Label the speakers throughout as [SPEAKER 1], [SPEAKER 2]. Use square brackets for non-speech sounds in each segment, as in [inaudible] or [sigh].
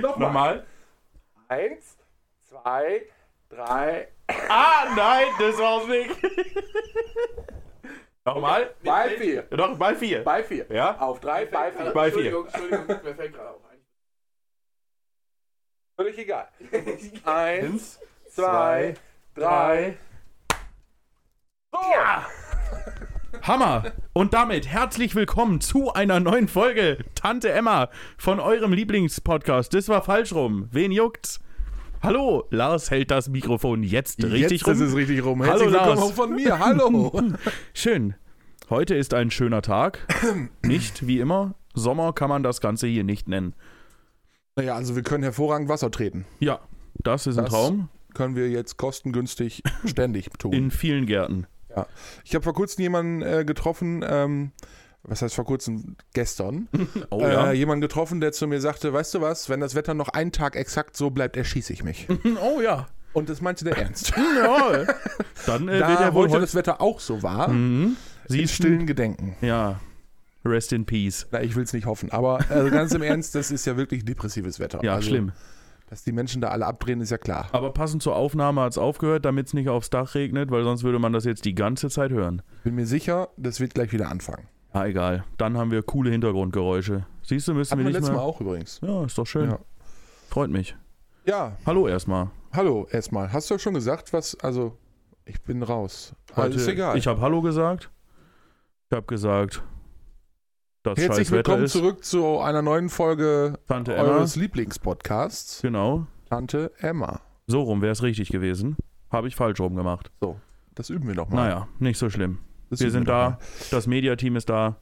[SPEAKER 1] Nochmal.
[SPEAKER 2] Nochmal.
[SPEAKER 1] Eins, zwei, drei.
[SPEAKER 2] Ah, nein, das war's nicht. Nochmal.
[SPEAKER 1] Bei vier.
[SPEAKER 2] Noch mal vier.
[SPEAKER 1] Bei vier.
[SPEAKER 2] Ja?
[SPEAKER 1] Auf drei, bei
[SPEAKER 3] Fällt
[SPEAKER 1] vier.
[SPEAKER 2] Bei
[SPEAKER 3] gerade- Entschuldigung, Entschuldigung, mir fällt gerade auch ein.
[SPEAKER 1] Völlig egal. Eins,
[SPEAKER 2] Eins,
[SPEAKER 1] zwei, drei.
[SPEAKER 2] Ja! Hammer! Und damit herzlich willkommen zu einer neuen Folge Tante Emma von eurem Lieblingspodcast. Das war falsch rum. Wen juckt's? Hallo, Lars hält das Mikrofon jetzt richtig
[SPEAKER 4] Jetzt
[SPEAKER 2] rum.
[SPEAKER 4] ist es richtig rum.
[SPEAKER 2] Hallo,
[SPEAKER 4] Herzlich willkommen
[SPEAKER 2] Lars.
[SPEAKER 4] auch von mir. Hallo.
[SPEAKER 2] Schön. Heute ist ein schöner Tag. nicht wie immer. Sommer kann man das Ganze hier nicht nennen.
[SPEAKER 4] [laughs] naja, also wir können hervorragend Wasser treten.
[SPEAKER 2] Ja, das ist ein
[SPEAKER 4] Das-
[SPEAKER 2] Traum.
[SPEAKER 4] Können wir jetzt [laughs] kostengünstig ständig tun.
[SPEAKER 2] In vielen Gärten.
[SPEAKER 4] ja. Ich habe vor kurzem jemanden äh, getroffen, ähm, was heißt vor kurzem? [laughs] Gestern.
[SPEAKER 2] Oh
[SPEAKER 4] äh,
[SPEAKER 2] ja.
[SPEAKER 4] Jemanden getroffen, der zu mir sagte, weißt du was, wenn das Wetter noch einen Tag exakt so bleibt, erschieße ich [laughs] mich.
[SPEAKER 2] Oh ja.
[SPEAKER 4] Und das meinte der ernst.
[SPEAKER 2] ja. Dann äh, wird
[SPEAKER 4] da
[SPEAKER 2] er wohl
[SPEAKER 4] heute
[SPEAKER 2] heute
[SPEAKER 4] das Wetter auch so war,
[SPEAKER 2] Mhm.
[SPEAKER 4] in
[SPEAKER 2] Siehst du?
[SPEAKER 4] stillen Gedenken.
[SPEAKER 2] Ja. Rest in peace.
[SPEAKER 4] Na, ich will es nicht hoffen, aber äh,
[SPEAKER 2] [laughs]
[SPEAKER 4] ganz im Ernst, das ist ja wirklich depressives Wetter.
[SPEAKER 2] Ja,
[SPEAKER 4] Also,
[SPEAKER 2] schlimm.
[SPEAKER 4] Dass die Menschen da alle abdrehen, ist ja klar.
[SPEAKER 2] Aber passend zur Aufnahme hat es aufgehört, damit es nicht aufs Dach regnet, weil sonst würde man das jetzt die ganze Zeit hören.
[SPEAKER 4] Bin mir sicher, das wird gleich wieder anfangen.
[SPEAKER 2] Ah, egal. Dann haben wir coole Hintergrundgeräusche. Siehst du, müssen
[SPEAKER 4] Hatten
[SPEAKER 2] wir
[SPEAKER 4] wir
[SPEAKER 2] nicht
[SPEAKER 4] letztes Mal
[SPEAKER 2] mal.
[SPEAKER 4] auch übrigens.
[SPEAKER 2] Ja, ist doch schön.
[SPEAKER 4] Ja.
[SPEAKER 2] Freut mich.
[SPEAKER 4] Ja,
[SPEAKER 2] Hallo erstmal.
[SPEAKER 4] hallo erstmal. Hast du ja schon gesagt, was, also, ich bin raus. Also ist
[SPEAKER 2] Heute-
[SPEAKER 4] egal.
[SPEAKER 2] Ich habe Hallo gesagt. Ich habe gesagt, dass
[SPEAKER 4] Herzlich
[SPEAKER 2] scheiß Wetter
[SPEAKER 4] willkommen
[SPEAKER 2] ist.
[SPEAKER 4] zurück zu einer neuen Folge
[SPEAKER 2] Tante Emma.
[SPEAKER 4] eures Lieblingspodcasts,
[SPEAKER 2] Genau.
[SPEAKER 4] Tante Emma.
[SPEAKER 2] So rum wäre es richtig gewesen. Habe ich falsch rum gemacht.
[SPEAKER 4] Das üben wir nochmal.
[SPEAKER 2] Naja, nicht so schlimm. Wir sind da. Das Mediateam ist da.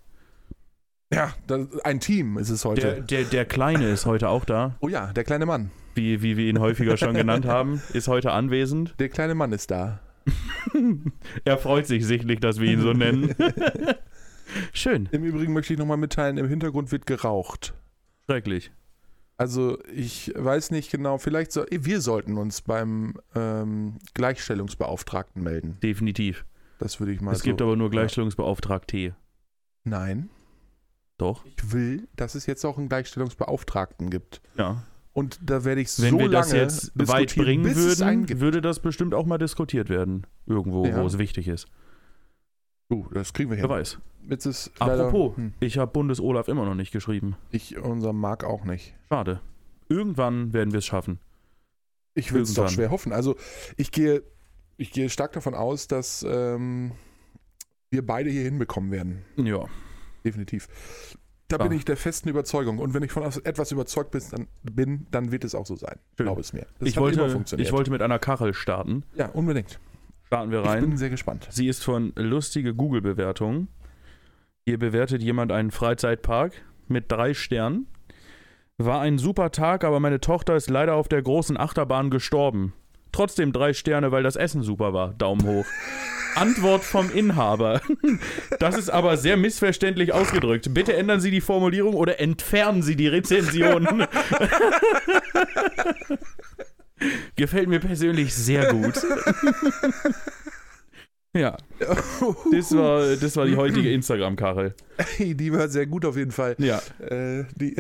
[SPEAKER 4] Ja, das, ein Team ist es heute.
[SPEAKER 2] Der, der, der Kleine ist heute auch da,
[SPEAKER 4] oh ja, der kleine Mann.
[SPEAKER 2] wie, wie wir ihn häufiger schon genannt haben, ist heute anwesend.
[SPEAKER 4] Der kleine Mann ist da.
[SPEAKER 2] Er freut sich sichtlich, dass wir ihn so
[SPEAKER 4] [laughs]
[SPEAKER 2] nennen. Schön.
[SPEAKER 4] Im Übrigen möchte ich nochmal mitteilen, im Hintergrund wird geraucht.
[SPEAKER 2] Schrecklich.
[SPEAKER 4] Also ich weiß nicht genau, vielleicht so, wir sollten uns beim ähm, Gleichstellungsbeauftragten melden.
[SPEAKER 2] Definitiv.
[SPEAKER 4] Das würde ich mal
[SPEAKER 2] es
[SPEAKER 4] so.
[SPEAKER 2] gibt aber nur Gleichstellungsbeauftragte.
[SPEAKER 4] Nein,
[SPEAKER 2] Doch?
[SPEAKER 4] ich will, dass es jetzt auch einen Gleichstellungsbeauftragten gibt.
[SPEAKER 2] Ja.
[SPEAKER 4] Und da werde ich
[SPEAKER 2] Wenn
[SPEAKER 4] so
[SPEAKER 2] wir
[SPEAKER 4] lange
[SPEAKER 2] das jetzt weit
[SPEAKER 4] diskutieren,
[SPEAKER 2] bringen
[SPEAKER 4] bis es einen
[SPEAKER 2] würden,
[SPEAKER 4] gibt.
[SPEAKER 2] würde das bestimmt auch mal diskutiert werden. Irgendwo,
[SPEAKER 4] Ja.
[SPEAKER 2] wo es wichtig ist.
[SPEAKER 4] Du, Oh, das kriegen wir
[SPEAKER 2] Wer
[SPEAKER 4] hin.
[SPEAKER 2] weiß.
[SPEAKER 4] Jetzt ist
[SPEAKER 2] Apropos.
[SPEAKER 4] hm,
[SPEAKER 2] Ich habe Bundes-Olaf immer noch nicht geschrieben.
[SPEAKER 4] ich unser Marc auch nicht.
[SPEAKER 2] Schade. Irgendwann werden wir es schaffen.
[SPEAKER 4] Ich will es doch
[SPEAKER 2] Irgendwann.
[SPEAKER 4] schwer hoffen. Also ich gehe, ich gehe stark davon aus, dass ähm, wir beide hier hinbekommen werden.
[SPEAKER 2] Ja.
[SPEAKER 4] Definitiv. Da
[SPEAKER 2] Klar.
[SPEAKER 4] bin ich der festen Überzeugung. Und wenn ich von etwas überzeugt bin, dann, bin, dann wird es auch so sein.
[SPEAKER 2] Schön.
[SPEAKER 4] Glaube es mir. Das
[SPEAKER 2] Ich
[SPEAKER 4] hat immer
[SPEAKER 2] wollte,
[SPEAKER 4] funktioniert.
[SPEAKER 2] ich wollte mit einer Kachel starten.
[SPEAKER 4] ja, unbedingt.
[SPEAKER 2] Starten wir
[SPEAKER 4] Ich
[SPEAKER 2] rein.
[SPEAKER 4] bin sehr gespannt.
[SPEAKER 2] Sie ist von lustige Google-Bewertungen. Hier bewertet jemand einen Freizeitpark mit drei Sternen. War ein super Tag, aber meine Tochter ist leider auf der großen Achterbahn gestorben. Trotzdem drei Sterne, weil das Essen super war. Daumen hoch. Antwort vom Inhaber. Das ist aber sehr missverständlich ausgedrückt. Bitte ändern Sie die Formulierung oder entfernen Sie die Rezension. Gefällt mir persönlich sehr gut. Ja. [laughs] Das
[SPEAKER 4] [laughs]
[SPEAKER 2] war, das war die heutige Instagram-Kachel.
[SPEAKER 4] Hey, die war sehr gut auf jeden Fall.
[SPEAKER 2] Ja.
[SPEAKER 4] Äh, die,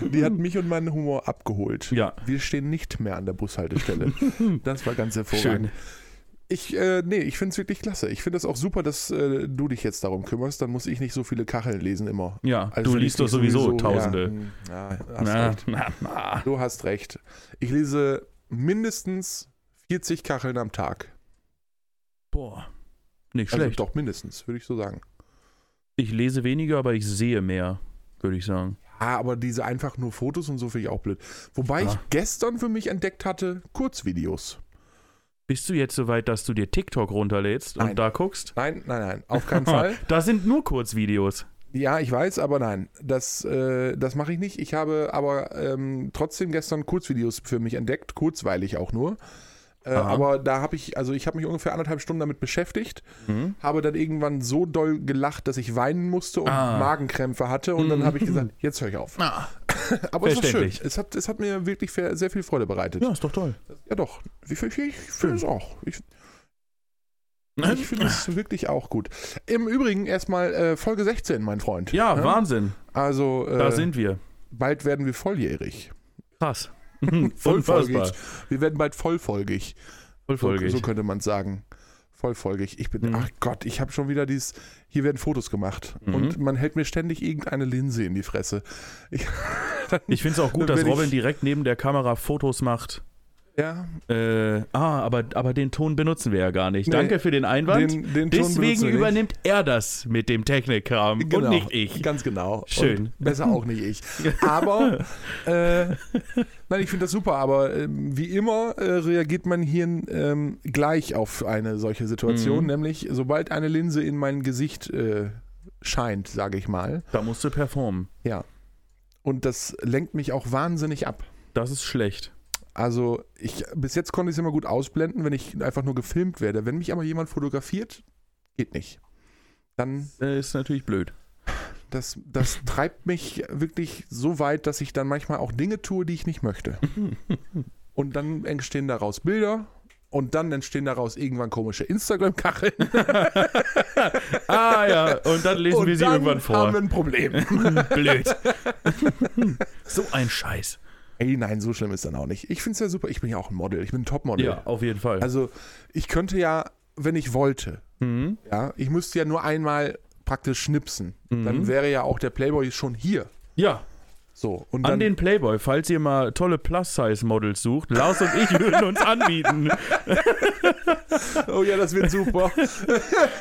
[SPEAKER 4] die hat mich und meinen Humor abgeholt.
[SPEAKER 2] Ja.
[SPEAKER 4] Wir stehen nicht mehr an der Bushaltestelle.
[SPEAKER 2] [laughs]
[SPEAKER 4] Das war ganz hervorragend.
[SPEAKER 2] Schön.
[SPEAKER 4] Ich, äh, nee, ich finde es wirklich klasse. Ich finde es auch super, dass äh, du dich jetzt darum kümmerst. Dann muss ich nicht so viele Kacheln lesen immer.
[SPEAKER 2] Ja,
[SPEAKER 4] Also
[SPEAKER 2] du
[SPEAKER 4] wenn
[SPEAKER 2] liest
[SPEAKER 4] ich
[SPEAKER 2] doch
[SPEAKER 4] nicht
[SPEAKER 2] sowieso, Tausende.
[SPEAKER 4] Ja, hm, ja hast
[SPEAKER 2] Na,
[SPEAKER 4] recht.
[SPEAKER 2] na, na.
[SPEAKER 4] Du hast recht. Ich lese mindestens 40 Kacheln am Tag.
[SPEAKER 2] Boah. Nicht
[SPEAKER 4] Also
[SPEAKER 2] schlecht.
[SPEAKER 4] doch mindestens, würde ich so sagen.
[SPEAKER 2] ich lese weniger, aber ich sehe mehr, würde ich sagen.
[SPEAKER 4] Ah, aber diese einfach nur Fotos und so finde ich auch blöd. Wobei
[SPEAKER 2] Ja.
[SPEAKER 4] ich gestern für mich entdeckt hatte, Kurzvideos.
[SPEAKER 2] Bist du jetzt so weit, dass du dir TikTok runterlädst
[SPEAKER 4] Nein.
[SPEAKER 2] und da guckst?
[SPEAKER 4] Nein, nein, nein,
[SPEAKER 2] [laughs]
[SPEAKER 4] auf keinen Fall.
[SPEAKER 2] Da sind nur Kurzvideos.
[SPEAKER 4] Ja, ich weiß, aber nein, das, äh, das mache ich nicht. Ich habe aber ähm, trotzdem gestern Kurzvideos für mich entdeckt, kurzweilig auch nur. Äh,
[SPEAKER 2] Aha.
[SPEAKER 4] aber da habe ich, also ich habe mich ungefähr anderthalb Stunden damit beschäftigt,
[SPEAKER 2] Hm?
[SPEAKER 4] habe dann irgendwann so doll gelacht, dass ich weinen musste und
[SPEAKER 2] Ah. Mhm.
[SPEAKER 4] Magenkrämpfe hatte und dann habe ich gesagt, jetzt höre
[SPEAKER 2] [laughs]
[SPEAKER 4] ich auf. Aber es war schön.
[SPEAKER 2] Verständlich.
[SPEAKER 4] Es hat, es hat mir wirklich fe- sehr viel Freude bereitet.
[SPEAKER 2] Ja, ist doch toll.
[SPEAKER 4] Ja, doch. Ich, ich, ich finde es auch. Ich,
[SPEAKER 2] Ne?
[SPEAKER 4] ich finde es wirklich auch gut. Im Übrigen erstmal äh, Folge 16, mein Freund.
[SPEAKER 2] Ja,
[SPEAKER 4] Ja?
[SPEAKER 2] Wahnsinn.
[SPEAKER 4] Also
[SPEAKER 2] Da
[SPEAKER 4] äh,
[SPEAKER 2] sind wir.
[SPEAKER 4] bald werden wir volljährig. [laughs]
[SPEAKER 2] Krass.
[SPEAKER 4] Vollfolgig. Wir werden bald vollfolgig.
[SPEAKER 2] Vollfolgig.
[SPEAKER 4] So, so könnte man sagen. Vollfolgig. Ich bin,
[SPEAKER 2] Mhm.
[SPEAKER 4] ach Gott, ich habe schon wieder dieses, hier werden Fotos gemacht
[SPEAKER 2] Mhm.
[SPEAKER 4] und man hält mir ständig irgendeine Linse in die Fresse.
[SPEAKER 2] ich finde es auch gut,
[SPEAKER 4] Dann
[SPEAKER 2] dass
[SPEAKER 4] bin ich-
[SPEAKER 2] Robin direkt neben der Kamera Fotos macht.
[SPEAKER 4] Ja,
[SPEAKER 2] Äh, ah, aber, aber den Ton benutzen wir ja gar nicht.
[SPEAKER 4] Nee.
[SPEAKER 2] Danke für den Einwand.
[SPEAKER 4] Den- den Ton benutzen
[SPEAKER 2] Deswegen
[SPEAKER 4] wir nicht.
[SPEAKER 2] übernimmt er das mit dem Technikkram und nicht ich.
[SPEAKER 4] Ganz genau.
[SPEAKER 2] Schön.
[SPEAKER 4] Und besser auch
[SPEAKER 2] [laughs]
[SPEAKER 4] nicht ich. Aber, äh, nein, ich finde das super, aber ähm, wie immer äh, reagiert mein Hirn ähm, gleich auf eine solche Situation,
[SPEAKER 2] Mhm.
[SPEAKER 4] nämlich sobald eine Linse in mein Gesicht äh, scheint, sage ich mal.
[SPEAKER 2] Da musst du performen.
[SPEAKER 4] Und das lenkt mich auch wahnsinnig ab.
[SPEAKER 2] Das ist schlecht.
[SPEAKER 4] Also ich bis jetzt konnte ich es immer gut ausblenden, wenn ich einfach nur gefilmt werde. Wenn mich aber jemand fotografiert, geht nicht. Dann
[SPEAKER 2] Äh, Ist natürlich blöd.
[SPEAKER 4] [laughs] das,
[SPEAKER 2] [laughs]
[SPEAKER 4] das treibt mich wirklich so weit, dass ich dann manchmal auch Dinge tue, die ich
[SPEAKER 2] [laughs]
[SPEAKER 4] nicht möchte. Und dann entstehen daraus Bilder und dann entstehen daraus irgendwann
[SPEAKER 2] [laughs]
[SPEAKER 4] komische Instagram-Kacheln.
[SPEAKER 2] Ah ja, und dann lesen
[SPEAKER 4] und
[SPEAKER 2] wir sie
[SPEAKER 4] dann
[SPEAKER 2] irgendwann vor.
[SPEAKER 4] haben wir
[SPEAKER 2] [laughs]
[SPEAKER 4] ein Problem.
[SPEAKER 2] Blöd. [laughs] so ein Scheiß.
[SPEAKER 4] Ey, nein, so schlimm ist dann auch nicht. Ich finde es ja super. Ich bin ja auch ein Model. Ich bin ein Topmodel.
[SPEAKER 2] Ja, auf jeden Fall.
[SPEAKER 4] Also ich könnte ja, wenn ich wollte,
[SPEAKER 2] mhm.
[SPEAKER 4] Ja, ich müsste ja nur einmal praktisch schnipsen.
[SPEAKER 2] Mhm.
[SPEAKER 4] Dann wäre ja auch der Playboy schon hier.
[SPEAKER 2] Ja,
[SPEAKER 4] So, und
[SPEAKER 2] an
[SPEAKER 4] dann,
[SPEAKER 2] den Playboy, falls ihr mal tolle Plus-Size-Models sucht, Lars und ich [laughs] würden uns anbieten.
[SPEAKER 4] [laughs] oh ja, das
[SPEAKER 2] [laughs]
[SPEAKER 4] wird super.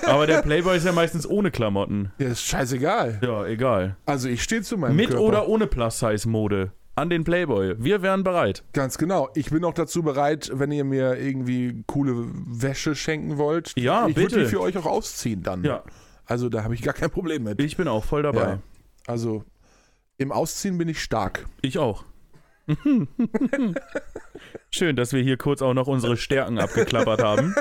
[SPEAKER 2] Aber der Playboy ist ja meistens ohne Klamotten.
[SPEAKER 4] ja, ist scheißegal.
[SPEAKER 2] Ja, egal.
[SPEAKER 4] Also ich stehe zu meinem
[SPEAKER 2] Mit
[SPEAKER 4] Körper.
[SPEAKER 2] oder ohne Plus-Size-Mode. An den Playboy. Wir wären bereit.
[SPEAKER 4] Ganz genau. Ich bin auch dazu bereit, wenn ihr mir irgendwie coole Wäsche schenken wollt.
[SPEAKER 2] Ja,
[SPEAKER 4] ich würde
[SPEAKER 2] bitte.
[SPEAKER 4] die für euch auch ausziehen dann.
[SPEAKER 2] Ja,
[SPEAKER 4] Also da habe ich gar kein Problem mit.
[SPEAKER 2] ich bin auch voll dabei.
[SPEAKER 4] Ja. Also im Ausziehen bin ich stark.
[SPEAKER 2] Ich auch. [laughs] Schön, dass wir hier kurz auch noch unsere Stärken abgeklappert haben.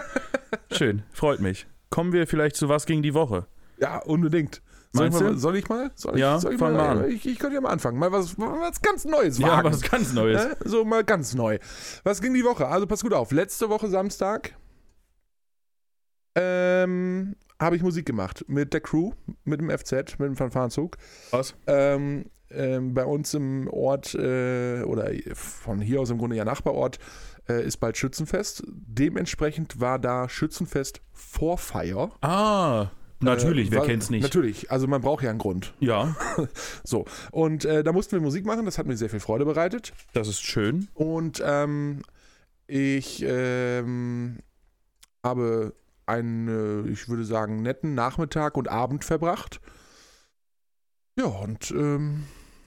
[SPEAKER 2] Schön, freut mich. Kommen wir vielleicht zu was gegen die Woche.
[SPEAKER 4] Ja, unbedingt. Soll ich,
[SPEAKER 2] Meinst
[SPEAKER 4] mal,
[SPEAKER 2] du?
[SPEAKER 4] soll ich mal? Soll ich,
[SPEAKER 2] Ja,
[SPEAKER 4] soll ich
[SPEAKER 2] fang
[SPEAKER 4] mal
[SPEAKER 2] mal an.
[SPEAKER 4] Ich, ich könnte ja mal anfangen. Mal was, was ganz Neues
[SPEAKER 2] Ja,
[SPEAKER 4] wagen.
[SPEAKER 2] was ganz Neues.
[SPEAKER 4] Ne? So mal ganz neu. Was ging die Woche? Also pass gut auf. Letzte Woche Samstag ähm, habe ich Musik gemacht mit der Crew, mit dem FZ, mit dem Fanfarenzug.
[SPEAKER 2] Was?
[SPEAKER 4] Ähm, ähm, bei uns im Ort äh, oder von hier aus im Grunde ja Nachbarort äh, ist bald Schützenfest. Dementsprechend war da Schützenfest Vorfeier.
[SPEAKER 2] Ah, natürlich, wer
[SPEAKER 4] war-
[SPEAKER 2] kennt's nicht?
[SPEAKER 4] Äh, Natürlich, also man braucht ja einen Grund.
[SPEAKER 2] Ja,
[SPEAKER 4] So, und äh, da mussten wir Musik machen, das hat mir sehr viel Freude bereitet.
[SPEAKER 2] das ist schön.
[SPEAKER 4] Und ähm, ich ähm, habe einen, äh, ich würde sagen, netten Nachmittag und Abend verbracht. Ja, und ähm,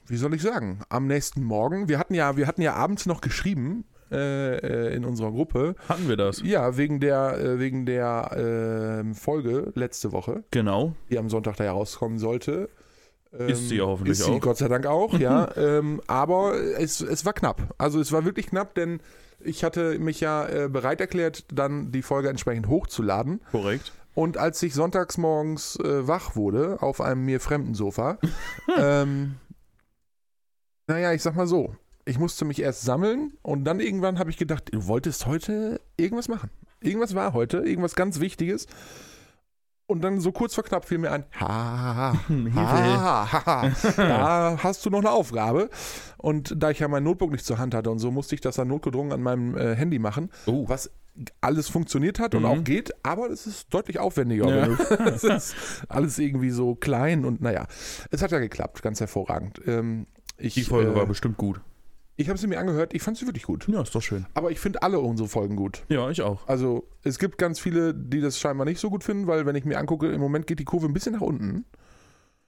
[SPEAKER 4] wie soll ich sagen? Am nächsten Morgen, wir hatten ja, wir hatten ja abends noch geschrieben äh, äh, in unserer Gruppe.
[SPEAKER 2] Hatten wir das?
[SPEAKER 4] Ja, wegen der, äh, wegen der ähm, Folge letzte Woche,
[SPEAKER 2] Genau.
[SPEAKER 4] die am Sonntag da ja rauskommen sollte. Ähm,
[SPEAKER 2] Ist sie ja hoffentlich
[SPEAKER 4] ist sie
[SPEAKER 2] auch.
[SPEAKER 4] Gott sei Dank auch, ja.
[SPEAKER 2] [laughs]
[SPEAKER 4] ähm, aber es, es war knapp. Also es war wirklich knapp, denn ich hatte mich ja äh, bereit erklärt, dann die Folge entsprechend hochzuladen.
[SPEAKER 2] Korrekt.
[SPEAKER 4] Und als ich sonntags morgens äh, wach wurde, auf einem mir fremden Sofa, ähm, naja, ich sag mal so, ich musste mich erst sammeln und dann irgendwann habe ich gedacht, du wolltest heute irgendwas machen. Irgendwas war heute, irgendwas ganz Wichtiges. Und dann so kurz vor knapp fiel mir ein, ha,
[SPEAKER 2] Hm, Hilfe.
[SPEAKER 4] Ah, haha.
[SPEAKER 2] [laughs]
[SPEAKER 4] da hast du noch eine Aufgabe. Und da ich ja mein Notebook nicht zur Hand hatte und so, musste ich das dann notgedrungen an meinem äh, Handy machen,
[SPEAKER 2] Oh.
[SPEAKER 4] was alles funktioniert hat und
[SPEAKER 2] Mhm.
[SPEAKER 4] auch geht, aber es ist deutlich aufwendiger.
[SPEAKER 2] Ja.
[SPEAKER 4] wenn
[SPEAKER 2] [laughs]
[SPEAKER 4] du- [laughs] Es ist alles irgendwie so klein und naja. Es hat ja geklappt, ganz hervorragend. Ähm, ich,
[SPEAKER 2] Die Folge
[SPEAKER 4] äh,
[SPEAKER 2] war bestimmt gut.
[SPEAKER 4] ich habe sie mir angehört, ich fand sie wirklich gut.
[SPEAKER 2] Ja, ist doch schön.
[SPEAKER 4] Aber ich finde alle unsere Folgen gut.
[SPEAKER 2] Ja, ich auch.
[SPEAKER 4] Also es gibt ganz viele, die das scheinbar nicht so gut finden, weil wenn ich mir angucke, im Moment geht die Kurve ein bisschen nach unten.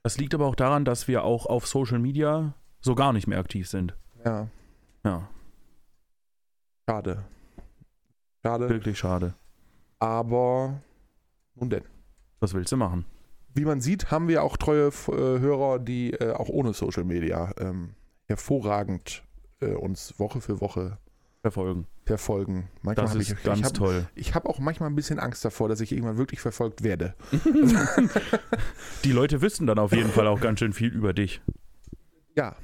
[SPEAKER 2] Das liegt aber auch daran, dass wir auch auf Social Media so gar nicht mehr aktiv sind.
[SPEAKER 4] Ja,
[SPEAKER 2] Ja,
[SPEAKER 4] schade. Schade.
[SPEAKER 2] wirklich schade.
[SPEAKER 4] Aber nun denn.
[SPEAKER 2] Was willst du machen?
[SPEAKER 4] Wie man sieht, haben wir auch treue F- äh, Hörer, die äh, auch ohne Social Media ähm, hervorragend äh, uns Woche für Woche
[SPEAKER 2] Verfolgen.
[SPEAKER 4] verfolgen. Manchmal
[SPEAKER 2] Das
[SPEAKER 4] hab
[SPEAKER 2] ist
[SPEAKER 4] ich,
[SPEAKER 2] ganz
[SPEAKER 4] ich hab,
[SPEAKER 2] toll.
[SPEAKER 4] Ich habe auch manchmal ein bisschen Angst davor, dass ich irgendwann wirklich verfolgt werde.
[SPEAKER 2] Die Leute wissen dann auf jeden Fall auch ganz schön viel über
[SPEAKER 4] [laughs]
[SPEAKER 2] dich. [laughs]
[SPEAKER 4] Ja,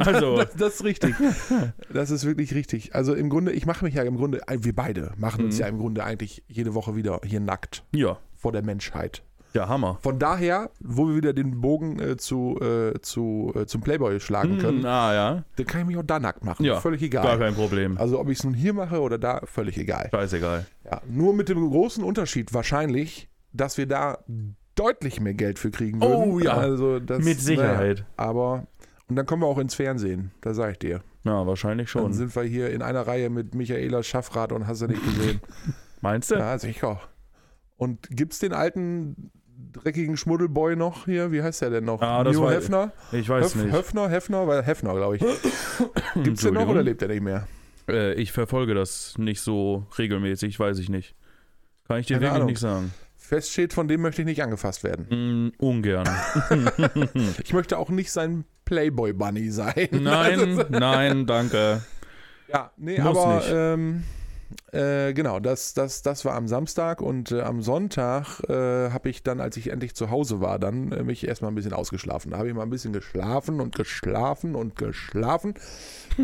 [SPEAKER 2] Also,
[SPEAKER 4] das, das ist richtig. [laughs] Das ist wirklich richtig. Also im Grunde, ich mache mich ja im Grunde, äh, wir beide machen uns
[SPEAKER 2] Mhm.
[SPEAKER 4] ja im Grunde eigentlich jede Woche wieder hier nackt
[SPEAKER 2] ja,
[SPEAKER 4] vor der Menschheit.
[SPEAKER 2] Ja, Hammer.
[SPEAKER 4] Von daher, wo wir wieder den Bogen äh, zu, äh, zu, äh, zum Playboy schlagen können,
[SPEAKER 2] Hm, ah, ja.
[SPEAKER 4] dann kann ich mich auch da nackt machen.
[SPEAKER 2] Ja,
[SPEAKER 4] Völlig
[SPEAKER 2] Gar
[SPEAKER 4] egal.
[SPEAKER 2] kein Problem.
[SPEAKER 4] Also ob ich es nun hier mache oder da, völlig egal.
[SPEAKER 2] Scheißegal.
[SPEAKER 4] Ja. Nur mit dem großen Unterschied wahrscheinlich, dass wir da deutlich mehr Geld für kriegen würden.
[SPEAKER 2] Oh, ja.
[SPEAKER 4] Also das,
[SPEAKER 2] Mit Sicherheit.
[SPEAKER 4] Naja, aber, und dann kommen wir auch ins Fernsehen, da sag ich dir.
[SPEAKER 2] Ja, wahrscheinlich
[SPEAKER 4] Dann
[SPEAKER 2] schon.
[SPEAKER 4] sind wir hier in einer Reihe mit Michaela Schaffrath und hast du nicht gesehen.
[SPEAKER 2] [laughs] Meinst du?
[SPEAKER 4] ja, sicher. Und gibt's den alten dreckigen Schmuddelboy noch hier? Wie heißt der denn noch?
[SPEAKER 2] Ah, das
[SPEAKER 4] Neo
[SPEAKER 2] war-
[SPEAKER 4] Hefner?
[SPEAKER 2] Ich weiß
[SPEAKER 4] Höf,
[SPEAKER 2] nicht.
[SPEAKER 4] Höfner, Hefner, weil Hefner,
[SPEAKER 2] [coughs]
[SPEAKER 4] glaube ich. Gibt's den noch
[SPEAKER 2] Entschuldigung.
[SPEAKER 4] oder lebt er nicht mehr?
[SPEAKER 2] Äh, ich verfolge das nicht so regelmäßig, weiß ich nicht. Kann ich dir
[SPEAKER 4] Keine
[SPEAKER 2] wirklich
[SPEAKER 4] Ahnung.
[SPEAKER 2] nicht sagen.
[SPEAKER 4] Fest steht, von dem möchte ich nicht angefasst
[SPEAKER 2] Mm,
[SPEAKER 4] werden. [laughs]
[SPEAKER 2] ungern.
[SPEAKER 4] Ich möchte auch nicht sein Playboy-Bunny sein.
[SPEAKER 2] Nein,
[SPEAKER 4] Also,
[SPEAKER 2] nein, danke.
[SPEAKER 4] ja, nee,
[SPEAKER 2] muss
[SPEAKER 4] aber
[SPEAKER 2] nicht.
[SPEAKER 4] ähm, äh, genau, das, das, das war am Samstag und äh, am Sonntag äh, habe ich dann, als ich endlich zu Hause war, dann äh, mich erstmal ein bisschen ausgeschlafen. Da habe ich mal ein bisschen geschlafen und geschlafen
[SPEAKER 2] [laughs]
[SPEAKER 4] und geschlafen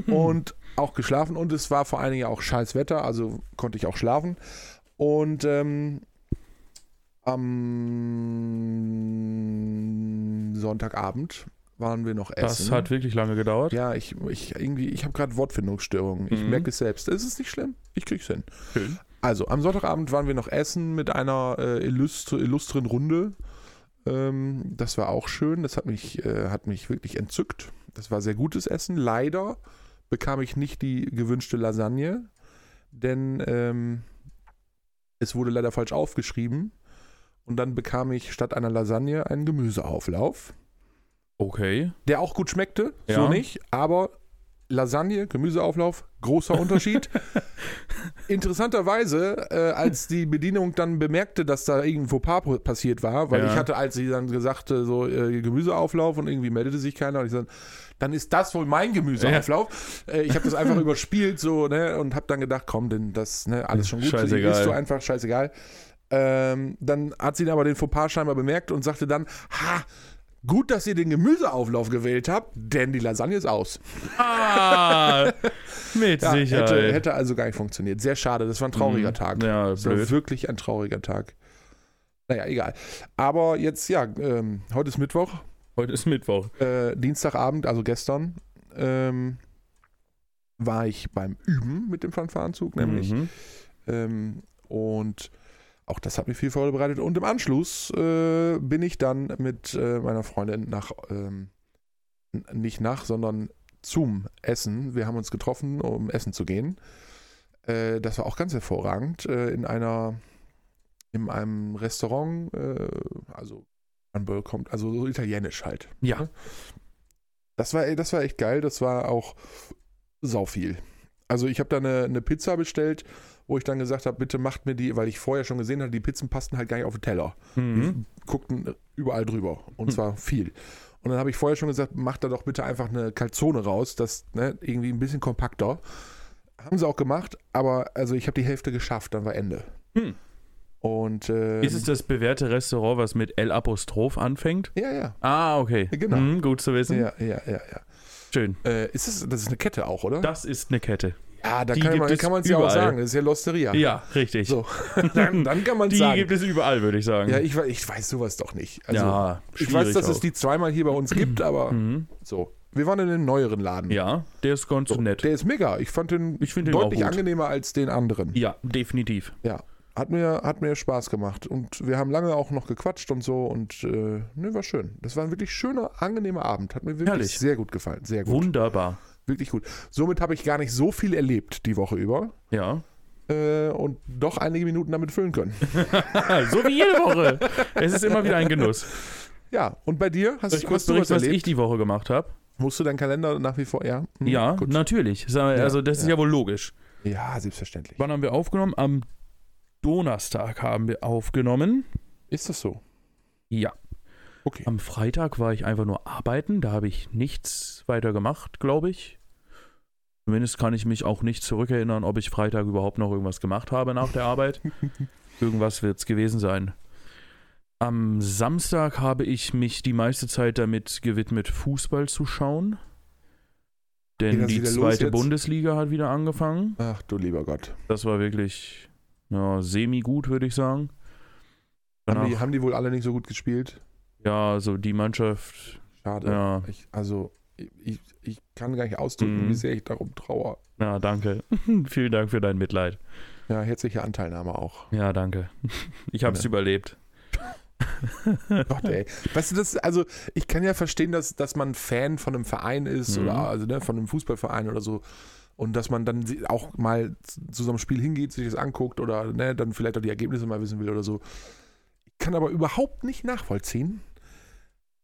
[SPEAKER 4] und auch geschlafen und es war vor allen Dingen auch scheiß Wetter, also konnte ich auch schlafen. Und ähm, am Sonntagabend waren wir noch essen.
[SPEAKER 2] Das hat wirklich lange gedauert.
[SPEAKER 4] Ja, ich, ich irgendwie, ich habe gerade Wortfindungsstörungen. Ich
[SPEAKER 2] Mhm.
[SPEAKER 4] merke es selbst. Ist es nicht schlimm? Ich krieg's hin.
[SPEAKER 2] Schön.
[SPEAKER 4] Also, am Sonntagabend waren wir noch essen mit einer äh, illustre, illustren Runde. Ähm, das war auch schön. Das hat mich, äh, hat mich wirklich entzückt. Das war sehr gutes Essen. Leider bekam ich nicht die gewünschte Lasagne, denn ähm, es wurde leider falsch aufgeschrieben. Und dann bekam ich statt einer Lasagne einen Gemüseauflauf [laughs]
[SPEAKER 2] Okay.
[SPEAKER 4] der auch gut schmeckte, so
[SPEAKER 2] Ja.
[SPEAKER 4] nicht, aber Lasagne, Gemüseauflauf, großer
[SPEAKER 2] [laughs]
[SPEAKER 4] Unterschied. Interessanterweise, äh, als die Bedienung dann bemerkte, dass da irgendwo Paar passiert war, weil
[SPEAKER 2] Ja.
[SPEAKER 4] ich hatte, als sie dann gesagt äh, so äh, Gemüseauflauf und irgendwie meldete sich keiner und ich sagte, dann ist das wohl mein Gemüseauflauf. Äh, ich habe das einfach [laughs] überspielt so ne und habe dann gedacht, komm, denn das ne alles schon gut,
[SPEAKER 2] Scheißegal.
[SPEAKER 4] ist so einfach scheißegal. Ähm, dann hat sie aber den Fauxpas scheinbar bemerkt und sagte dann, ha, gut, dass ihr den Gemüseauflauf gewählt habt, denn die Lasagne ist aus. [laughs]
[SPEAKER 2] Ah, mit
[SPEAKER 4] Ja,
[SPEAKER 2] Sicherheit.
[SPEAKER 4] hätte, hätte also gar nicht funktioniert. Sehr schade, das war ein trauriger
[SPEAKER 2] Mhm.
[SPEAKER 4] Tag.
[SPEAKER 2] Ja,
[SPEAKER 4] das war
[SPEAKER 2] blöd.
[SPEAKER 4] wirklich ein trauriger Tag. Naja, egal. Aber jetzt, ja, ähm, heute ist Mittwoch,
[SPEAKER 2] Heute ist Mittwoch.
[SPEAKER 4] äh, Dienstagabend, also gestern, ähm, war ich beim Üben mit dem Fanfarenzug, nämlich.
[SPEAKER 2] Mhm.
[SPEAKER 4] Ähm, und auch das hat mich viel vorbereitet. Und im Anschluss äh, bin ich dann mit äh, meiner Freundin nach, ähm, n- nicht nach, sondern zum Essen. Wir haben uns getroffen, um essen zu gehen. Äh, das war auch ganz hervorragend. Äh, in einer, in einem Restaurant, äh, also man bekommt, also so italienisch halt.
[SPEAKER 2] Ja.
[SPEAKER 4] Das war, das war echt geil. Das war auch sau viel. Also ich habe da eine, eine Pizza bestellt, wo ich dann gesagt habe, bitte macht mir die, weil ich vorher schon gesehen hatte, die Pizzen passten halt gar nicht auf den Teller.
[SPEAKER 2] Mhm. Hm.
[SPEAKER 4] Guckten überall drüber und zwar viel. Und dann habe ich vorher schon gesagt, macht da doch bitte einfach eine Calzone raus, das ne, irgendwie ein bisschen kompakter. Haben sie auch gemacht, aber also ich habe die Hälfte geschafft, dann war Ende.
[SPEAKER 2] Hm.
[SPEAKER 4] Und ähm,
[SPEAKER 2] Ist es das bewährte Restaurant, was mit L Apostroph anfängt?
[SPEAKER 4] ja, ja,
[SPEAKER 2] Ah, okay.
[SPEAKER 4] Genau.
[SPEAKER 2] Mhm, gut zu wissen.
[SPEAKER 4] ja, ja, ja, ja.
[SPEAKER 2] Schön.
[SPEAKER 4] Äh, ist es, das ist eine Kette auch, oder?
[SPEAKER 2] Das ist eine Kette.
[SPEAKER 4] ja, da
[SPEAKER 2] die
[SPEAKER 4] kann
[SPEAKER 2] gibt
[SPEAKER 4] man
[SPEAKER 2] es
[SPEAKER 4] kann man es ja auch
[SPEAKER 2] überall.
[SPEAKER 4] sagen. Das ist ja Losteria.
[SPEAKER 2] Ja, richtig.
[SPEAKER 4] So, [laughs] dann, dann kann man
[SPEAKER 2] Die
[SPEAKER 4] es sagen.
[SPEAKER 2] gibt es überall, würde ich sagen.
[SPEAKER 4] Ja, ich, wei- ich weiß sowas doch nicht. Also,
[SPEAKER 2] ja,
[SPEAKER 4] ich weiß,
[SPEAKER 2] schwierig
[SPEAKER 4] dass
[SPEAKER 2] auch.
[SPEAKER 4] es die zweimal hier bei uns gibt, aber
[SPEAKER 2] Mhm.
[SPEAKER 4] so. Wir waren in einem neueren Laden.
[SPEAKER 2] Ja, der ist ganz
[SPEAKER 4] so,
[SPEAKER 2] nett.
[SPEAKER 4] Der ist mega. Ich fand den
[SPEAKER 2] Ich find den
[SPEAKER 4] deutlich
[SPEAKER 2] auch gut.
[SPEAKER 4] angenehmer als den anderen.
[SPEAKER 2] Ja, definitiv.
[SPEAKER 4] Ja. Hat mir, hat mir Spaß gemacht. Und wir haben lange auch noch gequatscht und so. Und äh, ne, war schön. Das war ein wirklich schöner, angenehmer Abend. Hat mir wirklich
[SPEAKER 2] Herrlich.
[SPEAKER 4] sehr gut gefallen. Sehr gut.
[SPEAKER 2] Wunderbar.
[SPEAKER 4] wirklich gut. Somit habe ich gar nicht so viel erlebt die Woche über.
[SPEAKER 2] Ja. [laughs]
[SPEAKER 4] Äh, und doch einige Minuten damit füllen können.
[SPEAKER 2] so wie jede Woche. Es ist immer wieder ein Genuss.
[SPEAKER 4] Ja, und bei dir? Hast,
[SPEAKER 2] Soll ich kurz
[SPEAKER 4] hast du was
[SPEAKER 2] berichten, was
[SPEAKER 4] erlebt?
[SPEAKER 2] ich die Woche gemacht habe?
[SPEAKER 4] Musst du deinen Kalender nach wie vor, ja? Hm,
[SPEAKER 2] ja,
[SPEAKER 4] Gut.
[SPEAKER 2] natürlich. Sag mal,
[SPEAKER 4] Ja,
[SPEAKER 2] Also, das ist
[SPEAKER 4] ja.
[SPEAKER 2] ja wohl logisch.
[SPEAKER 4] Ja, selbstverständlich.
[SPEAKER 2] Wann haben wir aufgenommen? Am Donnerstag haben wir aufgenommen.
[SPEAKER 4] Ist das so?
[SPEAKER 2] Ja.
[SPEAKER 4] Okay.
[SPEAKER 2] Am Freitag war ich einfach nur arbeiten. Da habe ich nichts weiter gemacht, glaube ich. Zumindest kann ich mich auch nicht zurückerinnern, ob ich Freitag überhaupt noch irgendwas gemacht habe nach der [laughs] Arbeit. Irgendwas wird es gewesen sein. Am Samstag habe ich mich die meiste Zeit damit gewidmet, Fußball zu schauen.
[SPEAKER 4] Geht
[SPEAKER 2] Denn
[SPEAKER 4] das
[SPEAKER 2] die
[SPEAKER 4] wieder los
[SPEAKER 2] zweite
[SPEAKER 4] jetzt?
[SPEAKER 2] Bundesliga hat wieder angefangen.
[SPEAKER 4] Ach du lieber Gott.
[SPEAKER 2] Das war wirklich ja, semi-gut, würde ich sagen.
[SPEAKER 4] Haben die,
[SPEAKER 2] Danach,
[SPEAKER 4] haben die wohl alle nicht so gut gespielt?
[SPEAKER 2] ja, also die Mannschaft,
[SPEAKER 4] Schade.
[SPEAKER 2] ja,
[SPEAKER 4] Ich, also, ich- ich, ich kann gar nicht ausdrücken,
[SPEAKER 2] Mhm.
[SPEAKER 4] wie sehr ich darum traue.
[SPEAKER 2] ja, danke. [laughs] Vielen Dank für dein Mitleid.
[SPEAKER 4] Ja, herzliche Anteilnahme auch.
[SPEAKER 2] Ja, danke. [laughs] Ich hab's
[SPEAKER 4] Ja.
[SPEAKER 2] überlebt.
[SPEAKER 4] Gott, ey. Weißt du, das, also ich kann ja verstehen, dass, dass man Fan von einem Verein ist
[SPEAKER 2] Mhm.
[SPEAKER 4] oder also, ne, von einem Fußballverein oder so. Und dass man dann sie- auch mal zu zu so einem Spiel hingeht, sich das anguckt oder ne, dann vielleicht auch die Ergebnisse mal wissen will oder so. Ich kann aber überhaupt nicht nachvollziehen,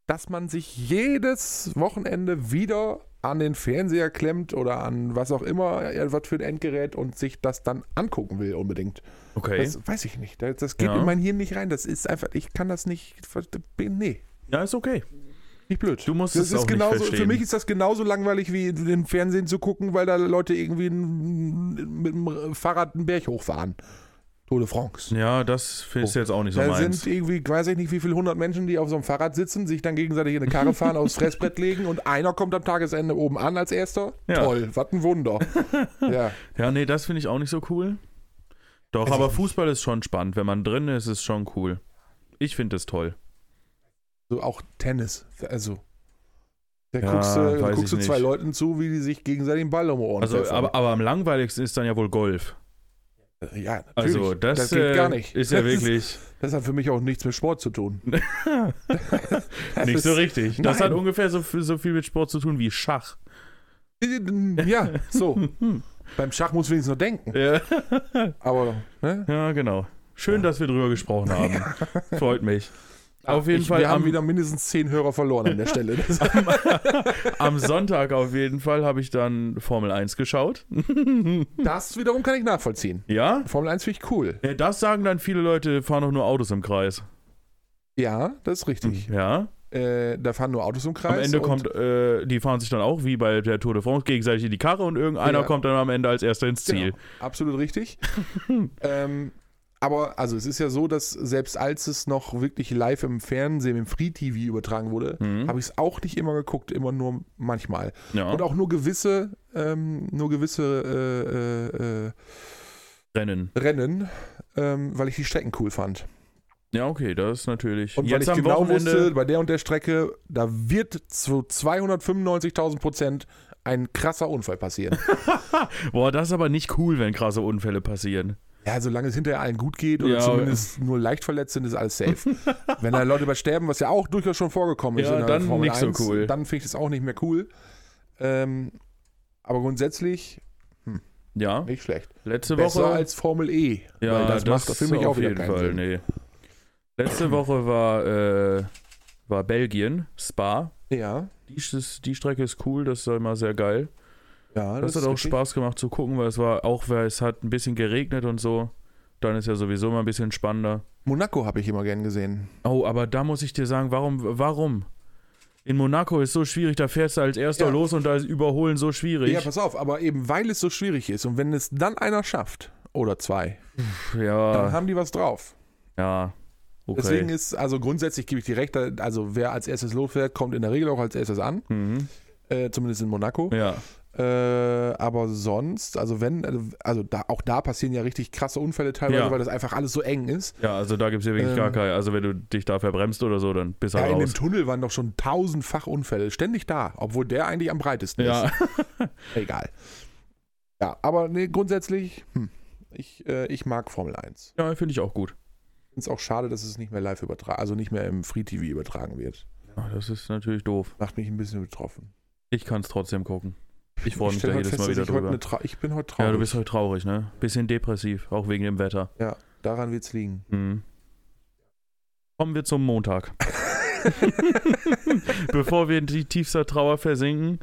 [SPEAKER 4] dass man sich jedes Wochenende wieder an den Fernseher klemmt oder an was auch immer, äh, was für ein Endgerät und sich das dann angucken will unbedingt.
[SPEAKER 2] Okay.
[SPEAKER 4] Das weiß ich nicht. Das, das geht
[SPEAKER 2] Ja.
[SPEAKER 4] in mein Hirn nicht rein. Das ist einfach, ich kann das nicht. ver- Nee,
[SPEAKER 2] ja, ist okay.
[SPEAKER 4] nicht blöd.
[SPEAKER 2] Du musst
[SPEAKER 4] Das
[SPEAKER 2] es auch
[SPEAKER 4] ist genauso,
[SPEAKER 2] nicht verstehen.
[SPEAKER 4] für mich ist das genauso langweilig wie den Fernsehen zu gucken, weil da Leute irgendwie n- mit dem Fahrrad einen Berg hochfahren. Tour de France.
[SPEAKER 2] ja, das ist
[SPEAKER 4] Oh.
[SPEAKER 2] jetzt auch nicht so
[SPEAKER 4] Da
[SPEAKER 2] meins.
[SPEAKER 4] sind irgendwie, weiß ich nicht, wie viele hundert Menschen, die auf so einem Fahrrad sitzen, sich dann gegenseitig in eine
[SPEAKER 2] [laughs]
[SPEAKER 4] Karre fahren, aufs Fressbrett legen und einer kommt am Tagesende oben an als erster.
[SPEAKER 2] Ja.
[SPEAKER 4] Toll, was
[SPEAKER 2] [laughs]
[SPEAKER 4] ein Wunder. ja.
[SPEAKER 2] Ja, nee, das finde ich auch nicht so cool. Doch,
[SPEAKER 4] Weiß Also ich
[SPEAKER 2] aber
[SPEAKER 4] nicht.
[SPEAKER 2] Fußball ist schon spannend. Wenn man drin ist, ist schon cool. Ich finde es toll.
[SPEAKER 4] So auch Tennis. Also. Da
[SPEAKER 2] Ja,
[SPEAKER 4] guckst du, da
[SPEAKER 2] weiß
[SPEAKER 4] guckst du
[SPEAKER 2] ich
[SPEAKER 4] zwei
[SPEAKER 2] nicht.
[SPEAKER 4] Leuten zu, wie die sich gegenseitig den Ball um die Ohren
[SPEAKER 2] Also,
[SPEAKER 4] pfeffern.
[SPEAKER 2] aber, aber am langweiligsten ist dann ja wohl Golf.
[SPEAKER 4] ja, natürlich.
[SPEAKER 2] Also, das,
[SPEAKER 4] das geht
[SPEAKER 2] äh,
[SPEAKER 4] gar nicht.
[SPEAKER 2] ist ja
[SPEAKER 4] Das ist-
[SPEAKER 2] wirklich
[SPEAKER 4] Das hat für mich auch nichts mit Sport zu
[SPEAKER 2] [laughs]
[SPEAKER 4] tun. [laughs] Das
[SPEAKER 2] nicht so
[SPEAKER 4] ist-
[SPEAKER 2] richtig. Das
[SPEAKER 4] Nein.
[SPEAKER 2] hat ungefähr so, viel- so viel mit Sport zu tun wie Schach.
[SPEAKER 4] Ja, so. Beim Schach muss wenigstens noch denken.
[SPEAKER 2] Ja.
[SPEAKER 4] Aber, ne?
[SPEAKER 2] Ja, genau. Schön, dass wir drüber
[SPEAKER 4] [laughs]
[SPEAKER 2] gesprochen haben. Freut mich. Auf jeden
[SPEAKER 4] ich,
[SPEAKER 2] Fall
[SPEAKER 4] Wir haben
[SPEAKER 2] am-
[SPEAKER 4] wieder mindestens zehn Hörer verloren an der Stelle. Das
[SPEAKER 2] Am Sonntag auf jeden Fall habe ich dann Formel 1 geschaut.
[SPEAKER 4] Das wiederum kann ich nachvollziehen.
[SPEAKER 2] Ja?
[SPEAKER 4] Formel 1 finde ich cool.
[SPEAKER 2] Ja, Das sagen dann viele Leute, fahren doch nur Autos im Kreis.
[SPEAKER 4] Ja, das ist richtig.
[SPEAKER 2] Ja?
[SPEAKER 4] Äh, da fahren nur Autos im Kreis.
[SPEAKER 2] Mhm. Am Ende
[SPEAKER 4] und-
[SPEAKER 2] kommt, äh, die fahren sich dann auch wie bei der Tour de France gegenseitig in die Karre und irgendeiner
[SPEAKER 4] Ja.
[SPEAKER 2] kommt dann am Ende als erster ins Ziel.
[SPEAKER 4] Genau,
[SPEAKER 2] [laughs]
[SPEAKER 4] absolut richtig. ähm, aber also es ist ja so, dass selbst als es noch wirklich live im Fernsehen, im Free TV übertragen wurde,
[SPEAKER 2] Mhm.
[SPEAKER 4] habe ich es auch nicht immer geguckt, immer nur manchmal.
[SPEAKER 2] Ja,
[SPEAKER 4] Und auch nur gewisse, ähm, nur gewisse äh, äh, äh,
[SPEAKER 2] Rennen.
[SPEAKER 4] Rennen, ähm, weil ich die Strecken cool fand.
[SPEAKER 2] Ja, okay, das ist natürlich.
[SPEAKER 4] Und weil ich genau wusste, bei der und der Strecke, da wird zu 295.000 Prozent ein krasser Unfall passieren.
[SPEAKER 2] boah, das ist aber nicht cool, wenn krasse Unfälle passieren.
[SPEAKER 4] Ja, solange es hinterher allen gut geht oder
[SPEAKER 2] Ja,
[SPEAKER 4] zumindest nur leicht verletzt sind, ist alles
[SPEAKER 2] [laughs]
[SPEAKER 4] safe. Wenn da Leute bei sterben, was ja auch durchaus schon vorgekommen ist
[SPEAKER 2] Ja,
[SPEAKER 4] der
[SPEAKER 2] dann nicht so cool.
[SPEAKER 4] dann finde ich das auch nicht mehr cool. Ähm, aber grundsätzlich
[SPEAKER 2] Ja,
[SPEAKER 4] nicht schlecht.
[SPEAKER 2] letzte
[SPEAKER 4] Besser
[SPEAKER 2] Woche
[SPEAKER 4] als Formel E.
[SPEAKER 2] Ja,
[SPEAKER 4] weil das macht für mich auch
[SPEAKER 2] auf
[SPEAKER 4] wieder
[SPEAKER 2] jeden
[SPEAKER 4] keinen
[SPEAKER 2] Fall.
[SPEAKER 4] Sinn.
[SPEAKER 2] Nee. Letzte Woche war, äh, war Belgien, Spa.
[SPEAKER 4] Ja,
[SPEAKER 2] Die, ist, die Strecke ist cool, das war immer sehr geil.
[SPEAKER 4] ja.
[SPEAKER 2] Das,
[SPEAKER 4] ist
[SPEAKER 2] hat auch
[SPEAKER 4] richtig.
[SPEAKER 2] Spaß gemacht zu gucken, weil es war, auch weil es hat ein bisschen geregnet und so, dann ist ja sowieso immer ein bisschen spannender.
[SPEAKER 4] Monaco habe ich immer gern gesehen.
[SPEAKER 2] Oh, aber da muss ich dir sagen, warum, warum? In Monaco ist so schwierig, da fährst du als erster
[SPEAKER 4] Ja.
[SPEAKER 2] los und da ist Überholen so schwierig.
[SPEAKER 4] Ja, pass auf, aber eben weil es so schwierig ist und wenn es dann einer schafft oder zwei, dann
[SPEAKER 2] ja,
[SPEAKER 4] haben die was drauf.
[SPEAKER 2] ja. Ah. Okay.
[SPEAKER 4] Deswegen ist, also grundsätzlich gebe ich dir recht, da- also wer als erstes losfährt, kommt in der Regel auch als erstes an,
[SPEAKER 2] mhm.
[SPEAKER 4] äh, zumindest in Monaco.
[SPEAKER 2] Ja,
[SPEAKER 4] Äh, aber sonst, also wenn, also- also da, auch da passieren ja richtig krasse Unfälle teilweise,
[SPEAKER 2] Ja.
[SPEAKER 4] weil das einfach alles so eng ist.
[SPEAKER 2] ja, also da gibt es ja wirklich
[SPEAKER 4] Ähm.
[SPEAKER 2] gar keine. Also wenn du dich da verbremst oder so, dann bist du halt
[SPEAKER 4] Ja, in dem
[SPEAKER 2] raus.
[SPEAKER 4] Tunnel waren doch schon tausendfach Unfälle, ständig da, obwohl der eigentlich am breitesten
[SPEAKER 2] Ja.
[SPEAKER 4] ist. Egal. Ja, aber nee, grundsätzlich, hm, ich, äh, ich mag Formel 1.
[SPEAKER 2] [laughs] Ja, finde ich auch gut.
[SPEAKER 4] Ich finde es auch schade, dass es nicht mehr live übertragen, also nicht mehr im Free-TV übertragen wird.
[SPEAKER 2] Ah, das ist natürlich doof.
[SPEAKER 4] Macht mich ein bisschen betroffen.
[SPEAKER 2] Ich kann es trotzdem gucken. Ich freue mich
[SPEAKER 4] stell
[SPEAKER 2] da
[SPEAKER 4] heute
[SPEAKER 2] jedes Mal
[SPEAKER 4] fest,
[SPEAKER 2] wieder
[SPEAKER 4] dass ich, heute
[SPEAKER 2] drüber.
[SPEAKER 4] eine Trau- ich bin heute traurig.
[SPEAKER 2] Ja, du bist heute traurig, ne? Bisschen depressiv, auch wegen dem Wetter.
[SPEAKER 4] Daran wird's liegen.
[SPEAKER 2] Hm. Kommen wir zum Montag. [laughs] Bevor wir in die tiefster Trauer versinken.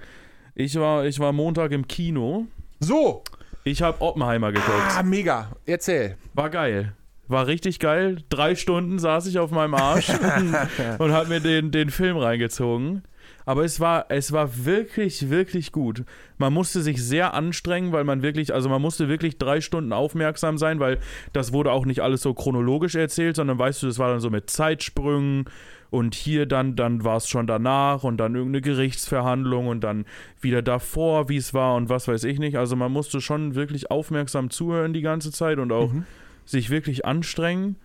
[SPEAKER 2] Ich war, ich war Montag im Kino.
[SPEAKER 4] so,
[SPEAKER 2] Ich habe Oppenheimer geguckt.
[SPEAKER 4] ah, mega. Erzähl.
[SPEAKER 2] War geil. War richtig geil. Drei Stunden saß ich auf meinem Arsch und hab mir den, den Film reingezogen. Aber es war, es war wirklich, wirklich gut. Man musste sich sehr anstrengen, weil man wirklich, also man musste wirklich drei Stunden aufmerksam sein, weil das wurde auch nicht alles so chronologisch erzählt, sondern weißt du, das war dann so mit Zeitsprüngen und hier dann, dann war es schon danach und dann irgendeine Gerichtsverhandlung und dann wieder davor, wie es war und was weiß ich nicht. Also man musste schon wirklich aufmerksam zuhören die ganze Zeit und auch sich wirklich anstrengen.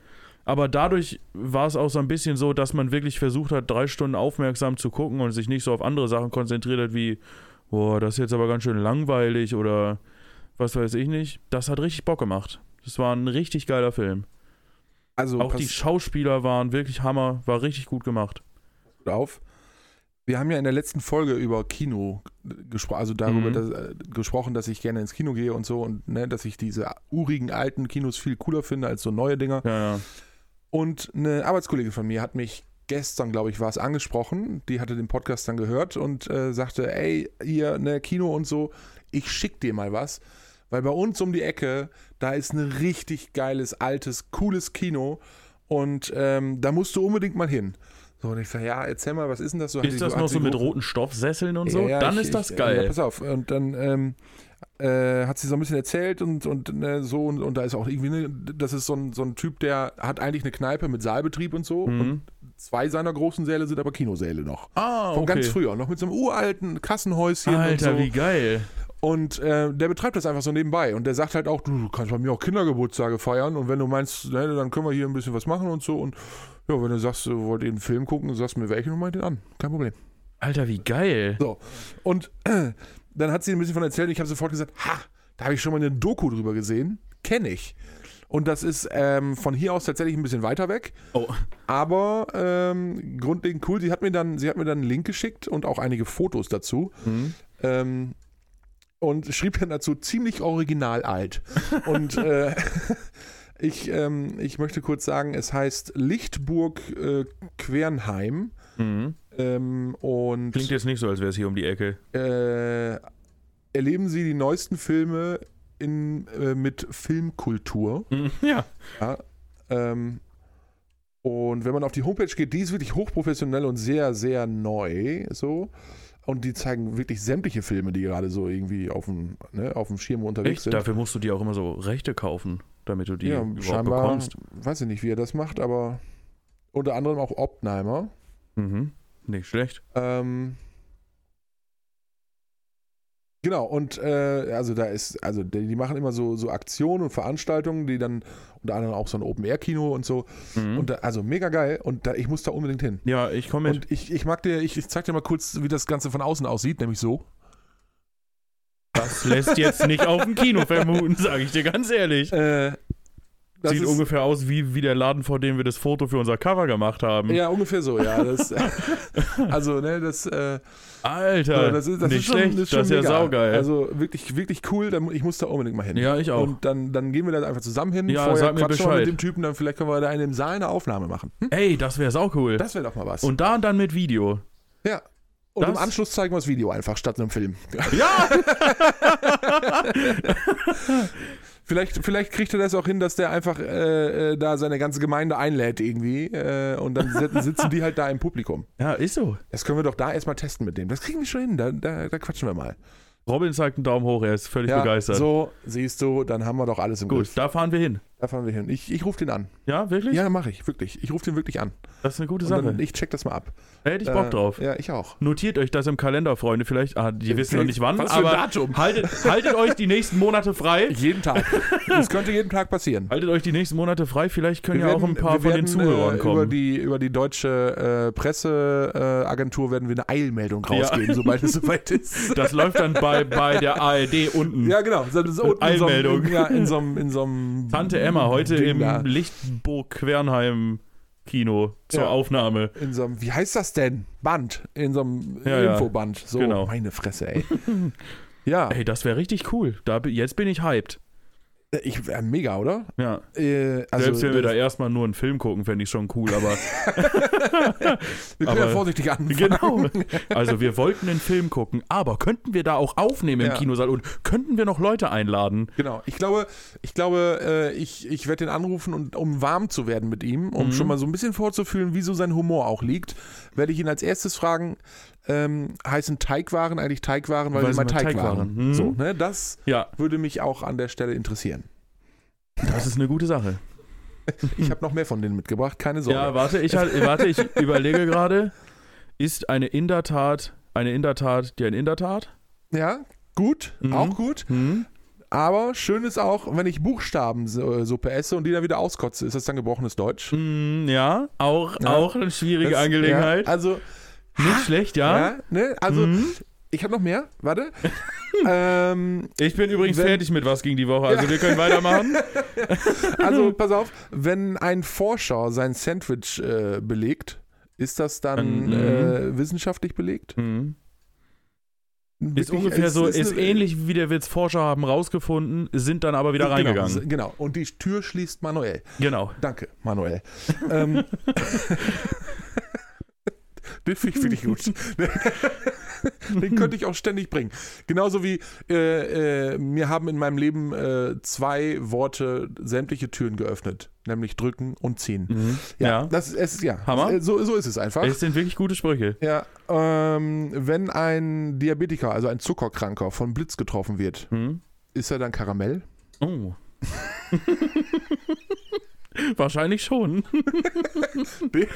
[SPEAKER 2] Aber dadurch war es auch so ein bisschen so, dass man wirklich versucht hat, drei Stunden aufmerksam zu gucken und sich nicht so auf andere Sachen konzentriert hat, wie, boah, das ist jetzt aber ganz schön langweilig oder was weiß ich nicht. Das hat richtig Bock gemacht. Das war ein richtig geiler Film.
[SPEAKER 4] Also,
[SPEAKER 2] auch die Schauspieler waren wirklich Hammer, war richtig gut gemacht.
[SPEAKER 4] gut auf. Wir haben ja in der letzten Folge über Kino gesprochen, also darüber
[SPEAKER 2] Mhm.
[SPEAKER 4] dass, äh, gesprochen, dass ich gerne ins Kino gehe und so und ne, dass ich diese urigen alten Kinos viel cooler finde als so neue Dinger.
[SPEAKER 2] Ja, ja.
[SPEAKER 4] Und eine Arbeitskollegin von mir hat mich gestern, glaube ich, war es angesprochen. Die hatte den Podcast dann gehört und äh, sagte, ey, ihr, ne, Kino und so, ich schick dir mal was. Weil bei uns um die Ecke, da ist ein richtig geiles, altes, cooles Kino und ähm, da musst du unbedingt mal hin. So, und ich sage, ja, erzähl mal, was ist denn das? So, hat sie
[SPEAKER 2] Ist das
[SPEAKER 4] hat
[SPEAKER 2] noch
[SPEAKER 4] sie
[SPEAKER 2] so mit
[SPEAKER 4] gerufen.
[SPEAKER 2] roten Stoffsesseln und so?
[SPEAKER 4] Ja, ja,
[SPEAKER 2] Dann
[SPEAKER 4] ich-
[SPEAKER 2] ist das
[SPEAKER 4] ich,
[SPEAKER 2] geil.
[SPEAKER 4] Ja, pass auf. Und dann ähm, äh, hat sie so ein bisschen erzählt und, und ne, so und, und da ist auch irgendwie, ne, das ist so ein, so ein Typ, der hat eigentlich eine Kneipe mit Saalbetrieb und so.
[SPEAKER 2] Mhm.
[SPEAKER 4] Und zwei seiner großen Säle sind aber Kinosäle noch.
[SPEAKER 2] ah,
[SPEAKER 4] Von ganz früher, noch mit so einem uralten Kassenhäuschen
[SPEAKER 2] Alter,
[SPEAKER 4] und so.
[SPEAKER 2] wie geil.
[SPEAKER 4] Und äh, der betreibt das einfach so nebenbei. Und der sagt halt auch, du, du kannst bei mir auch Kindergeburtstage feiern. Und wenn du meinst, ne, dann können wir hier ein bisschen was machen und so. Und ja, wenn du sagst, du wollt einen Film gucken, sagst du mir welchen und meint den an. Kein Problem.
[SPEAKER 2] Alter, wie geil.
[SPEAKER 4] So, und [clears throat] äh, dann hat sie ein bisschen von erzählt und ich habe sofort gesagt, ha, da habe ich schon mal eine Doku drüber gesehen, kenne ich. Und das ist ähm, von hier aus tatsächlich ein bisschen weiter weg,
[SPEAKER 2] Oh.
[SPEAKER 4] aber ähm, grundlegend cool. Sie hat mir dann, sie hat mir dann einen Link geschickt und auch einige Fotos dazu. Ähm, und schrieb dann dazu ziemlich
[SPEAKER 2] [laughs]
[SPEAKER 4] original alt. Und äh, [laughs] ich, ähm, ich möchte kurz sagen, es heißt Lichtburg äh, Quernheim.
[SPEAKER 2] Mhm.
[SPEAKER 4] Ähm, und
[SPEAKER 2] Klingt jetzt nicht so, als wäre es hier um die Ecke.
[SPEAKER 4] äh, erleben Sie die neuesten Filme in, äh, mit Filmkultur.
[SPEAKER 2] Mhm. Ja.
[SPEAKER 4] Ja, ähm, und wenn man auf die Homepage geht, die ist wirklich hochprofessionell und sehr, sehr neu. So. Und die zeigen wirklich sämtliche Filme, die gerade so irgendwie auf dem, ne, auf dem Schirm unterwegs
[SPEAKER 2] Echt?
[SPEAKER 4] sind.
[SPEAKER 2] Dafür musst du dir auch immer so Rechte kaufen, damit du die
[SPEAKER 4] ja,
[SPEAKER 2] überhaupt
[SPEAKER 4] scheinbar,
[SPEAKER 2] bekommst.
[SPEAKER 4] weiß ich nicht, wie er das macht, aber unter anderem auch Oppenheimer.
[SPEAKER 2] Mhm. Nicht schlecht.
[SPEAKER 4] Ähm, genau, und äh, also da ist, also die, die machen immer so, so Aktionen und Veranstaltungen, die dann unter anderem auch so ein Open-Air-Kino und so.
[SPEAKER 2] Mhm.
[SPEAKER 4] Und da, also mega geil und da, ich muss da unbedingt hin.
[SPEAKER 2] ja, ich komme mit.
[SPEAKER 4] Und ich, ich mag dir, ich, ich zeig dir mal kurz, wie das Ganze von außen aussieht, nämlich so.
[SPEAKER 2] Das lässt jetzt nicht auf dem Kino vermuten, sage ich dir ganz ehrlich.
[SPEAKER 4] Äh, das
[SPEAKER 2] Sieht
[SPEAKER 4] ist-
[SPEAKER 2] ungefähr aus wie, wie der Laden, vor dem wir das Foto für unser Cover gemacht haben.
[SPEAKER 4] Ja, ungefähr so, ja.
[SPEAKER 2] [laughs]
[SPEAKER 4] Das, [laughs] also, ne, das, äh,
[SPEAKER 2] Alter,
[SPEAKER 4] das ist, das
[SPEAKER 2] nicht
[SPEAKER 4] ist schon,
[SPEAKER 2] schlecht,
[SPEAKER 4] ist schon
[SPEAKER 2] das ist ja
[SPEAKER 4] mega.
[SPEAKER 2] saugeil.
[SPEAKER 4] Also wirklich, wirklich cool, dann, mu- ich muss da unbedingt mal hin.
[SPEAKER 2] ja, ich auch.
[SPEAKER 4] Und dann, dann gehen wir da einfach zusammen hin.
[SPEAKER 2] Ja, sag mir
[SPEAKER 4] quatschen wir mal
[SPEAKER 2] Bescheid.
[SPEAKER 4] mit dem Typen, dann vielleicht können wir da in dem Saal eine Aufnahme machen. Hm?
[SPEAKER 2] Ey, das wär's auch cool.
[SPEAKER 4] Das wäre doch mal was.
[SPEAKER 2] Und da dann mit Video.
[SPEAKER 4] ja. Und
[SPEAKER 2] das-
[SPEAKER 4] im Anschluss zeigen wir das Video einfach statt einem Film. [laughs]
[SPEAKER 2] Ja!
[SPEAKER 4] vielleicht, vielleicht kriegt er das auch hin, dass der einfach äh, äh, da seine ganze Gemeinde einlädt irgendwie äh, und dann [laughs] sit- sitzen die halt da im Publikum.
[SPEAKER 2] ja, ist so.
[SPEAKER 4] Das können wir doch da erstmal testen mit dem. Das kriegen wir schon hin, da, da, da quatschen wir mal.
[SPEAKER 2] Robin zeigt einen Daumen hoch, er ist völlig
[SPEAKER 4] ja,
[SPEAKER 2] begeistert.
[SPEAKER 4] So, siehst du, dann haben wir doch alles im
[SPEAKER 2] Gut,
[SPEAKER 4] Griff.
[SPEAKER 2] da fahren wir hin.
[SPEAKER 4] Da fahren wir hin. Ich, ich rufe den an.
[SPEAKER 2] Ja, wirklich?
[SPEAKER 4] Ja, mache ich, wirklich. Ich rufe den wirklich an.
[SPEAKER 2] Das ist eine gute
[SPEAKER 4] Und
[SPEAKER 2] Sache.
[SPEAKER 4] dann, ich check das mal ab.
[SPEAKER 2] Da hätte ich Bock
[SPEAKER 4] Äh,
[SPEAKER 2] drauf.
[SPEAKER 4] Ja, ich auch.
[SPEAKER 2] Notiert euch das im Kalender, Freunde. Vielleicht, ah, die wissen noch nicht wann,
[SPEAKER 4] Was für ein
[SPEAKER 2] aber
[SPEAKER 4] Datum?
[SPEAKER 2] Haltet,
[SPEAKER 4] [laughs]
[SPEAKER 2] haltet euch die nächsten Monate frei.
[SPEAKER 4] Jeden Tag. [laughs] Das könnte jeden Tag passieren.
[SPEAKER 2] Haltet euch die nächsten Monate frei. Vielleicht können
[SPEAKER 4] Wir
[SPEAKER 2] ja auch
[SPEAKER 4] werden-
[SPEAKER 2] ein paar
[SPEAKER 4] wir
[SPEAKER 2] von den
[SPEAKER 4] werden,
[SPEAKER 2] Zuhörern
[SPEAKER 4] äh,
[SPEAKER 2] kommen.
[SPEAKER 4] Über die, über die deutsche äh, Presseagentur äh, Agentur werden wir eine Eilmeldung
[SPEAKER 2] Ja.
[SPEAKER 4] rausgeben, sobald es [laughs] soweit ist.
[SPEAKER 2] das läuft dann bei, bei der ARD unten.
[SPEAKER 4] Ja, genau. So, so unten in so einem-
[SPEAKER 2] Eilmeldung.
[SPEAKER 4] Ja, in so einem. In so einem
[SPEAKER 2] Tante Emma heute
[SPEAKER 4] Ding
[SPEAKER 2] im
[SPEAKER 4] da.
[SPEAKER 2] Lichtburg-Quernheim-Kino zur
[SPEAKER 4] Ja.
[SPEAKER 2] Aufnahme.
[SPEAKER 4] In so einem, wie heißt das denn? Band. In so einem
[SPEAKER 2] Ja, ja.
[SPEAKER 4] Infoband. So,
[SPEAKER 2] Genau.
[SPEAKER 4] meine Fresse,
[SPEAKER 2] [laughs]
[SPEAKER 4] ey. ja,
[SPEAKER 2] Ey, das wäre richtig cool. Da, bi- jetzt bin ich hyped.
[SPEAKER 4] ich, äh, mega, oder?
[SPEAKER 2] Ja.
[SPEAKER 4] Äh, also,
[SPEAKER 2] Selbst wenn wir da
[SPEAKER 4] das-
[SPEAKER 2] erstmal nur einen Film gucken, fände ich schon cool,
[SPEAKER 4] [laughs]
[SPEAKER 2] aber [laughs]
[SPEAKER 4] wir können ja
[SPEAKER 2] aber-
[SPEAKER 4] vorsichtig anfangen.
[SPEAKER 2] [laughs] genau. Also wir wollten einen Film gucken, aber könnten wir da auch aufnehmen im
[SPEAKER 4] Ja.
[SPEAKER 2] Kinosaal und könnten wir noch Leute einladen?
[SPEAKER 4] Genau, ich glaube, ich glaube, äh, ich, ich werde den anrufen und um warm zu werden mit ihm,
[SPEAKER 2] Mhm.
[SPEAKER 4] um schon mal so ein bisschen vorzufühlen, wie so sein Humor auch liegt, werde ich ihn als erstes fragen, ähm, heißen Teigwaren eigentlich Teigwaren, weil,
[SPEAKER 2] Weil
[SPEAKER 4] sie mal Teig, waren.
[SPEAKER 2] Hm.
[SPEAKER 4] So, ne? Das
[SPEAKER 2] Ja,
[SPEAKER 4] würde mich auch an der Stelle interessieren.
[SPEAKER 2] das ist eine gute Sache.
[SPEAKER 4] Ich habe noch mehr von denen mitgebracht, keine Sorge.
[SPEAKER 2] Ja, warte, ich halt, warte, ich überlege gerade, ist eine in der Tat, eine in der Tat, die ein in der Tat?
[SPEAKER 4] Ja, gut,
[SPEAKER 2] Mhm.
[SPEAKER 4] auch gut. Aber schön ist auch, wenn ich Buchstabensuppe esse und die dann wieder auskotze. Ist das dann gebrochenes Deutsch?
[SPEAKER 2] Mm, ja, auch,
[SPEAKER 4] Ja.
[SPEAKER 2] auch eine schwierige
[SPEAKER 4] Das-
[SPEAKER 2] Angelegenheit.
[SPEAKER 4] Ja, also,
[SPEAKER 2] Nicht schlecht, ja.
[SPEAKER 4] ja, ne? Also,
[SPEAKER 2] Mhm.
[SPEAKER 4] ich habe noch mehr.
[SPEAKER 2] [laughs]
[SPEAKER 4] Warte. ähm,
[SPEAKER 2] Ich bin übrigens
[SPEAKER 4] Wenn-
[SPEAKER 2] fertig mit was gegen die Woche, also wir können weitermachen.
[SPEAKER 4] also, pass auf. Wenn ein Forscher sein Sandwich äh, belegt, ist das dann
[SPEAKER 2] Mhm.
[SPEAKER 4] äh, wissenschaftlich belegt?
[SPEAKER 2] Mhm. Ist
[SPEAKER 4] Wirklich,
[SPEAKER 2] ungefähr
[SPEAKER 4] es
[SPEAKER 2] so, ist
[SPEAKER 4] eine-
[SPEAKER 2] ähnlich wie der Witz, Forscher haben rausgefunden, sind dann aber wieder reingegangen.
[SPEAKER 4] Genau, genau. Und die Tür schließt manuell.
[SPEAKER 2] Genau.
[SPEAKER 4] Danke, Manuel.
[SPEAKER 2] Äh.
[SPEAKER 4] ähm,
[SPEAKER 2] [laughs]
[SPEAKER 4] den finde ich, find ich gut. den
[SPEAKER 2] [laughs]
[SPEAKER 4] könnte ich auch ständig bringen. Genauso wie äh, äh, mir haben in meinem Leben äh, zwei Worte sämtliche Türen geöffnet, nämlich drücken und ziehen.
[SPEAKER 2] Mhm. Ja.
[SPEAKER 4] das ist es, ja. Äh,
[SPEAKER 2] Hammer.
[SPEAKER 4] So, so ist es einfach.
[SPEAKER 2] Es sind wirklich gute Sprüche.
[SPEAKER 4] ja, ähm, wenn ein Diabetiker, also ein Zuckerkranker, von Blitz getroffen wird,
[SPEAKER 2] Mhm.
[SPEAKER 4] ist er dann Karamell?
[SPEAKER 2] Oh. [laughs] Wahrscheinlich schon.
[SPEAKER 4] Den,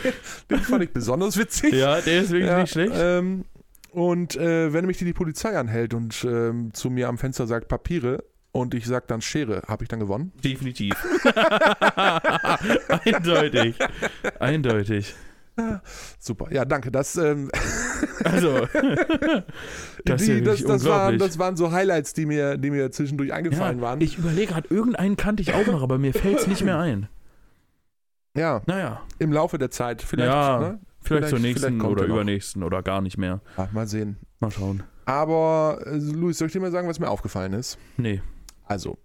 [SPEAKER 4] den fand ich
[SPEAKER 2] [laughs]
[SPEAKER 4] besonders witzig.
[SPEAKER 2] Ja, der ist wirklich
[SPEAKER 4] Ja,
[SPEAKER 2] nicht schlecht.
[SPEAKER 4] Ähm, und äh, wenn mich die Polizei anhält und ähm, zu mir am Fenster sagt Papiere und ich sag dann Schere, habe ich dann gewonnen?
[SPEAKER 2] Definitiv. [laughs] Eindeutig. Eindeutig.
[SPEAKER 4] Super. Ja, danke. Das, ähm,
[SPEAKER 2] Also, [laughs] das ist ja
[SPEAKER 4] die, das,
[SPEAKER 2] wirklich
[SPEAKER 4] das, waren,
[SPEAKER 2] unglaublich.
[SPEAKER 4] das waren so Highlights, die mir, die mir zwischendurch eingefallen
[SPEAKER 2] ja,
[SPEAKER 4] waren.
[SPEAKER 2] ich überlege gerade, irgendeinen kannte ich auch noch, aber mir fällt es nicht mehr ein.
[SPEAKER 4] ja,
[SPEAKER 2] Naja,
[SPEAKER 4] im Laufe der Zeit vielleicht.
[SPEAKER 2] Ja.
[SPEAKER 4] Ne?
[SPEAKER 2] vielleicht,
[SPEAKER 4] Vielleicht-
[SPEAKER 2] zur nächsten
[SPEAKER 4] vielleicht kommt
[SPEAKER 2] oder
[SPEAKER 4] er noch.
[SPEAKER 2] übernächsten oder gar nicht mehr.
[SPEAKER 4] Ah, mal sehen.
[SPEAKER 2] Mal schauen.
[SPEAKER 4] Aber, äh, Luis, soll ich dir mal sagen, was mir aufgefallen ist?
[SPEAKER 2] Nee.
[SPEAKER 4] Also,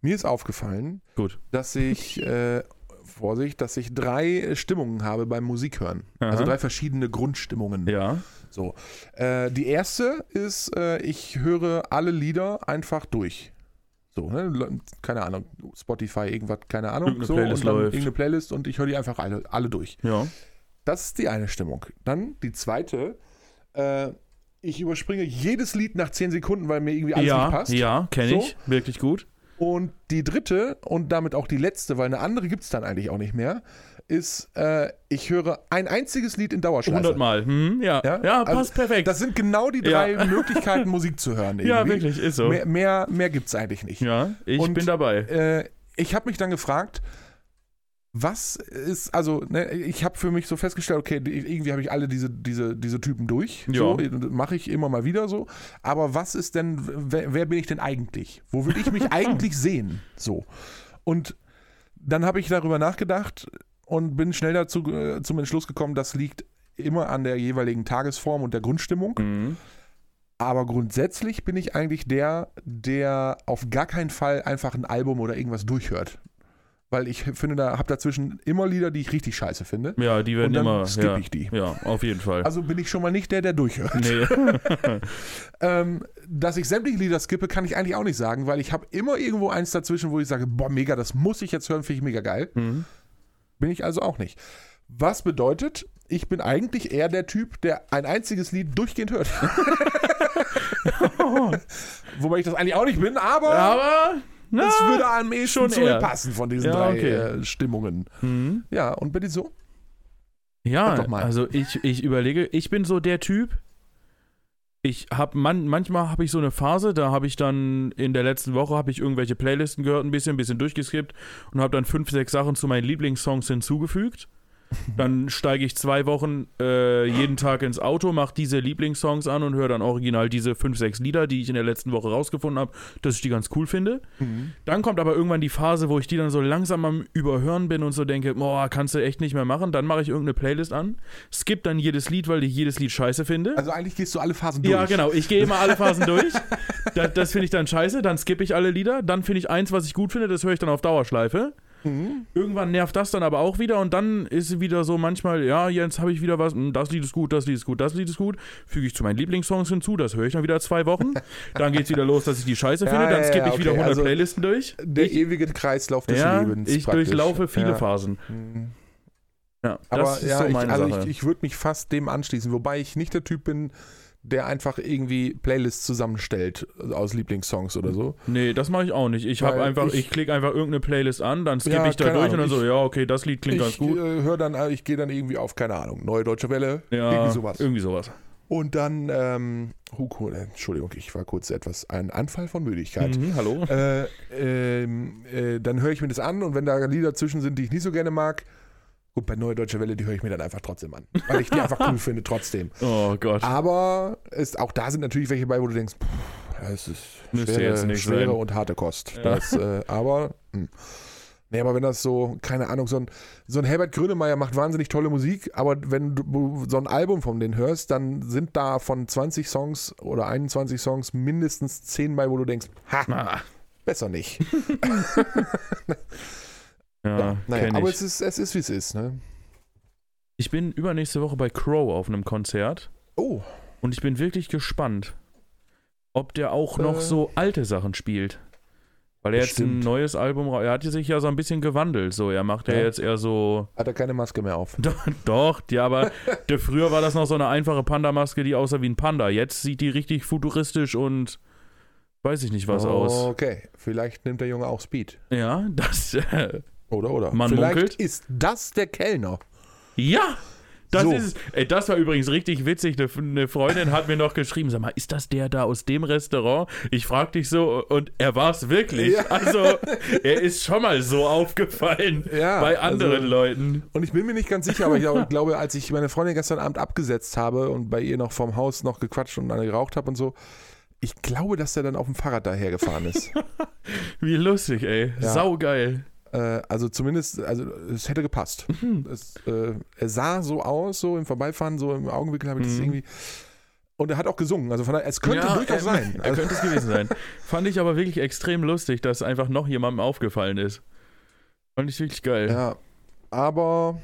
[SPEAKER 4] mir ist aufgefallen,
[SPEAKER 2] Gut.
[SPEAKER 4] dass ich, äh, Vorsicht, dass ich drei Stimmungen habe beim Musikhören. Also
[SPEAKER 2] Aha.
[SPEAKER 4] drei verschiedene Grundstimmungen.
[SPEAKER 2] Ja.
[SPEAKER 4] So. Äh, die erste ist, äh, ich höre alle Lieder einfach durch. So, ne? Le- keine Ahnung, Spotify, irgendwas, keine Ahnung.
[SPEAKER 2] Irgendeine
[SPEAKER 4] so,
[SPEAKER 2] Playlist
[SPEAKER 4] und dann
[SPEAKER 2] läuft.
[SPEAKER 4] irgendeine Playlist und ich höre die einfach alle, alle durch.
[SPEAKER 2] Ja.
[SPEAKER 4] Das ist die eine Stimmung. Dann die zweite, äh, ich überspringe jedes Lied nach 10 Sekunden, weil mir irgendwie alles nicht
[SPEAKER 2] ja,
[SPEAKER 4] passt.
[SPEAKER 2] ja, kenne
[SPEAKER 4] So.
[SPEAKER 2] ich. Wirklich gut.
[SPEAKER 4] Und die dritte und damit auch die letzte, weil eine andere gibt es dann eigentlich auch nicht mehr, ist, äh, ich höre ein einziges Lied in Dauerschleife.
[SPEAKER 2] 100 Mal. Hm, ja.
[SPEAKER 4] Ja?
[SPEAKER 2] Ja,
[SPEAKER 4] Also,
[SPEAKER 2] passt perfekt.
[SPEAKER 4] Das sind genau die drei
[SPEAKER 2] Ja.
[SPEAKER 4] Möglichkeiten, Musik zu hören.
[SPEAKER 2] [laughs]
[SPEAKER 4] Irgendwie.
[SPEAKER 2] ja, wirklich, ist so.
[SPEAKER 4] Mehr, mehr, mehr gibt es eigentlich nicht.
[SPEAKER 2] ja, ich
[SPEAKER 4] Und-
[SPEAKER 2] bin dabei.
[SPEAKER 4] Äh, ich habe mich dann gefragt, was ist, also, ne, ich habe für mich so festgestellt, okay, die- irgendwie habe ich alle diese, diese, diese Typen durch.
[SPEAKER 2] Ja.
[SPEAKER 4] So, äh, mache ich immer mal wieder so. Aber was ist denn, wer, wer bin ich denn eigentlich? Wo will ich
[SPEAKER 2] [laughs]
[SPEAKER 4] mich eigentlich sehen? So. Und dann habe ich darüber nachgedacht und bin schnell dazu äh, zum Entschluss gekommen, das liegt immer an der jeweiligen Tagesform und der Grundstimmung.
[SPEAKER 2] Mhm.
[SPEAKER 4] Aber grundsätzlich bin ich eigentlich der, der auf gar keinen Fall einfach ein Album oder irgendwas durchhört. Weil ich finde, da habe dazwischen immer Lieder, die ich richtig scheiße finde.
[SPEAKER 2] Ja, die werden
[SPEAKER 4] Und dann
[SPEAKER 2] immer.
[SPEAKER 4] skippe
[SPEAKER 2] ja.
[SPEAKER 4] ich die.
[SPEAKER 2] Ja, auf jeden Fall.
[SPEAKER 4] Also bin ich schon mal nicht der, der durchhört. [laughs]
[SPEAKER 2] nee.
[SPEAKER 4] Ähm, dass ich sämtliche Lieder skippe, kann ich eigentlich auch nicht sagen, weil ich habe immer irgendwo eins dazwischen, wo ich sage, boah, mega, das muss ich jetzt hören, finde ich mega geil.
[SPEAKER 2] Mhm.
[SPEAKER 4] Bin ich also auch nicht. Was bedeutet, ich bin eigentlich eher der Typ, der ein einziges Lied
[SPEAKER 2] [laughs]
[SPEAKER 4] durchgehend hört. Wobei ich das eigentlich auch nicht bin, aber...
[SPEAKER 2] Aber. Na,
[SPEAKER 4] Das würde einem eh schon
[SPEAKER 2] schon
[SPEAKER 4] zu mir
[SPEAKER 2] eher.
[SPEAKER 4] passen von
[SPEAKER 2] Ja,
[SPEAKER 4] diesen drei
[SPEAKER 2] okay.
[SPEAKER 4] äh, Stimmungen.
[SPEAKER 2] Mhm.
[SPEAKER 4] Ja, und bin ich so?
[SPEAKER 2] Ja,
[SPEAKER 4] Sag doch mal.
[SPEAKER 2] also ich, ich überlege, ich bin so der Typ. Ich habe man, manchmal habe ich so eine Phase, da habe ich dann in der letzten Woche habe ich irgendwelche Playlisten gehört, ein bisschen, ein bisschen durchgeskippt und habe dann fünf, sechs Sachen zu meinen Lieblingssongs hinzugefügt. Dann steige ich zwei Wochen äh, jeden Tag ins Auto, mache diese Lieblingssongs an und höre dann original diese fünf, sechs Lieder, die ich in der letzten Woche rausgefunden habe, dass ich die ganz cool finde.
[SPEAKER 4] Mhm.
[SPEAKER 2] Dann kommt aber irgendwann die Phase, wo ich die dann so langsam am Überhören bin und so denke, boah, kannst du echt nicht mehr machen. Dann mache ich irgendeine Playlist an, skipp dann jedes Lied, weil ich jedes Lied scheiße finde.
[SPEAKER 4] Also eigentlich gehst du alle Phasen durch.
[SPEAKER 2] ja, genau. Ich gehe immer alle
[SPEAKER 4] [laughs]
[SPEAKER 2] Phasen durch. Das, das finde ich dann scheiße. Dann skippe ich alle Lieder. Dann finde ich eins, was ich gut finde, das höre ich dann auf Dauerschleife.
[SPEAKER 4] Mhm.
[SPEAKER 2] Irgendwann nervt das dann aber auch wieder und dann ist wieder so manchmal, ja, jetzt habe ich wieder was, hm, das Lied ist gut, das Lied ist gut, das Lied ist gut, füge ich zu meinen Lieblingssongs hinzu, das höre ich dann wieder zwei
[SPEAKER 4] [laughs]
[SPEAKER 2] Wochen, dann geht es wieder los, dass ich die Scheiße
[SPEAKER 4] Ja,
[SPEAKER 2] finde, dann
[SPEAKER 4] ja,
[SPEAKER 2] skippe
[SPEAKER 4] ja,
[SPEAKER 2] ich wieder
[SPEAKER 4] okay,
[SPEAKER 2] 100
[SPEAKER 4] also
[SPEAKER 2] Playlisten durch.
[SPEAKER 4] Der
[SPEAKER 2] ich,
[SPEAKER 4] ewige Kreislauf des
[SPEAKER 2] ja,
[SPEAKER 4] Lebens.
[SPEAKER 2] ich
[SPEAKER 4] praktisch.
[SPEAKER 2] durchlaufe viele
[SPEAKER 4] ja.
[SPEAKER 2] Phasen.
[SPEAKER 4] Mhm.
[SPEAKER 2] Ja,
[SPEAKER 4] Aber
[SPEAKER 2] das ist
[SPEAKER 4] ja,
[SPEAKER 2] so
[SPEAKER 4] ich,
[SPEAKER 2] meine
[SPEAKER 4] also
[SPEAKER 2] Sache.
[SPEAKER 4] ich, ich würde mich fast dem anschließen, wobei ich nicht der Typ bin, der einfach irgendwie Playlists zusammenstellt also aus Lieblingssongs oder so.
[SPEAKER 2] nee, das mache ich auch nicht. Ich habe
[SPEAKER 4] Weil
[SPEAKER 2] einfach,
[SPEAKER 4] ich-
[SPEAKER 2] ich, klicke einfach irgendeine Playlist an, dann skippe
[SPEAKER 4] Ja,
[SPEAKER 2] ich da
[SPEAKER 4] keine
[SPEAKER 2] durch und
[SPEAKER 4] Ahnung,
[SPEAKER 2] dann so,
[SPEAKER 4] ich-
[SPEAKER 2] ja, okay, das Lied klingt
[SPEAKER 4] äh,
[SPEAKER 2] ganz
[SPEAKER 4] ich
[SPEAKER 2] gut.
[SPEAKER 4] äh, höre dann, ich gehe dann irgendwie auf, keine Ahnung, Neue Deutsche Welle,
[SPEAKER 2] Ja,
[SPEAKER 4] irgendwie sowas.
[SPEAKER 2] Irgendwie sowas.
[SPEAKER 4] Und dann, ähm, Huko, äh, Entschuldigung, ich war kurz etwas, ein Anfall von Müdigkeit.
[SPEAKER 2] Mhm, hallo?
[SPEAKER 4] Äh, ähm, äh, dann höre ich mir das an und wenn da Lieder zwischen sind, die ich nicht so gerne mag, gut, bei Neue Deutsche Welle, die höre ich mir dann einfach trotzdem an.
[SPEAKER 2] [laughs]
[SPEAKER 4] Weil ich die einfach cool finde, trotzdem.
[SPEAKER 2] Oh Gott.
[SPEAKER 4] Ah, Aber es, auch da sind natürlich welche bei, wo du denkst, pff, das ist
[SPEAKER 2] Müsste
[SPEAKER 4] schwere,
[SPEAKER 2] jetzt nicht
[SPEAKER 4] schwere
[SPEAKER 2] sein.
[SPEAKER 4] und harte Kost.
[SPEAKER 2] Ja.
[SPEAKER 4] Das, äh, aber, mh. nee, aber wenn das so, keine Ahnung, so ein, so ein Herbert Grönemeyer macht wahnsinnig tolle Musik, aber wenn du so ein Album von denen hörst, dann sind da von 20 Songs oder 21 Songs mindestens 10 bei, wo du denkst, ha,
[SPEAKER 2] Ah,
[SPEAKER 4] besser nicht.
[SPEAKER 2] [laughs] ja,
[SPEAKER 4] Ja, naja,
[SPEAKER 2] Ah, kenn
[SPEAKER 4] aber
[SPEAKER 2] ich.
[SPEAKER 4] es ist, es ist, wie es ist, ne?
[SPEAKER 2] Ich bin übernächste Woche bei Crow auf einem Konzert
[SPEAKER 4] Oh,
[SPEAKER 2] und ich bin wirklich gespannt, ob der auch
[SPEAKER 4] Äh.
[SPEAKER 2] noch so alte Sachen spielt. Weil er jetzt ein
[SPEAKER 4] Bestimmt.
[SPEAKER 2] neues Album, ra- er hat sich ja so ein bisschen gewandelt, so er macht ja,
[SPEAKER 4] Ja.
[SPEAKER 2] jetzt eher so [laughs]
[SPEAKER 4] hat er keine Maske mehr auf.
[SPEAKER 2] doch, doch, ja,
[SPEAKER 4] [laughs]
[SPEAKER 2] aber der, früher war das noch so eine einfache Pandamaske, die aussah wie ein Panda. Jetzt sieht die richtig futuristisch und weiß ich nicht was
[SPEAKER 4] Oh.
[SPEAKER 2] aus.
[SPEAKER 4] Okay, vielleicht nimmt der Junge auch Speed.
[SPEAKER 2] Ja, das äh,
[SPEAKER 4] Oder, oder?
[SPEAKER 2] Man
[SPEAKER 4] Vielleicht
[SPEAKER 2] munkelt.
[SPEAKER 4] ist das der Kellner.
[SPEAKER 2] Ja! Das
[SPEAKER 4] So.
[SPEAKER 2] ist. Ey, das war übrigens richtig witzig. Eine, eine Freundin hat mir noch geschrieben: Sag mal, ist das der da aus dem Restaurant? Ich frag dich so und er war es wirklich.
[SPEAKER 4] Ja.
[SPEAKER 2] Also, er ist schon mal so aufgefallen
[SPEAKER 4] Ja,
[SPEAKER 2] bei anderen
[SPEAKER 4] also-
[SPEAKER 2] Leuten.
[SPEAKER 4] Und ich bin mir nicht ganz sicher, aber ich glaube- glaube, als ich meine Freundin gestern Abend abgesetzt habe und bei ihr noch vorm Haus noch gequatscht und dann geraucht habe und so, ich glaube, dass der dann auf dem Fahrrad
[SPEAKER 2] [laughs]
[SPEAKER 4] dahergefahren ist.
[SPEAKER 2] Wie lustig, ey.
[SPEAKER 4] Ja.
[SPEAKER 2] Saugeil.
[SPEAKER 4] äh, also zumindest, also es hätte gepasst.
[SPEAKER 2] Mhm.
[SPEAKER 4] es, äh, er sah so aus, so im Vorbeifahren, so im Augenwinkel habe ich das
[SPEAKER 2] Mhm.
[SPEAKER 4] irgendwie. Und er hat auch gesungen. Also von daher, es könnte
[SPEAKER 2] Ja,
[SPEAKER 4] durchaus
[SPEAKER 2] äh,
[SPEAKER 4] sein.
[SPEAKER 2] [laughs] Er
[SPEAKER 4] Also,
[SPEAKER 2] könnte es gewesen sein. Fand ich aber wirklich extrem lustig, dass einfach noch jemandem aufgefallen ist. Fand ich wirklich geil.
[SPEAKER 4] ja, aber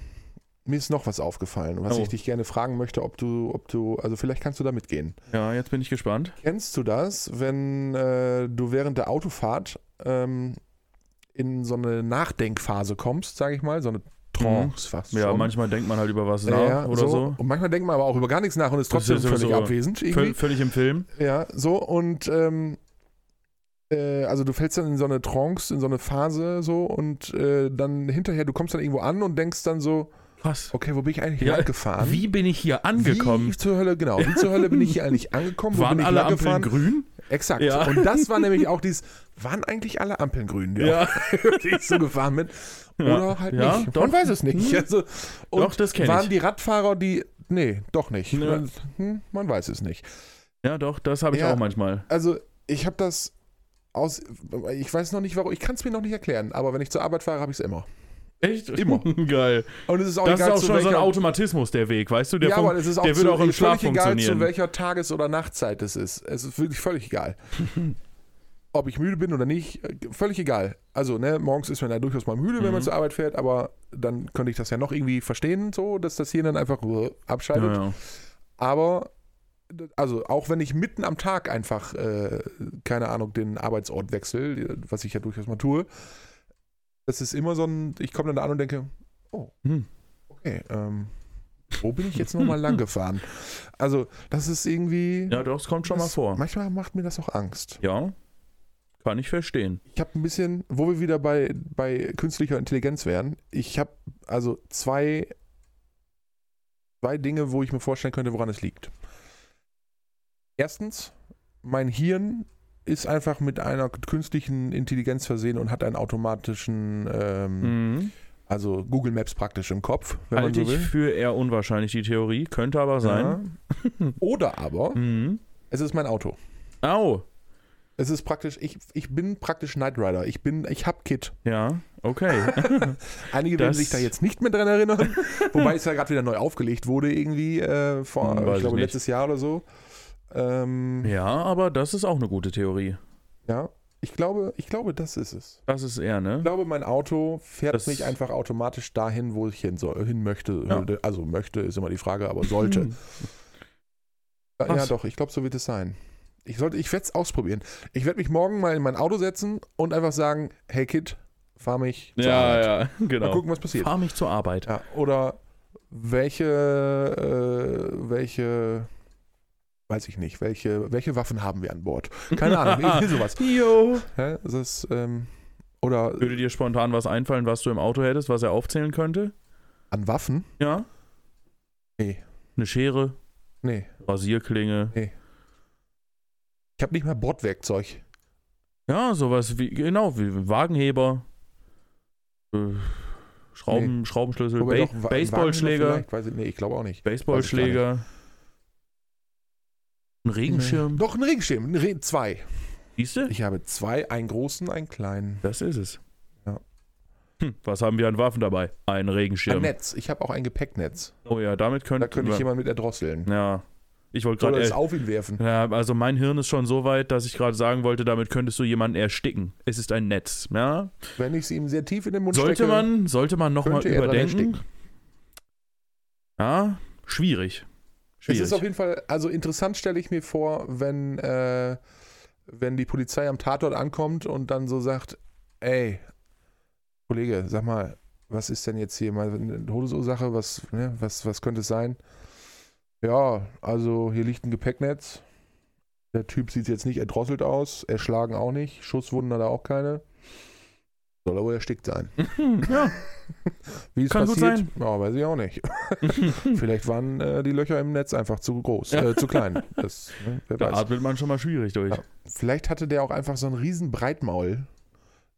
[SPEAKER 4] mir ist noch was aufgefallen, was
[SPEAKER 2] Oh.
[SPEAKER 4] ich dich gerne fragen möchte, ob du, ob du, also vielleicht kannst du da mitgehen.
[SPEAKER 2] ja jetzt bin ich gespannt.
[SPEAKER 4] Kennst du das, wenn äh, du während der Autofahrt ähm, in so eine Nachdenkphase kommst, sage ich mal, so eine Trance fast
[SPEAKER 2] Mhm. Ja,
[SPEAKER 4] schon.
[SPEAKER 2] manchmal denkt man halt über was nach
[SPEAKER 4] Ja, ja,
[SPEAKER 2] oder so.
[SPEAKER 4] Und manchmal denkt man aber auch über gar nichts nach und ist
[SPEAKER 2] Das ist
[SPEAKER 4] trotzdem
[SPEAKER 2] sowieso
[SPEAKER 4] völlig
[SPEAKER 2] so.
[SPEAKER 4] abwesend.
[SPEAKER 2] Völ-
[SPEAKER 4] Irgendwie.
[SPEAKER 2] Völlig im Film.
[SPEAKER 4] Ja, so und ähm, äh, also du fällst dann in so eine Trance, in so eine Phase so und äh, dann hinterher, du kommst dann irgendwo an und denkst dann so,
[SPEAKER 2] Was?
[SPEAKER 4] okay, wo bin ich eigentlich
[SPEAKER 2] Ja,
[SPEAKER 4] lang gefahren?
[SPEAKER 2] Wie bin ich hier angekommen?
[SPEAKER 4] Wie zur Hölle, genau. Wie zur Hölle bin ich hier eigentlich angekommen? Wo
[SPEAKER 2] Waren
[SPEAKER 4] bin ich
[SPEAKER 2] alle
[SPEAKER 4] lang
[SPEAKER 2] Ampeln
[SPEAKER 4] gefahren?
[SPEAKER 2] grün?
[SPEAKER 4] Exakt.
[SPEAKER 2] Ja.
[SPEAKER 4] Und das war nämlich auch dieses, waren eigentlich alle Ampeln grün, die,
[SPEAKER 2] Ja.
[SPEAKER 4] auf- die ich so gefahren bin? [laughs] Oder halt
[SPEAKER 2] Ja,
[SPEAKER 4] nicht.
[SPEAKER 2] doch.
[SPEAKER 4] Man weiß es nicht.
[SPEAKER 2] Hm.
[SPEAKER 4] Also, und
[SPEAKER 2] Doch, das kenn
[SPEAKER 4] Waren
[SPEAKER 2] ich. Ne.
[SPEAKER 4] die Radfahrer, die. Nee, doch nicht.
[SPEAKER 2] Nö.
[SPEAKER 4] Man, hm, man weiß es nicht.
[SPEAKER 2] Ja, doch, das habe ich
[SPEAKER 4] Ja.
[SPEAKER 2] auch manchmal.
[SPEAKER 4] Also, ich habe das aus. Ich weiß noch nicht warum. Ich kann es mir noch nicht erklären, aber wenn ich zur Arbeit fahre, habe ich es immer.
[SPEAKER 2] [laughs] Echt?
[SPEAKER 4] Immer.
[SPEAKER 2] Geil.
[SPEAKER 4] Und es ist auch
[SPEAKER 2] Das ist
[SPEAKER 4] Oh, egal,
[SPEAKER 2] auch
[SPEAKER 4] zu
[SPEAKER 2] schon so ein
[SPEAKER 4] welcher-
[SPEAKER 2] Automatismus, der Weg, weißt du? Der,
[SPEAKER 4] ja,
[SPEAKER 2] fun-
[SPEAKER 4] aber es ist auch,
[SPEAKER 2] der
[SPEAKER 4] zu,
[SPEAKER 2] würde auch im
[SPEAKER 4] völlig
[SPEAKER 2] Schlaf
[SPEAKER 4] egal,
[SPEAKER 2] funktionieren.
[SPEAKER 4] zu welcher Tages- oder Nachtzeit es ist. Es ist wirklich
[SPEAKER 2] [laughs]
[SPEAKER 4] völlig egal. Ob ich müde bin oder nicht, äh, völlig egal. Also, ne, morgens ist man ja durchaus mal müde, wenn man
[SPEAKER 2] Mhm.
[SPEAKER 4] zur Arbeit fährt, aber dann könnte ich das ja noch irgendwie verstehen, so, dass das hier dann einfach äh, abschaltet.
[SPEAKER 2] ja, ja.
[SPEAKER 4] Aber, d- also, auch wenn ich mitten am Tag einfach, äh, keine Ahnung, den Arbeitsort wechsle, äh, was ich ja durchaus mal tue, das ist immer so ein, ich komme dann da an und denke, oh,
[SPEAKER 2] Hm.
[SPEAKER 4] okay, ähm, wo bin ich
[SPEAKER 2] [laughs]
[SPEAKER 4] jetzt nochmal lang gefahren? Also, das ist irgendwie.
[SPEAKER 2] ja, doch, es kommt schon mal
[SPEAKER 4] das-
[SPEAKER 2] vor.
[SPEAKER 4] Manchmal macht mir das auch Angst.
[SPEAKER 2] Ja, kann ich verstehen.
[SPEAKER 4] Ich habe ein bisschen, wo wir wieder bei, bei künstlicher Intelligenz wären, ich habe also zwei, zwei Dinge, wo ich mir vorstellen könnte, woran es liegt. Erstens, mein Hirn ist einfach mit einer künstlichen Intelligenz versehen und hat einen automatischen, ähm,
[SPEAKER 2] Mhm.
[SPEAKER 4] also Google Maps praktisch im Kopf, wenn
[SPEAKER 2] Halte
[SPEAKER 4] man so
[SPEAKER 2] ich
[SPEAKER 4] will.
[SPEAKER 2] für eher unwahrscheinlich, die Theorie. Könnte aber sein.
[SPEAKER 4] Ja. Oder aber,
[SPEAKER 2] Mhm.
[SPEAKER 4] es ist mein Auto.
[SPEAKER 2] Au.
[SPEAKER 4] Es ist praktisch, ich, ich bin praktisch Knight Rider. Ich bin, ich hab Kit.
[SPEAKER 2] Ja, okay.
[SPEAKER 4] [laughs] Einige werden
[SPEAKER 2] Das-
[SPEAKER 4] sich da jetzt nicht mehr
[SPEAKER 2] [laughs]
[SPEAKER 4] dran erinnern, wobei es ja gerade wieder neu aufgelegt wurde, irgendwie äh, vor,
[SPEAKER 2] Hm, weiß
[SPEAKER 4] ich glaube,
[SPEAKER 2] ich nicht.
[SPEAKER 4] letztes Jahr oder so. Ähm,
[SPEAKER 2] ja, aber das ist auch eine gute Theorie.
[SPEAKER 4] ja, ich glaube, ich glaube, das ist es.
[SPEAKER 2] Das ist eher,
[SPEAKER 4] Ich
[SPEAKER 2] ne?
[SPEAKER 4] glaube, mein Auto fährt
[SPEAKER 2] Das-
[SPEAKER 4] mich einfach automatisch dahin, wo ich hin, soll, hin möchte.
[SPEAKER 2] Ja.
[SPEAKER 4] Also möchte ist immer die Frage, aber sollte.
[SPEAKER 2] Hm.
[SPEAKER 4] Ja, ja,
[SPEAKER 2] Krass.
[SPEAKER 4] doch, ich glaube, so wird es sein. Ich, sollte- ich werde es ausprobieren. Ich werde mich morgen mal in mein Auto setzen und einfach sagen, hey Kid, fahr mich zur Arbeit.
[SPEAKER 2] Ja, ja,
[SPEAKER 4] Mal
[SPEAKER 2] genau.
[SPEAKER 4] gucken, was passiert.
[SPEAKER 2] Fahr mich zur Arbeit.
[SPEAKER 4] Ja, oder welche, äh, welche, weiß ich nicht, welche, welche Waffen haben wir an Bord? Keine Ahnung, [laughs] irgendwie sowas.
[SPEAKER 2] Jo.
[SPEAKER 4] Hä? Das ist, ähm, oder
[SPEAKER 2] Würde dir spontan was einfallen, was du im Auto hättest, was er aufzählen könnte?
[SPEAKER 4] an Waffen?
[SPEAKER 2] Ja?
[SPEAKER 4] Nee.
[SPEAKER 2] Eine Schere?
[SPEAKER 4] Nee.
[SPEAKER 2] Rasierklinge.
[SPEAKER 4] Ich habe nicht mal Bordwerkzeug.
[SPEAKER 2] Ja, sowas wie, genau, wie Wagenheber, äh, Schrauben, Schraubenschlüssel,
[SPEAKER 4] Wobei
[SPEAKER 2] ba
[SPEAKER 4] doch, Wa- Wagenheber
[SPEAKER 2] Baseballschläger,
[SPEAKER 4] vielleicht, Weiß ich, nee, ich glaube auch nicht.
[SPEAKER 2] Baseballschläger, ein Regenschirm.
[SPEAKER 4] Doch, ein Regenschirm. Ein Re zwei.
[SPEAKER 2] Siehst du?
[SPEAKER 4] Ich habe zwei, einen großen, einen kleinen.
[SPEAKER 2] Das ist es.
[SPEAKER 4] Ja.
[SPEAKER 2] Hm, was haben wir an Waffen dabei? Ein
[SPEAKER 4] Ein
[SPEAKER 2] Regenschirm.
[SPEAKER 4] Netz. Ich habe auch ein Gepäcknetz.
[SPEAKER 2] oh ja, damit könnten
[SPEAKER 4] Da könnte ich jemanden mit erdrosseln.
[SPEAKER 2] wir. Ja, ich wollte
[SPEAKER 4] Oder
[SPEAKER 2] gerade.
[SPEAKER 4] es
[SPEAKER 2] eher-
[SPEAKER 4] auf ihn werfen.
[SPEAKER 2] Ja, also mein Hirn ist schon so weit, dass ich gerade sagen wollte, damit könntest du jemanden ersticken. Es ist ein Netz. Ja,
[SPEAKER 4] Wenn ich sie ihm sehr tief in den Mund
[SPEAKER 2] Sollte
[SPEAKER 4] stecke.
[SPEAKER 2] man, sollte man nochmal
[SPEAKER 4] könnte er dran
[SPEAKER 2] überdenken. Ja, schwierig.
[SPEAKER 4] Es ist auf
[SPEAKER 2] Schwierig.
[SPEAKER 4] jeden Fall, also interessant stelle ich mir vor, wenn, äh, wenn die Polizei am Tatort ankommt und dann so sagt, ey, Kollege, sag mal, was ist denn jetzt hier mal eine Todesursache, was, ne, was, was könnte es sein? Ja, also hier liegt ein Gepäcknetz. Der Typ sieht jetzt nicht erdrosselt aus, erschlagen auch nicht, Schusswunden hat er auch keine. Soll er wohl erstickt sein.
[SPEAKER 2] [laughs] ja.
[SPEAKER 4] Wie es
[SPEAKER 2] Kann gut
[SPEAKER 4] passiert,
[SPEAKER 2] sein.
[SPEAKER 4] Ja, weiß ich auch
[SPEAKER 2] [laughs]
[SPEAKER 4] nicht. Vielleicht waren äh, die Löcher im Netz einfach zu groß,
[SPEAKER 2] Ja.
[SPEAKER 4] äh, zu klein. Das, ne, wer
[SPEAKER 2] Da
[SPEAKER 4] weiß.
[SPEAKER 2] atmet man schon mal schwierig durch.
[SPEAKER 4] Ja. Vielleicht hatte der auch einfach so ein riesen Breitmaul,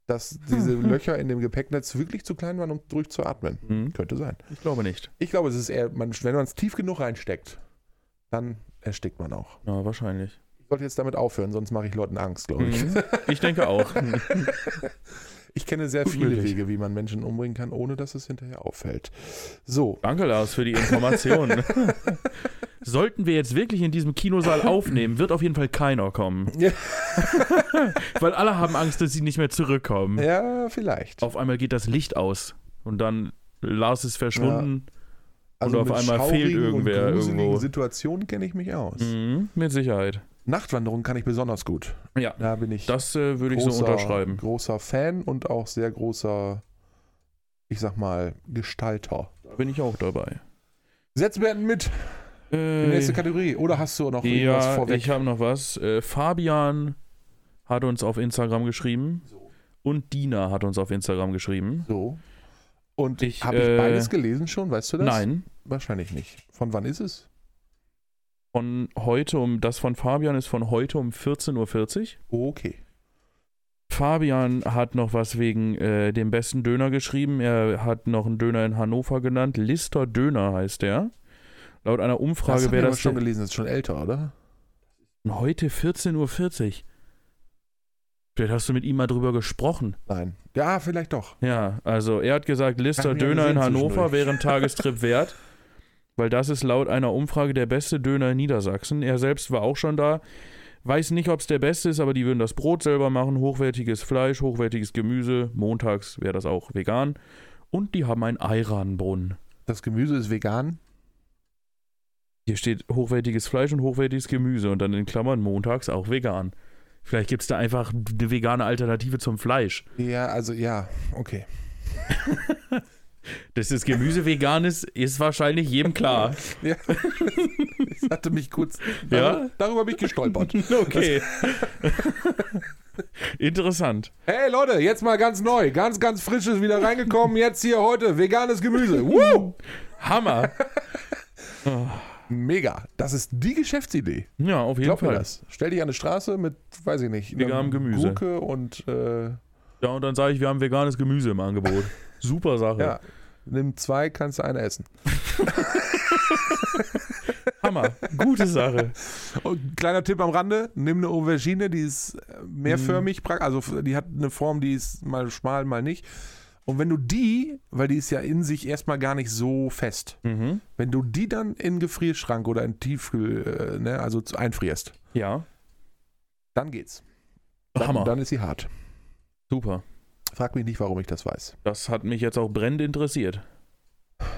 [SPEAKER 4] dass
[SPEAKER 2] [laughs]
[SPEAKER 4] diese Löcher in dem Gepäcknetz wirklich zu klein waren, um ruhig zu atmen.
[SPEAKER 2] Hm,
[SPEAKER 4] Könnte sein.
[SPEAKER 2] ich glaube nicht.
[SPEAKER 4] Ich glaube, es ist eher, man, wenn man es tief genug reinsteckt, dann erstickt man auch.
[SPEAKER 2] Ja, wahrscheinlich.
[SPEAKER 4] Ich sollte jetzt damit aufhören, sonst mache ich Leuten Angst, glaube ich.
[SPEAKER 2] Hm. Ich denke
[SPEAKER 4] [laughs]
[SPEAKER 2] auch. [laughs]
[SPEAKER 4] Ich kenne sehr
[SPEAKER 2] Gut
[SPEAKER 4] viele
[SPEAKER 2] möglich.
[SPEAKER 4] Wege, wie man Menschen umbringen kann, ohne dass es hinterher auffällt. So.
[SPEAKER 2] Danke, Lars, für die
[SPEAKER 4] [laughs]
[SPEAKER 2] Information. Sollten wir jetzt wirklich in diesem Kinosaal aufnehmen, wird auf jeden Fall keiner kommen.
[SPEAKER 4] Ja.
[SPEAKER 2] [laughs] Weil alle haben Angst, dass sie nicht mehr zurückkommen.
[SPEAKER 4] Ja, vielleicht.
[SPEAKER 2] Auf einmal geht das Licht aus und dann Lars ist verschwunden.
[SPEAKER 4] Also
[SPEAKER 2] auf
[SPEAKER 4] mit
[SPEAKER 2] einmal fehlt
[SPEAKER 4] schaurigen
[SPEAKER 2] irgendwer
[SPEAKER 4] und gruseligen
[SPEAKER 2] irgendwo.
[SPEAKER 4] Situationen kenne ich mich aus.
[SPEAKER 2] Mhm, mit Sicherheit.
[SPEAKER 4] Nachtwanderung kann ich besonders gut.
[SPEAKER 2] Ja.
[SPEAKER 4] Da bin ich
[SPEAKER 2] Das äh, würde ich so unterschreiben.
[SPEAKER 4] großer Fan und auch sehr großer, ich sag mal, Gestalter.
[SPEAKER 2] Da bin ich auch dabei.
[SPEAKER 4] Setz Bernd mit in die
[SPEAKER 2] Äh,
[SPEAKER 4] nächste Kategorie. Oder hast du noch irgendwas
[SPEAKER 2] ja,
[SPEAKER 4] vorweg?
[SPEAKER 2] ich habe noch was. Äh, Fabian hat uns auf Instagram geschrieben
[SPEAKER 3] So.
[SPEAKER 2] und Dina hat uns auf Instagram geschrieben.
[SPEAKER 4] so. Und
[SPEAKER 2] Ich,
[SPEAKER 4] habe ich
[SPEAKER 2] äh,
[SPEAKER 4] beides gelesen schon? Weißt du das?
[SPEAKER 2] Nein,
[SPEAKER 4] Wahrscheinlich nicht. Von wann ist es?
[SPEAKER 2] von heute um, das von Fabian ist von heute um 14.40 Uhr.
[SPEAKER 4] Oh, Okay.
[SPEAKER 2] Fabian hat noch was wegen äh, dem besten Döner geschrieben. Er hat noch einen Döner in Hannover genannt. Lister Döner heißt der. Laut einer Umfrage
[SPEAKER 4] haben
[SPEAKER 2] wäre
[SPEAKER 4] wir aber
[SPEAKER 2] das
[SPEAKER 4] schon gelesen. Das ist schon älter, oder?
[SPEAKER 2] heute 14.40 Uhr. Vielleicht hast du mit ihm mal drüber gesprochen.
[SPEAKER 4] Nein. Ja, vielleicht doch.
[SPEAKER 2] Ja, also er hat gesagt, Lister
[SPEAKER 4] Hab mich ja
[SPEAKER 2] Döner in
[SPEAKER 4] gesehen
[SPEAKER 2] Hannover
[SPEAKER 4] zwischendurch.
[SPEAKER 2] wäre ein Tagestrip wert, weil das ist laut einer Umfrage der beste Döner in Niedersachsen. Er selbst war auch schon da. Weiß nicht, ob es der beste ist, aber die würden das Brot selber machen, hochwertiges Fleisch, hochwertiges Gemüse. Montags wäre das auch vegan. Und die haben einen Eiranbrunnen.
[SPEAKER 4] Das Gemüse ist vegan.
[SPEAKER 2] Hier steht hochwertiges Fleisch und hochwertiges Gemüse und dann in Klammern montags auch vegan. Vielleicht gibt es da einfach eine vegane Alternative zum Fleisch.
[SPEAKER 4] Ja, also ja, okay.
[SPEAKER 2] Dass das Gemüse vegan ist, ist wahrscheinlich jedem
[SPEAKER 4] [laughs]
[SPEAKER 2] klar.
[SPEAKER 4] Ja. Ich hatte mich [laughs] kurz.
[SPEAKER 2] Ja?
[SPEAKER 4] Darüber bin ich gestolpert.
[SPEAKER 2] Okay. [laughs] Interessant.
[SPEAKER 4] Hey Leute, jetzt mal ganz neu. Ganz, ganz frisches wieder reingekommen. Jetzt hier heute veganes [laughs] Gemüse. Woo!
[SPEAKER 2] Hammer.
[SPEAKER 4] Mega. Das ist die Geschäftsidee.
[SPEAKER 2] Ja, auf jeden
[SPEAKER 4] Glaub mir
[SPEAKER 2] Fall.
[SPEAKER 4] das. Stell dich an eine Straße mit, weiß ich nicht,
[SPEAKER 2] Veganem Gemüse.
[SPEAKER 4] Gurke und äh,
[SPEAKER 2] Ja, und dann sage ich, wir haben veganes Gemüse im Angebot. Super Sache.
[SPEAKER 4] ja. Nimm zwei, kannst du eine essen.
[SPEAKER 2] [laughs] Hammer. Gute Sache.
[SPEAKER 4] Und Oh, kleiner Tipp am Rande: Nimm eine Aubergine, die ist äh, mehrförmig, prak- also f- die hat eine Form, die ist mal schmal, mal nicht. Und wenn du die, weil die ist ja in sich erstmal gar nicht so fest,
[SPEAKER 2] Mhm.
[SPEAKER 4] wenn du die dann in Gefrierschrank oder in Tiefkühl, äh, ne, also zu- einfrierst,
[SPEAKER 2] Ja.
[SPEAKER 4] dann geht's. Dann,
[SPEAKER 2] Hammer.
[SPEAKER 4] dann ist sie hart.
[SPEAKER 2] Super.
[SPEAKER 4] Frag mich nicht, warum ich das weiß.
[SPEAKER 2] Das hat mich jetzt auch brennend interessiert.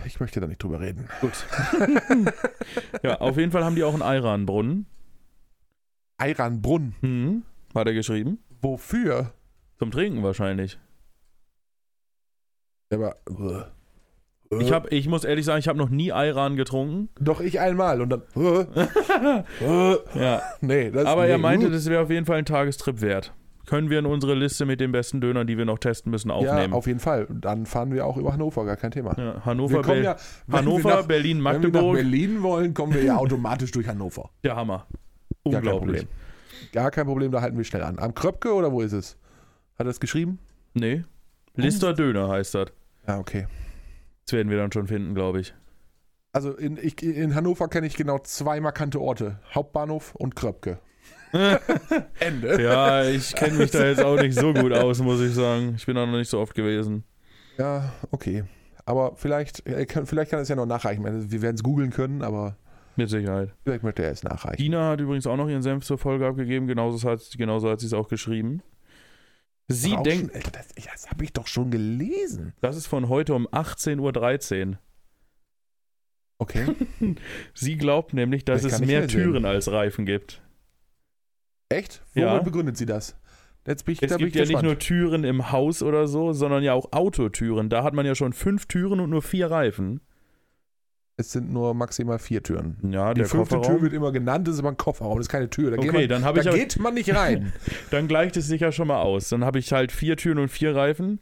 [SPEAKER 4] Ich möchte da nicht drüber reden.
[SPEAKER 2] Gut. [laughs] ja, auf jeden Fall haben die auch einen Eiranbrunnen.
[SPEAKER 4] Eiranbrunn.
[SPEAKER 2] Mhm. Hat er geschrieben.
[SPEAKER 4] Wofür?
[SPEAKER 2] Zum Trinken wahrscheinlich.
[SPEAKER 4] Aber, äh, äh,
[SPEAKER 2] Ich, hab, ich muss ehrlich sagen, ich habe noch nie Eiran getrunken.
[SPEAKER 4] [laughs] Doch ich einmal und dann. Äh, äh,
[SPEAKER 2] Ja.
[SPEAKER 4] nee, das
[SPEAKER 2] Aber
[SPEAKER 4] nee,
[SPEAKER 2] er meinte,
[SPEAKER 4] uh,
[SPEAKER 2] das wäre auf jeden Fall ein Tagestrip wert. können wir in unsere Liste mit den besten Dönern, die wir noch testen müssen, aufnehmen.
[SPEAKER 4] Ja, auf jeden Fall. Dann fahren wir auch über Hannover, gar kein Thema.
[SPEAKER 2] Ja,
[SPEAKER 4] Wir
[SPEAKER 2] Hannover,
[SPEAKER 4] kommen
[SPEAKER 2] Bel
[SPEAKER 4] ja, wenn wir
[SPEAKER 2] Hannover
[SPEAKER 4] nach,
[SPEAKER 2] Berlin,
[SPEAKER 4] Wenn wir nach
[SPEAKER 2] Magdeburg,
[SPEAKER 4] Berlin wollen, kommen wir ja automatisch durch Hannover.
[SPEAKER 2] der Hammer.
[SPEAKER 4] kein
[SPEAKER 2] Unglaublich.
[SPEAKER 4] Problem. Gar kein Problem, da halten wir schnell an. Am Kröpke oder wo ist es? Hat er das geschrieben?
[SPEAKER 2] Nee. Lister Döner heißt das.
[SPEAKER 4] Ja, Ah, okay.
[SPEAKER 2] Das werden wir dann schon finden, glaube
[SPEAKER 4] [laughs]
[SPEAKER 2] ich.
[SPEAKER 4] Also in, ich, in Hannover kenne ich genau zwei markante Orte. Hauptbahnhof und Kröpke. Ende.
[SPEAKER 2] Ja, ich kenne mich da jetzt auch nicht so gut aus, muss ich sagen. Ich bin da noch nicht so oft gewesen.
[SPEAKER 4] [laughs] Ja, okay. Aber vielleicht, er kann, vielleicht kann er es ja noch nachreichen. Ich meine, Wir werden es googeln können, aber
[SPEAKER 2] Mit Sicherheit.
[SPEAKER 4] vielleicht möchte er es nachreichen.
[SPEAKER 2] Dina hat übrigens auch noch ihren Senf zur Folge abgegeben, genauso hat, genauso hat sie es auch geschrieben. Sie
[SPEAKER 4] Aber auch
[SPEAKER 2] denkt,
[SPEAKER 4] schon- Alter, das, das habe ich doch schon gelesen.
[SPEAKER 2] das ist von heute um 18.13 Uhr. [laughs]
[SPEAKER 4] Okay.
[SPEAKER 2] Sie glaubt nämlich, dass
[SPEAKER 4] Das
[SPEAKER 2] es
[SPEAKER 4] kann ich
[SPEAKER 2] mehr
[SPEAKER 4] mir sehen.
[SPEAKER 2] Türen als Reifen gibt.
[SPEAKER 4] Echt? Womit
[SPEAKER 2] Ja.
[SPEAKER 4] begründet sie das? Jetzt bin ich,
[SPEAKER 2] Es
[SPEAKER 4] da bin ich
[SPEAKER 2] gibt ja nicht
[SPEAKER 4] gespannt.
[SPEAKER 2] nur Türen im Haus oder so, sondern ja auch Autotüren. Da hat man ja schon fünf Türen und nur vier Reifen.
[SPEAKER 4] es sind nur maximal vier Türen.
[SPEAKER 2] Ja,
[SPEAKER 4] Die
[SPEAKER 2] der
[SPEAKER 4] fünfte
[SPEAKER 2] Kofferraum.
[SPEAKER 4] Tür wird immer genannt, das ist aber ein Kofferraum, das ist keine Tür. Da, geht,
[SPEAKER 2] okay,
[SPEAKER 4] man,
[SPEAKER 2] dann habe
[SPEAKER 4] da
[SPEAKER 2] ich ja-
[SPEAKER 4] geht man
[SPEAKER 2] [laughs]
[SPEAKER 4] nicht rein.
[SPEAKER 2] dann gleicht es sich ja schon mal aus. Dann habe ich halt vier Türen und vier Reifen.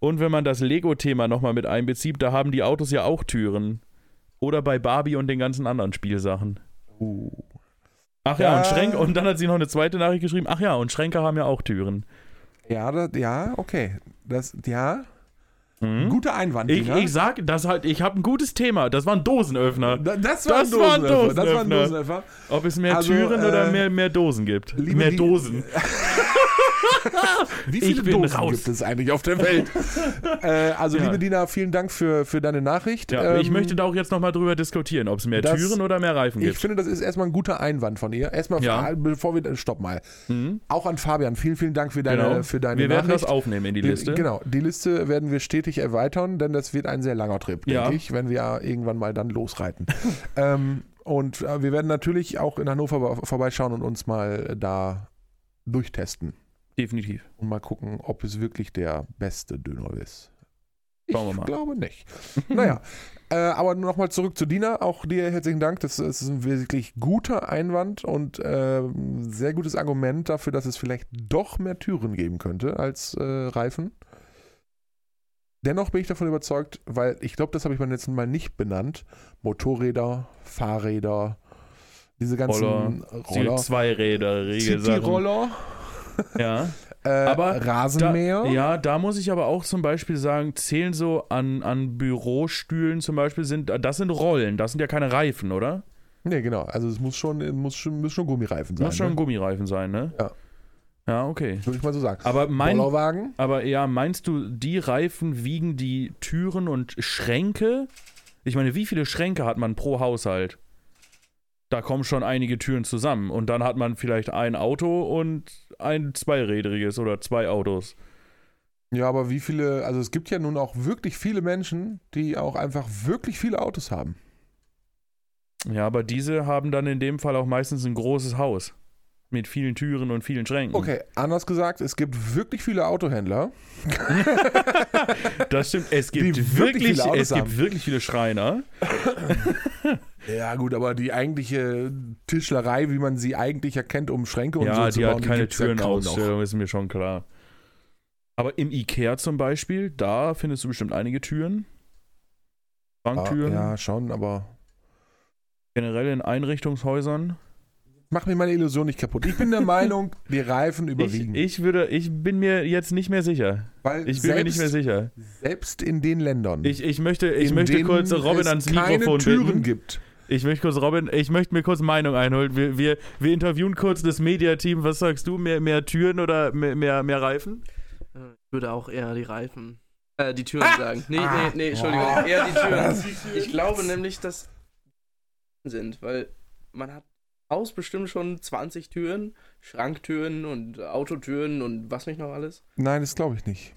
[SPEAKER 2] Und wenn man das Lego-Thema nochmal mit einbezieht, da haben die Autos ja auch Türen. Oder bei Barbie und den ganzen anderen Spielsachen.
[SPEAKER 4] uh.
[SPEAKER 2] Ach ja, und
[SPEAKER 4] Ja.
[SPEAKER 2] Schränke. Und dann hat sie noch eine zweite Nachricht geschrieben. Ach ja, und Schränke haben ja auch Türen.
[SPEAKER 4] Ja, das, ja, okay. Das, ja,
[SPEAKER 2] Mhm.
[SPEAKER 4] guter Einwand.
[SPEAKER 2] Ich,
[SPEAKER 4] Dina.
[SPEAKER 2] ich sag, das halt, ich habe ein gutes Thema. Das war ein
[SPEAKER 4] Da-
[SPEAKER 2] Dosenöffner.
[SPEAKER 4] das war ein
[SPEAKER 2] Das war ein
[SPEAKER 4] Dosenöffner. Das war ein
[SPEAKER 2] Dosenöffner.
[SPEAKER 4] Dosenöffner.
[SPEAKER 2] Ob es mehr
[SPEAKER 4] Also,
[SPEAKER 2] Türen oder
[SPEAKER 4] äh,
[SPEAKER 2] mehr, mehr Dosen gibt.
[SPEAKER 4] liebe
[SPEAKER 2] Mehr
[SPEAKER 4] Lie-
[SPEAKER 2] Dosen.
[SPEAKER 4] Wie
[SPEAKER 2] Ich
[SPEAKER 4] viele
[SPEAKER 2] bin
[SPEAKER 4] Dosen
[SPEAKER 2] raus.
[SPEAKER 4] gibt es eigentlich auf
[SPEAKER 2] [laughs]
[SPEAKER 4] der Welt? äh, also,
[SPEAKER 2] Ja.
[SPEAKER 4] liebe Dina, vielen Dank für, für deine Nachricht.
[SPEAKER 2] Ja, ich
[SPEAKER 4] [laughs] Ähm,
[SPEAKER 2] möchte da auch jetzt nochmal drüber diskutieren, ob es mehr
[SPEAKER 4] das-
[SPEAKER 2] Türen oder mehr Reifen
[SPEAKER 4] Ich
[SPEAKER 2] gibt.
[SPEAKER 4] finde, das ist erstmal ein guter Einwand von ihr. Erstmal,
[SPEAKER 2] Ja.
[SPEAKER 4] bevor wir, stopp mal.
[SPEAKER 2] Mhm.
[SPEAKER 4] Auch an Fabian, vielen, vielen Dank für deine,
[SPEAKER 2] Genau.
[SPEAKER 4] für deine
[SPEAKER 2] Wir werden
[SPEAKER 4] Nachricht.
[SPEAKER 2] das aufnehmen in die
[SPEAKER 4] Den-
[SPEAKER 2] Liste.
[SPEAKER 4] Genau, die Liste werden wir stetig erweitern, denn das wird ein sehr langer Trip, denke
[SPEAKER 2] Ja.
[SPEAKER 4] ich, wenn wir irgendwann mal dann
[SPEAKER 2] [laughs]
[SPEAKER 4] losreiten. ähm, und äh, wir werden natürlich auch in Hannover vor- vorbeischauen und uns mal äh, da durchtesten
[SPEAKER 2] Definitiv.
[SPEAKER 4] und mal gucken, ob es wirklich der beste Döner ist. Ich
[SPEAKER 2] Schauen wir mal. [laughs]
[SPEAKER 4] glaube nicht. Naja, äh, aber nochmal zurück zu Dina. Auch dir herzlichen Dank. Das ist ein wirklich guter Einwand und äh, sehr gutes Argument dafür, dass es vielleicht doch mehr Türen geben könnte als äh, Reifen. Dennoch bin ich davon überzeugt, weil ich glaube, das habe ich beim letzten Mal nicht benannt. Motorräder, Fahrräder, diese ganzen Roller,
[SPEAKER 2] Zweiräder, Regelsachen.
[SPEAKER 4] City-Roller,
[SPEAKER 2] Ja.
[SPEAKER 4] äh,
[SPEAKER 2] Aber
[SPEAKER 4] Rasenmäher.
[SPEAKER 2] Da, ja, da muss ich aber auch zum Beispiel sagen, zählen so an, an Bürostühlen zum Beispiel sind, äh, das sind Rollen, das sind ja keine Reifen, oder?
[SPEAKER 4] Nee, genau. Also es muss schon, muss schon, müssen schon Gummireifen sein.
[SPEAKER 2] Muss schon
[SPEAKER 4] ne?
[SPEAKER 2] Gummireifen sein, ne?
[SPEAKER 4] Ja.
[SPEAKER 2] Ja, okay.
[SPEAKER 4] Würde ich mal so sagen.
[SPEAKER 2] Aber mein,
[SPEAKER 4] Bollerwagen?
[SPEAKER 2] aber ja, meinst du, die Reifen wiegen die Türen und Schränke? Ich meine, wie viele Schränke hat man pro Haushalt? Da kommen schon einige Türen zusammen und dann hat man vielleicht ein Auto und ein zweirädriges oder zwei Autos.
[SPEAKER 4] Ja, aber wie viele, also es gibt ja nun auch wirklich viele Menschen, die auch einfach wirklich viele Autos haben.
[SPEAKER 2] Ja, aber diese haben dann in dem Fall auch meistens ein großes Haus. Mit vielen Türen und vielen Schränken.
[SPEAKER 4] Okay, anders gesagt, es gibt wirklich viele Autohändler.
[SPEAKER 2] Das stimmt. Es
[SPEAKER 4] Die
[SPEAKER 2] gibt,
[SPEAKER 4] wirklich
[SPEAKER 2] wirklich,
[SPEAKER 4] viele Autos
[SPEAKER 2] es gibt
[SPEAKER 4] haben.
[SPEAKER 2] wirklich viele Schreiner.
[SPEAKER 4] Ja, gut, aber die eigentliche Tischlerei, wie man sie eigentlich erkennt, um Schränke und
[SPEAKER 2] ja,
[SPEAKER 4] so zu
[SPEAKER 2] die
[SPEAKER 4] bauen,
[SPEAKER 2] hat keine
[SPEAKER 4] gibt's ja kaum
[SPEAKER 2] Türenausstellung, ist mir schon klar. Aber im Ikea zum Beispiel, da findest du bestimmt einige Türen.
[SPEAKER 4] noch. Ah,
[SPEAKER 2] Banktüren,
[SPEAKER 4] ja, schon, aber
[SPEAKER 2] generell in Einrichtungshäusern.
[SPEAKER 4] mach mir meine Illusion nicht kaputt. Ich
[SPEAKER 2] [laughs]
[SPEAKER 4] bin der Meinung, die Reifen
[SPEAKER 2] Ich,
[SPEAKER 4] überwiegen.
[SPEAKER 2] ich würde, ich bin mir jetzt nicht mehr sicher.
[SPEAKER 4] weil
[SPEAKER 2] Ich bin
[SPEAKER 4] selbst,
[SPEAKER 2] mir nicht mehr sicher.
[SPEAKER 4] selbst in den Ländern,
[SPEAKER 2] Ich, ich möchte, ich
[SPEAKER 4] in
[SPEAKER 2] möchte
[SPEAKER 4] denen
[SPEAKER 2] kurz Robin
[SPEAKER 4] es
[SPEAKER 2] ans
[SPEAKER 4] keine
[SPEAKER 2] Mikrofon
[SPEAKER 4] Türen
[SPEAKER 2] bitten.
[SPEAKER 4] gibt,
[SPEAKER 2] Ich möchte kurz, Robin, ich möchte mir kurz Meinung einholen. Wir, wir, wir interviewen kurz das Mediateam. Was sagst du? Mehr, mehr Türen oder mehr, mehr, mehr Reifen?
[SPEAKER 3] Äh, Ich würde auch eher die Reifen. Äh, die Türen sagen. Nee,
[SPEAKER 4] Ah.
[SPEAKER 3] nee, nee, Entschuldigung.
[SPEAKER 4] Boah.
[SPEAKER 3] Eher die Türen. Ich glaube nämlich, dass sind, weil man hat Haus bestimmt schon 20 Türen, Schranktüren und Autotüren und was nicht noch alles.
[SPEAKER 4] Nein, das glaube ich nicht.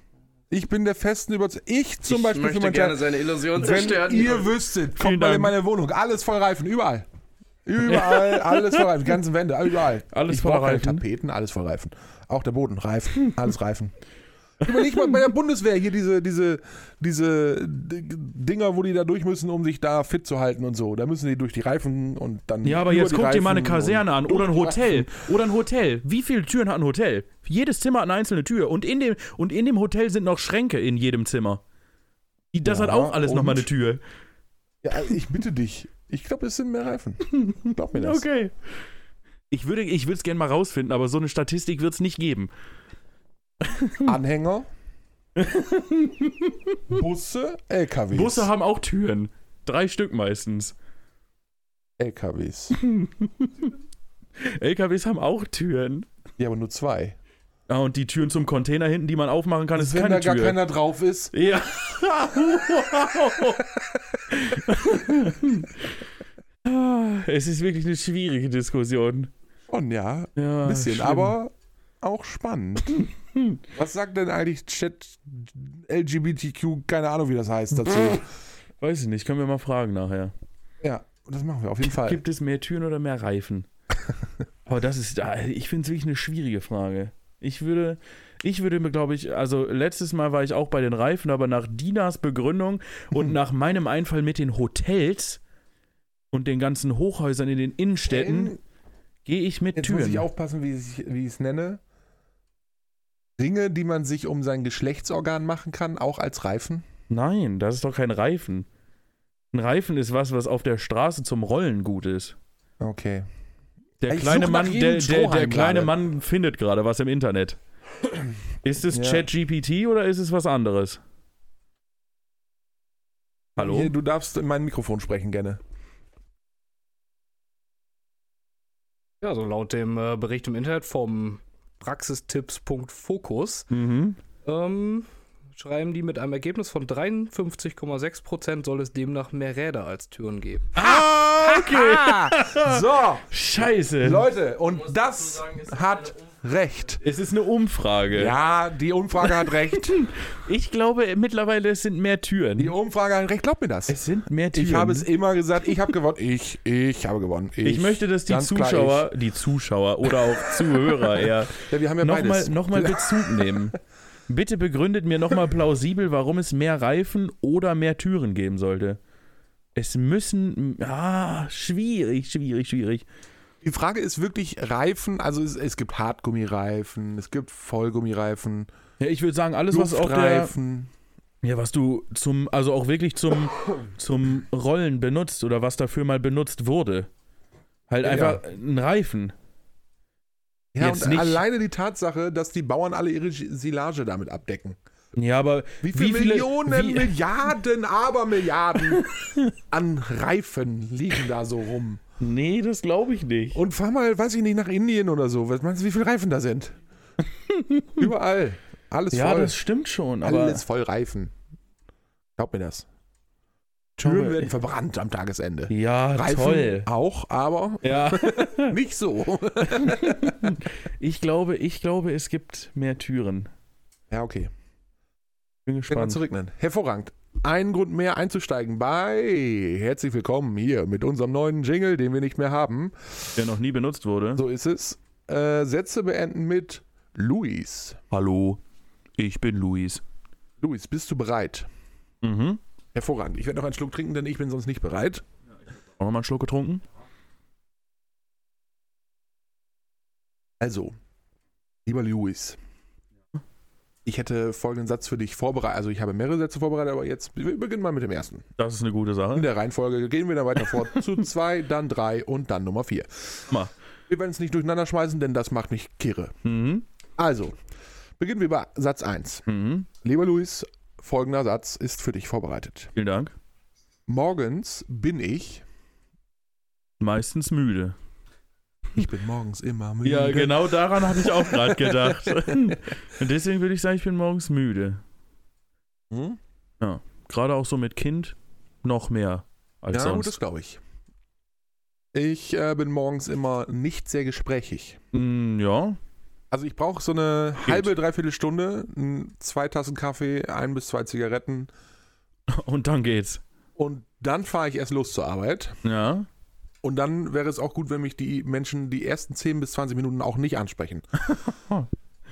[SPEAKER 4] Ich bin der festen Überzeugung. Ich zum Beispiel
[SPEAKER 3] ich
[SPEAKER 4] für
[SPEAKER 3] möchte
[SPEAKER 4] meinen
[SPEAKER 3] gerne
[SPEAKER 4] Teil,
[SPEAKER 3] seine Illusion
[SPEAKER 4] wenn
[SPEAKER 3] zerstören.
[SPEAKER 4] ihr wüsstet, kommt
[SPEAKER 2] Vielen
[SPEAKER 4] mal in
[SPEAKER 2] Dank.
[SPEAKER 4] meine Wohnung. Alles voll Reifen, überall.
[SPEAKER 2] [laughs]
[SPEAKER 4] Überall, alles voll Reifen, die ganzen Wände, überall.
[SPEAKER 2] Alles
[SPEAKER 4] ich
[SPEAKER 2] voll
[SPEAKER 4] brauche keine
[SPEAKER 2] Reifen.
[SPEAKER 4] Tapeten, alles voll Reifen. Auch der Boden, Reifen, alles Reifen. Überleg mal bei der Bundeswehr hier diese, diese, diese D- Dinger, wo die da durch müssen, um sich da fit zu halten und so. Da müssen die durch die Reifen und dann.
[SPEAKER 2] Ja, aber
[SPEAKER 4] über
[SPEAKER 2] jetzt
[SPEAKER 4] die
[SPEAKER 2] guck dir mal eine
[SPEAKER 4] Reifen
[SPEAKER 2] Kaserne an
[SPEAKER 4] und
[SPEAKER 2] oder ein
[SPEAKER 4] durch die
[SPEAKER 2] Hotel. Oder ein Hotel. Wie viele Türen hat ein Hotel? Jedes Zimmer hat eine einzelne Tür. Und in dem, und in dem Hotel sind noch Schränke in jedem Zimmer. Die- Das
[SPEAKER 4] Ja,
[SPEAKER 2] hat auch alles nochmal
[SPEAKER 4] und-
[SPEAKER 2] eine Tür.
[SPEAKER 4] Reifen. Ja, also ich bitte dich. Ich glaube, es sind mehr Reifen. Glaub mir das.
[SPEAKER 2] Okay. Ich würde es ich gerne mal rausfinden, aber so eine Statistik wird es nicht geben.
[SPEAKER 4] Anhänger, Busse, LKWs.
[SPEAKER 2] Busse haben auch Türen. Drei Stück meistens.
[SPEAKER 4] LKWs.
[SPEAKER 2] LKWs haben auch Türen.
[SPEAKER 4] Ja, aber nur zwei.
[SPEAKER 2] Ah, und die Türen zum Container hinten, die man aufmachen kann, ist
[SPEAKER 4] Wenn
[SPEAKER 2] keine
[SPEAKER 4] da gar
[SPEAKER 2] Tür.
[SPEAKER 4] keiner drauf ist.
[SPEAKER 2] Ja. wow. Ah, es ist wirklich eine schwierige Diskussion.
[SPEAKER 4] Schon, ja.
[SPEAKER 2] Ja,
[SPEAKER 4] Ein bisschen,
[SPEAKER 2] Ah, schlimm.
[SPEAKER 4] aber auch spannend. Was sagt denn eigentlich Chat LGBTQ, keine Ahnung, wie das
[SPEAKER 2] [laughs]
[SPEAKER 4] heißt, dazu?
[SPEAKER 2] Weiß ich nicht, können wir mal fragen nachher.
[SPEAKER 4] ja, das machen wir auf jeden Fall.
[SPEAKER 2] Gibt es mehr Türen oder mehr
[SPEAKER 4] [laughs]
[SPEAKER 2] Reifen? aber das ist, ah, ich finde es wirklich eine schwierige Frage. Ich würde, ich würde mir, glaube ich, also letztes Mal war ich auch bei den Reifen, aber nach Dinas Begründung und nach meinem Einfall mit den Hotels und den ganzen Hochhäusern in den Innenstädten gehe ich mit
[SPEAKER 4] Jetzt
[SPEAKER 2] Türen.
[SPEAKER 4] muss ich aufpassen, wie ich wie ich es nenne. Ringe, die man sich um sein Geschlechtsorgan machen kann, auch als Reifen.
[SPEAKER 2] Nein, das ist doch kein Reifen. Ein Reifen ist was, was auf der Straße zum Rollen gut ist.
[SPEAKER 4] Okay.
[SPEAKER 2] Der
[SPEAKER 4] Ich
[SPEAKER 2] kleine
[SPEAKER 4] suche nach
[SPEAKER 2] Mann,
[SPEAKER 4] jedem
[SPEAKER 2] der, der, der
[SPEAKER 4] Strohhalm
[SPEAKER 2] kleine
[SPEAKER 4] gerade.
[SPEAKER 2] Mann findet gerade was im Internet. Ist es
[SPEAKER 4] Ja.
[SPEAKER 2] ChatGPT oder ist es was anderes? Hallo?
[SPEAKER 4] Hier, du darfst in mein Mikrofon sprechen, gerne.
[SPEAKER 5] Ja, so laut dem äh, Bericht im Internet vom praxistipps.fokus
[SPEAKER 2] Mhm.
[SPEAKER 5] ähm, schreiben die mit einem Ergebnis von 53,6% soll es demnach mehr Räder als Türen geben.
[SPEAKER 2] Ah, okay.
[SPEAKER 4] [laughs] So,
[SPEAKER 2] Scheiße.
[SPEAKER 4] Leute, und das hat recht.
[SPEAKER 2] Es ist eine Umfrage.
[SPEAKER 4] Ja, die Umfrage hat recht.
[SPEAKER 2] Ich glaube mittlerweile, es sind mehr Türen.
[SPEAKER 4] [laughs] Die Umfrage hat recht, glaub mir das.
[SPEAKER 2] es sind mehr Türen.
[SPEAKER 4] Ich habe es immer gesagt, ich habe gewonnen. Ich, ich habe gewonnen. Ich,
[SPEAKER 2] Ich möchte, dass die
[SPEAKER 4] Ganz klar
[SPEAKER 2] Zuschauer, die Zuschauer oder
[SPEAKER 4] [laughs]
[SPEAKER 2] auch Zuhörer eher
[SPEAKER 4] ich. Ja, wir haben ja
[SPEAKER 2] nochmal
[SPEAKER 4] beides.
[SPEAKER 2] noch mal
[SPEAKER 4] [laughs]
[SPEAKER 2] Bezug nehmen. Bitte begründet mir nochmal plausibel, warum es mehr Reifen oder mehr Türen geben sollte. Es müssen. Ah, schwierig, schwierig, schwierig.
[SPEAKER 4] Die Frage ist wirklich Reifen. Also es, es gibt Hartgummireifen, es gibt Vollgummireifen,
[SPEAKER 2] Ja, ich würde sagen, alles, was auf der.
[SPEAKER 4] Luftreifen.
[SPEAKER 2] Ja, was du zum. Also auch wirklich zum, zum Rollen benutzt oder was dafür mal benutzt wurde. Halt
[SPEAKER 4] Ja.
[SPEAKER 2] einfach ein Reifen.
[SPEAKER 4] Ja,
[SPEAKER 2] Jetzt
[SPEAKER 4] und
[SPEAKER 2] nicht.
[SPEAKER 4] alleine die Tatsache, dass die Bauern alle ihre Gi- Silage damit abdecken.
[SPEAKER 2] Ja, aber.
[SPEAKER 4] Wie, viele Millionen,
[SPEAKER 2] wie- [laughs]
[SPEAKER 4] Milliarden, Abermilliarden an Reifen liegen da so rum.
[SPEAKER 2] Nee, das glaube ich nicht.
[SPEAKER 4] Und fahr mal, weiß ich nicht, nach Indien oder so. Was meinst du, wie viele Reifen
[SPEAKER 2] [laughs]
[SPEAKER 4] da sind? Überall. Alles
[SPEAKER 2] Ja,
[SPEAKER 4] voll.
[SPEAKER 2] das stimmt schon, aber.
[SPEAKER 4] Alles voll Reifen. Glaub mir das.
[SPEAKER 2] Glaube-
[SPEAKER 4] Türen werden verbrannt am Tagesende.
[SPEAKER 2] ja,
[SPEAKER 4] Reifen
[SPEAKER 2] toll.
[SPEAKER 4] auch, aber
[SPEAKER 2] [laughs] Ja.
[SPEAKER 4] nicht so.
[SPEAKER 2] Ich glaube, ich glaube, es gibt mehr Türen.
[SPEAKER 4] ja, okay.
[SPEAKER 2] Bin
[SPEAKER 4] Können wir
[SPEAKER 2] gespannt.
[SPEAKER 4] zurücknehmen. Hervorragend. Ein Grund mehr einzusteigen bei Herzlich Willkommen hier mit unserem neuen Jingle, den wir nicht mehr haben.
[SPEAKER 2] Der noch nie benutzt wurde.
[SPEAKER 4] So ist es. Äh, Sätze beenden mit Luis.
[SPEAKER 2] Hallo, ich bin Luis.
[SPEAKER 4] Luis, bist du bereit?
[SPEAKER 2] Mhm.
[SPEAKER 4] Hervorragend. Ich werde noch einen Schluck trinken, denn ich bin sonst nicht bereit.
[SPEAKER 2] Auch nochmal einen Schluck getrunken?
[SPEAKER 4] Also, lieber Luis, ich hätte folgenden Satz für dich vorbereitet. Also, ich habe mehrere Sätze vorbereitet, aber jetzt wir beginnen mal mit dem ersten.
[SPEAKER 2] Das ist eine gute
[SPEAKER 4] In
[SPEAKER 2] Sache.
[SPEAKER 4] der Reihenfolge gehen wir dann weiter [laughs] vor zu zwei, dann drei und dann Nummer vier.
[SPEAKER 2] Mal.
[SPEAKER 4] Wir werden es nicht durcheinander schmeißen, denn das macht mich kirre.
[SPEAKER 2] Mhm.
[SPEAKER 4] Also, beginnen wir bei Satz 1.
[SPEAKER 2] Mhm.
[SPEAKER 4] Lieber Luis, folgender Satz ist für dich vorbereitet.
[SPEAKER 2] Vielen Dank.
[SPEAKER 4] Morgens bin ich.
[SPEAKER 2] Meistens müde.
[SPEAKER 4] Ich bin morgens immer müde.
[SPEAKER 2] Ja, genau daran habe ich auch gerade gedacht. [laughs] Und deswegen würde ich sagen, ich bin morgens müde.
[SPEAKER 4] Hm?
[SPEAKER 2] Gerade auch so mit Kind noch mehr als
[SPEAKER 4] Ja, gut, das
[SPEAKER 2] sonst.
[SPEAKER 4] glaube ich. Ich äh, bin morgens immer nicht sehr gesprächig.
[SPEAKER 2] Mm, ja, [laughs]
[SPEAKER 4] Also ich brauche so eine halbe, dreiviertel Stunde, n- zwei Tassen Kaffee, ein bis zwei Zigaretten
[SPEAKER 2] und dann geht's.
[SPEAKER 4] und dann fahre ich erst los zur Arbeit.
[SPEAKER 2] Ja. [laughs]
[SPEAKER 4] Und dann wäre es auch gut, wenn mich die Menschen die ersten 10 bis 20 Minuten auch nicht ansprechen.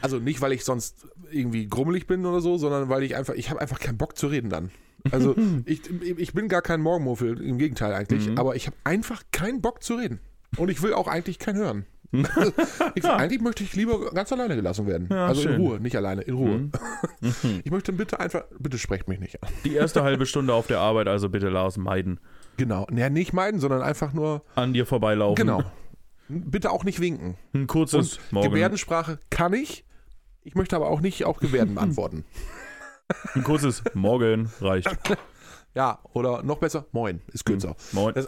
[SPEAKER 4] Also nicht, weil ich sonst irgendwie grummelig bin oder so, sondern weil ich einfach, ich habe einfach keinen Bock zu reden dann.
[SPEAKER 2] [laughs]
[SPEAKER 4] Also ich, ich bin gar kein Morgenmuffel, im Gegenteil eigentlich,
[SPEAKER 2] Mhm.
[SPEAKER 4] aber ich habe einfach keinen Bock zu reden. Und ich will auch eigentlich keinen hören. [laughs] Also ich, Eigentlich möchte ich lieber ganz alleine gelassen werden.
[SPEAKER 2] Mhm. Ja,
[SPEAKER 4] also
[SPEAKER 2] schön.
[SPEAKER 4] in Ruhe, nicht alleine, in Ruhe.
[SPEAKER 2] Mhm.
[SPEAKER 4] Ich möchte bitte einfach, bitte sprecht mich nicht an.
[SPEAKER 2] Die erste halbe Stunde auf der Arbeit, also bitte Lars meiden.
[SPEAKER 4] Genau. Naja, nicht meiden, sondern einfach nur,
[SPEAKER 2] An dir vorbeilaufen.
[SPEAKER 4] genau. Bitte auch nicht winken.
[SPEAKER 2] Ein kurzes Morgen.
[SPEAKER 4] Gebärdensprache kann ich. Ich möchte aber auch nicht
[SPEAKER 2] [laughs]
[SPEAKER 4] auf Gebärden antworten.
[SPEAKER 2] Ein kurzes Morgen reicht.
[SPEAKER 4] Ja, oder noch besser, moin, ist kürzer.
[SPEAKER 2] Moin.
[SPEAKER 4] Das-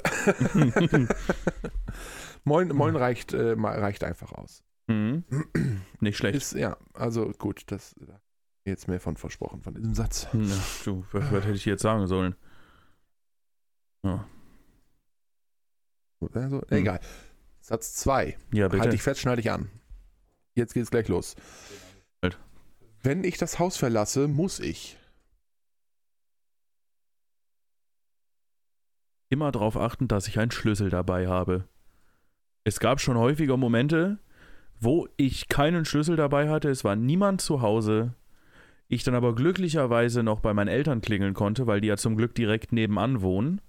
[SPEAKER 4] Moin, moin reicht, äh, mal- reicht einfach aus.
[SPEAKER 2] Mhm. Nicht schlecht.
[SPEAKER 4] Ist, ja, also gut, das da hab ich jetzt mehr von versprochen, von diesem Satz.
[SPEAKER 2] Na, du, was, was hätte ich jetzt sagen sollen?
[SPEAKER 4] Also, Egal. Satz 2.
[SPEAKER 2] Ja, Mhm. bitte.
[SPEAKER 4] Halt dich fest, schneide dich an. Jetzt geht's gleich los.
[SPEAKER 2] Halt.
[SPEAKER 4] Wenn ich das Haus verlasse, muss ich.
[SPEAKER 2] immer darauf achten, dass ich einen Schlüssel dabei habe. Es gab schon häufiger Momente, wo ich keinen Schlüssel dabei hatte, es war niemand zu Hause, ich dann aber glücklicherweise noch bei meinen Eltern klingeln konnte, weil die ja zum Glück direkt nebenan wohnen,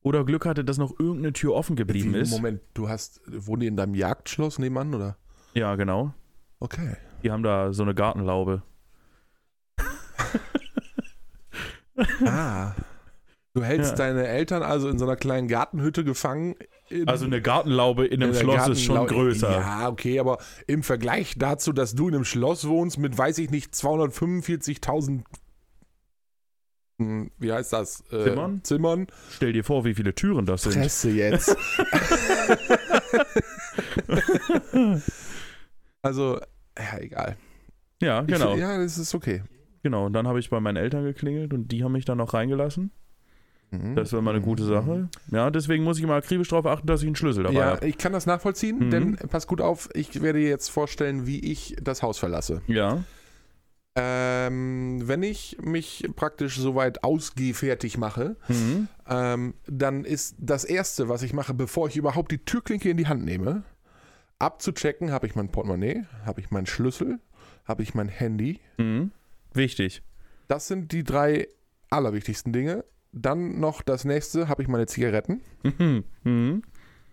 [SPEAKER 2] oder Glück hatte, dass noch irgendeine Tür offen geblieben
[SPEAKER 4] Wie,
[SPEAKER 2] ist.
[SPEAKER 4] Moment, du hast, wohnen die in deinem Jagdschloss nebenan, oder?
[SPEAKER 2] Ja, genau.
[SPEAKER 4] Okay.
[SPEAKER 2] Die haben da so eine
[SPEAKER 4] [laughs]
[SPEAKER 2] Gartenlaube.
[SPEAKER 4] Ah. Du hältst
[SPEAKER 2] Ja.
[SPEAKER 4] deine Eltern also in so einer kleinen Gartenhütte gefangen. in-
[SPEAKER 2] Also eine Gartenlaube in einem
[SPEAKER 4] der
[SPEAKER 2] Schloss ist schon
[SPEAKER 4] Gartenlau-
[SPEAKER 2] größer.
[SPEAKER 4] Ja, okay, aber im Vergleich dazu, dass du in einem Schloss wohnst mit, weiß ich nicht, 245.000, hm, wie heißt das? Äh,
[SPEAKER 2] Zimmern?
[SPEAKER 4] Zimmern.
[SPEAKER 2] Stell dir vor, wie viele Türen das sind.
[SPEAKER 4] Presse jetzt. [laughs] also, ja, egal.
[SPEAKER 2] [laughs] Ja,
[SPEAKER 4] Ich
[SPEAKER 2] genau.
[SPEAKER 4] find- ja, das ist okay.
[SPEAKER 2] Genau, und dann habe ich bei meinen Eltern geklingelt und die haben mich dann noch reingelassen.
[SPEAKER 4] Mhm.
[SPEAKER 2] Das war mal eine gute Sache. Ja, deswegen muss ich immer akribisch darauf achten, dass ich einen Schlüssel dabei
[SPEAKER 4] Ja,
[SPEAKER 2] habe.
[SPEAKER 4] ich kann das nachvollziehen,
[SPEAKER 2] Mhm.
[SPEAKER 4] denn pass gut auf, ich werde dir jetzt vorstellen, wie ich das Haus verlasse.
[SPEAKER 2] Ja.
[SPEAKER 4] Ähm, wenn ich mich praktisch soweit ausgehfertig mache,
[SPEAKER 2] Mhm.
[SPEAKER 4] ähm, dann ist das Erste, was ich mache, bevor ich überhaupt die Türklinke in die Hand nehme, abzuchecken, habe ich mein Portemonnaie, habe ich meinen Schlüssel, habe ich mein Handy.
[SPEAKER 2] Mhm. Wichtig.
[SPEAKER 4] Das sind die drei allerwichtigsten Dinge. Dann noch das nächste, habe ich meine Zigaretten.
[SPEAKER 2] Mhm. Mhm.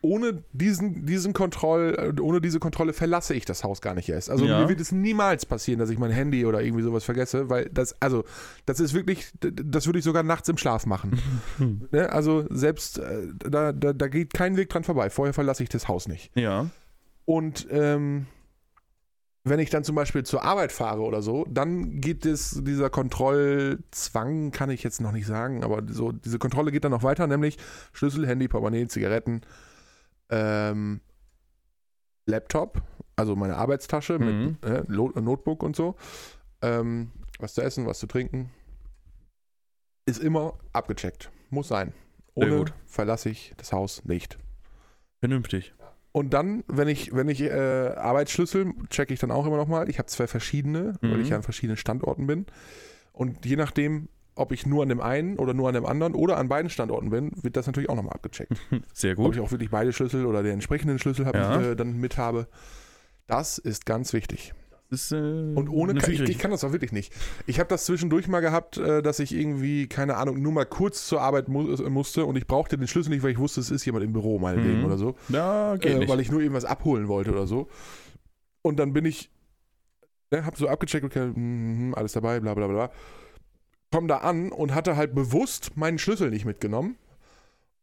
[SPEAKER 4] Ohne, diesen, diesen Kontroll, äh, ohne diese Kontrolle verlasse ich das Haus gar nicht erst. Also
[SPEAKER 2] Ja.
[SPEAKER 4] mir wird es niemals passieren, dass ich mein Handy oder irgendwie sowas vergesse, weil das, also, das ist wirklich, d- d- das würde ich sogar nachts im Schlaf machen. ne? Also selbst, äh, da, da, da geht kein Weg dran vorbei. Vorher verlasse ich das Haus nicht.
[SPEAKER 2] Ja.
[SPEAKER 4] Und ähm, wenn ich dann zum Beispiel zur Arbeit fahre oder so, dann geht es, dieser Kontrollzwang, kann ich jetzt noch nicht sagen, aber so, diese Kontrolle geht dann noch weiter, nämlich Schlüssel, Handy, Portemonnaie, Zigaretten, ähm, Laptop, also meine Arbeitstasche
[SPEAKER 2] Mhm.
[SPEAKER 4] mit äh, Lo- Notebook und so, ähm, was zu essen, was zu trinken, ist immer abgecheckt. Muss sein.
[SPEAKER 2] Sehr
[SPEAKER 4] Ohne
[SPEAKER 2] gut.
[SPEAKER 4] verlasse ich das Haus nicht.
[SPEAKER 2] Vernünftig. [laughs]
[SPEAKER 4] Und dann, wenn ich, wenn ich äh, Arbeitsschlüssel checke ich dann auch immer nochmal. Ich habe zwei verschiedene, weil
[SPEAKER 2] Mhm.
[SPEAKER 4] ich ja an verschiedenen Standorten bin. Und je nachdem, ob ich nur an dem einen oder nur an dem anderen oder an beiden Standorten bin, wird das natürlich auch nochmal abgecheckt.
[SPEAKER 2] Sehr
[SPEAKER 4] Ob
[SPEAKER 2] gut.
[SPEAKER 4] ich auch wirklich beide Schlüssel oder den entsprechenden Schlüssel hab,
[SPEAKER 2] Ja.
[SPEAKER 4] äh, dann mit habe. Das ist ganz wichtig.
[SPEAKER 2] Ist, äh,
[SPEAKER 4] Und ohne kann,
[SPEAKER 2] natürlich
[SPEAKER 4] ich, ich
[SPEAKER 2] richtig.
[SPEAKER 4] kann das auch wirklich nicht. Ich habe das zwischendurch mal gehabt, äh, dass ich irgendwie, keine Ahnung, nur mal kurz zur Arbeit mu äh, musste und ich brauchte den Schlüssel nicht, weil ich wusste, es ist jemand im Büro, meinetwegen
[SPEAKER 2] Mhm.
[SPEAKER 4] oder so
[SPEAKER 2] Ja, geht
[SPEAKER 4] äh,
[SPEAKER 2] nicht.
[SPEAKER 4] weil ich nur irgendwas abholen wollte oder so. Und dann bin ich, ne, hab so abgecheckt, okay, mhm, alles dabei, bla bla bla. Komm da an und hatte halt bewusst meinen Schlüssel nicht mitgenommen.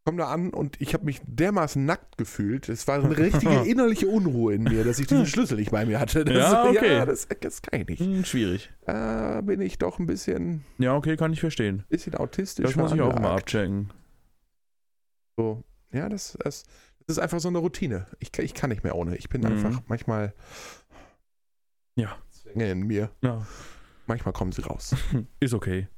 [SPEAKER 4] Komm da an und ich habe mich dermaßen nackt gefühlt. Es war eine richtige
[SPEAKER 2] [laughs]
[SPEAKER 4] innerliche Unruhe in mir, dass ich diesen Schlüssel nicht bei mir hatte. Das,
[SPEAKER 2] Ja, okay.
[SPEAKER 4] ja das, das kann ich nicht.
[SPEAKER 2] Hm, schwierig.
[SPEAKER 4] Da bin ich doch ein bisschen,
[SPEAKER 2] Ja, okay, kann ich verstehen.
[SPEAKER 4] bisschen autistisch.
[SPEAKER 2] Das muss ich auch immer
[SPEAKER 4] veranlagt.
[SPEAKER 2] abchecken.
[SPEAKER 4] So. Ja, das, das, das ist einfach so eine Routine. Ich, kann- ich kann nicht mehr ohne. Ich bin
[SPEAKER 2] Mhm.
[SPEAKER 4] einfach manchmal.
[SPEAKER 2] Ja.
[SPEAKER 4] Zwänge in mir.
[SPEAKER 2] Ja. [laughs]
[SPEAKER 4] Manchmal kommen sie raus.
[SPEAKER 2] Ist okay.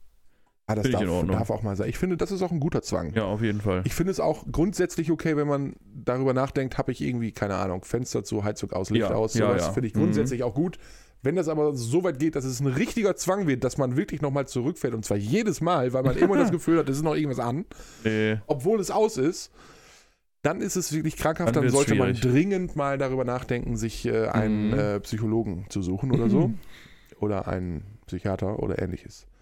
[SPEAKER 4] Ah, das
[SPEAKER 2] Finde ich
[SPEAKER 4] darf,
[SPEAKER 2] in Ordnung.
[SPEAKER 4] darf auch mal sein. Ich finde, das ist auch ein guter Zwang.
[SPEAKER 2] Ja, auf jeden Fall.
[SPEAKER 4] Ich finde es auch grundsätzlich okay, wenn man darüber nachdenkt, habe ich irgendwie, keine Ahnung, Fenster zu, Heizung aus, Licht
[SPEAKER 2] Ja,
[SPEAKER 4] aus,
[SPEAKER 2] ja,
[SPEAKER 4] sowas
[SPEAKER 2] ja.
[SPEAKER 4] finde ich
[SPEAKER 2] Mhm.
[SPEAKER 4] grundsätzlich auch gut. Wenn das aber so weit geht, dass es ein richtiger Zwang wird, dass man wirklich nochmal zurückfährt und
[SPEAKER 2] [laughs]
[SPEAKER 4] zwar jedes Mal, weil man immer das Gefühl hat, es ist noch irgendwas an,
[SPEAKER 2] Äh,
[SPEAKER 4] obwohl es aus ist, dann ist es wirklich krankhaft,
[SPEAKER 2] Dann
[SPEAKER 4] dann,
[SPEAKER 2] wird's
[SPEAKER 4] sollte man
[SPEAKER 2] schwierig.
[SPEAKER 4] dringend mal darüber nachdenken, sich äh, einen
[SPEAKER 2] Mhm.
[SPEAKER 4] äh, Psychologen zu suchen oder so. Oder einen Psychiater oder ähnliches. [clears throat]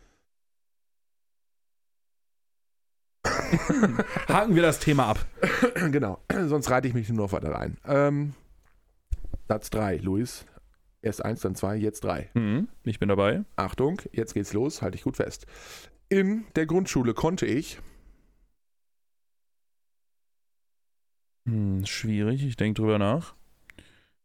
[SPEAKER 2] Haken wir das Thema ab.
[SPEAKER 4] genau, [clears throat] sonst reite ich mich nur noch weiter rein. Ähm, Satz 3, Luis. Erst 1, dann 2, jetzt 3.
[SPEAKER 2] Mhm. Ich bin dabei.
[SPEAKER 4] Achtung, jetzt geht's los, halte ich gut fest. In der Grundschule konnte ich,
[SPEAKER 2] Hm, schwierig, ich denke drüber nach.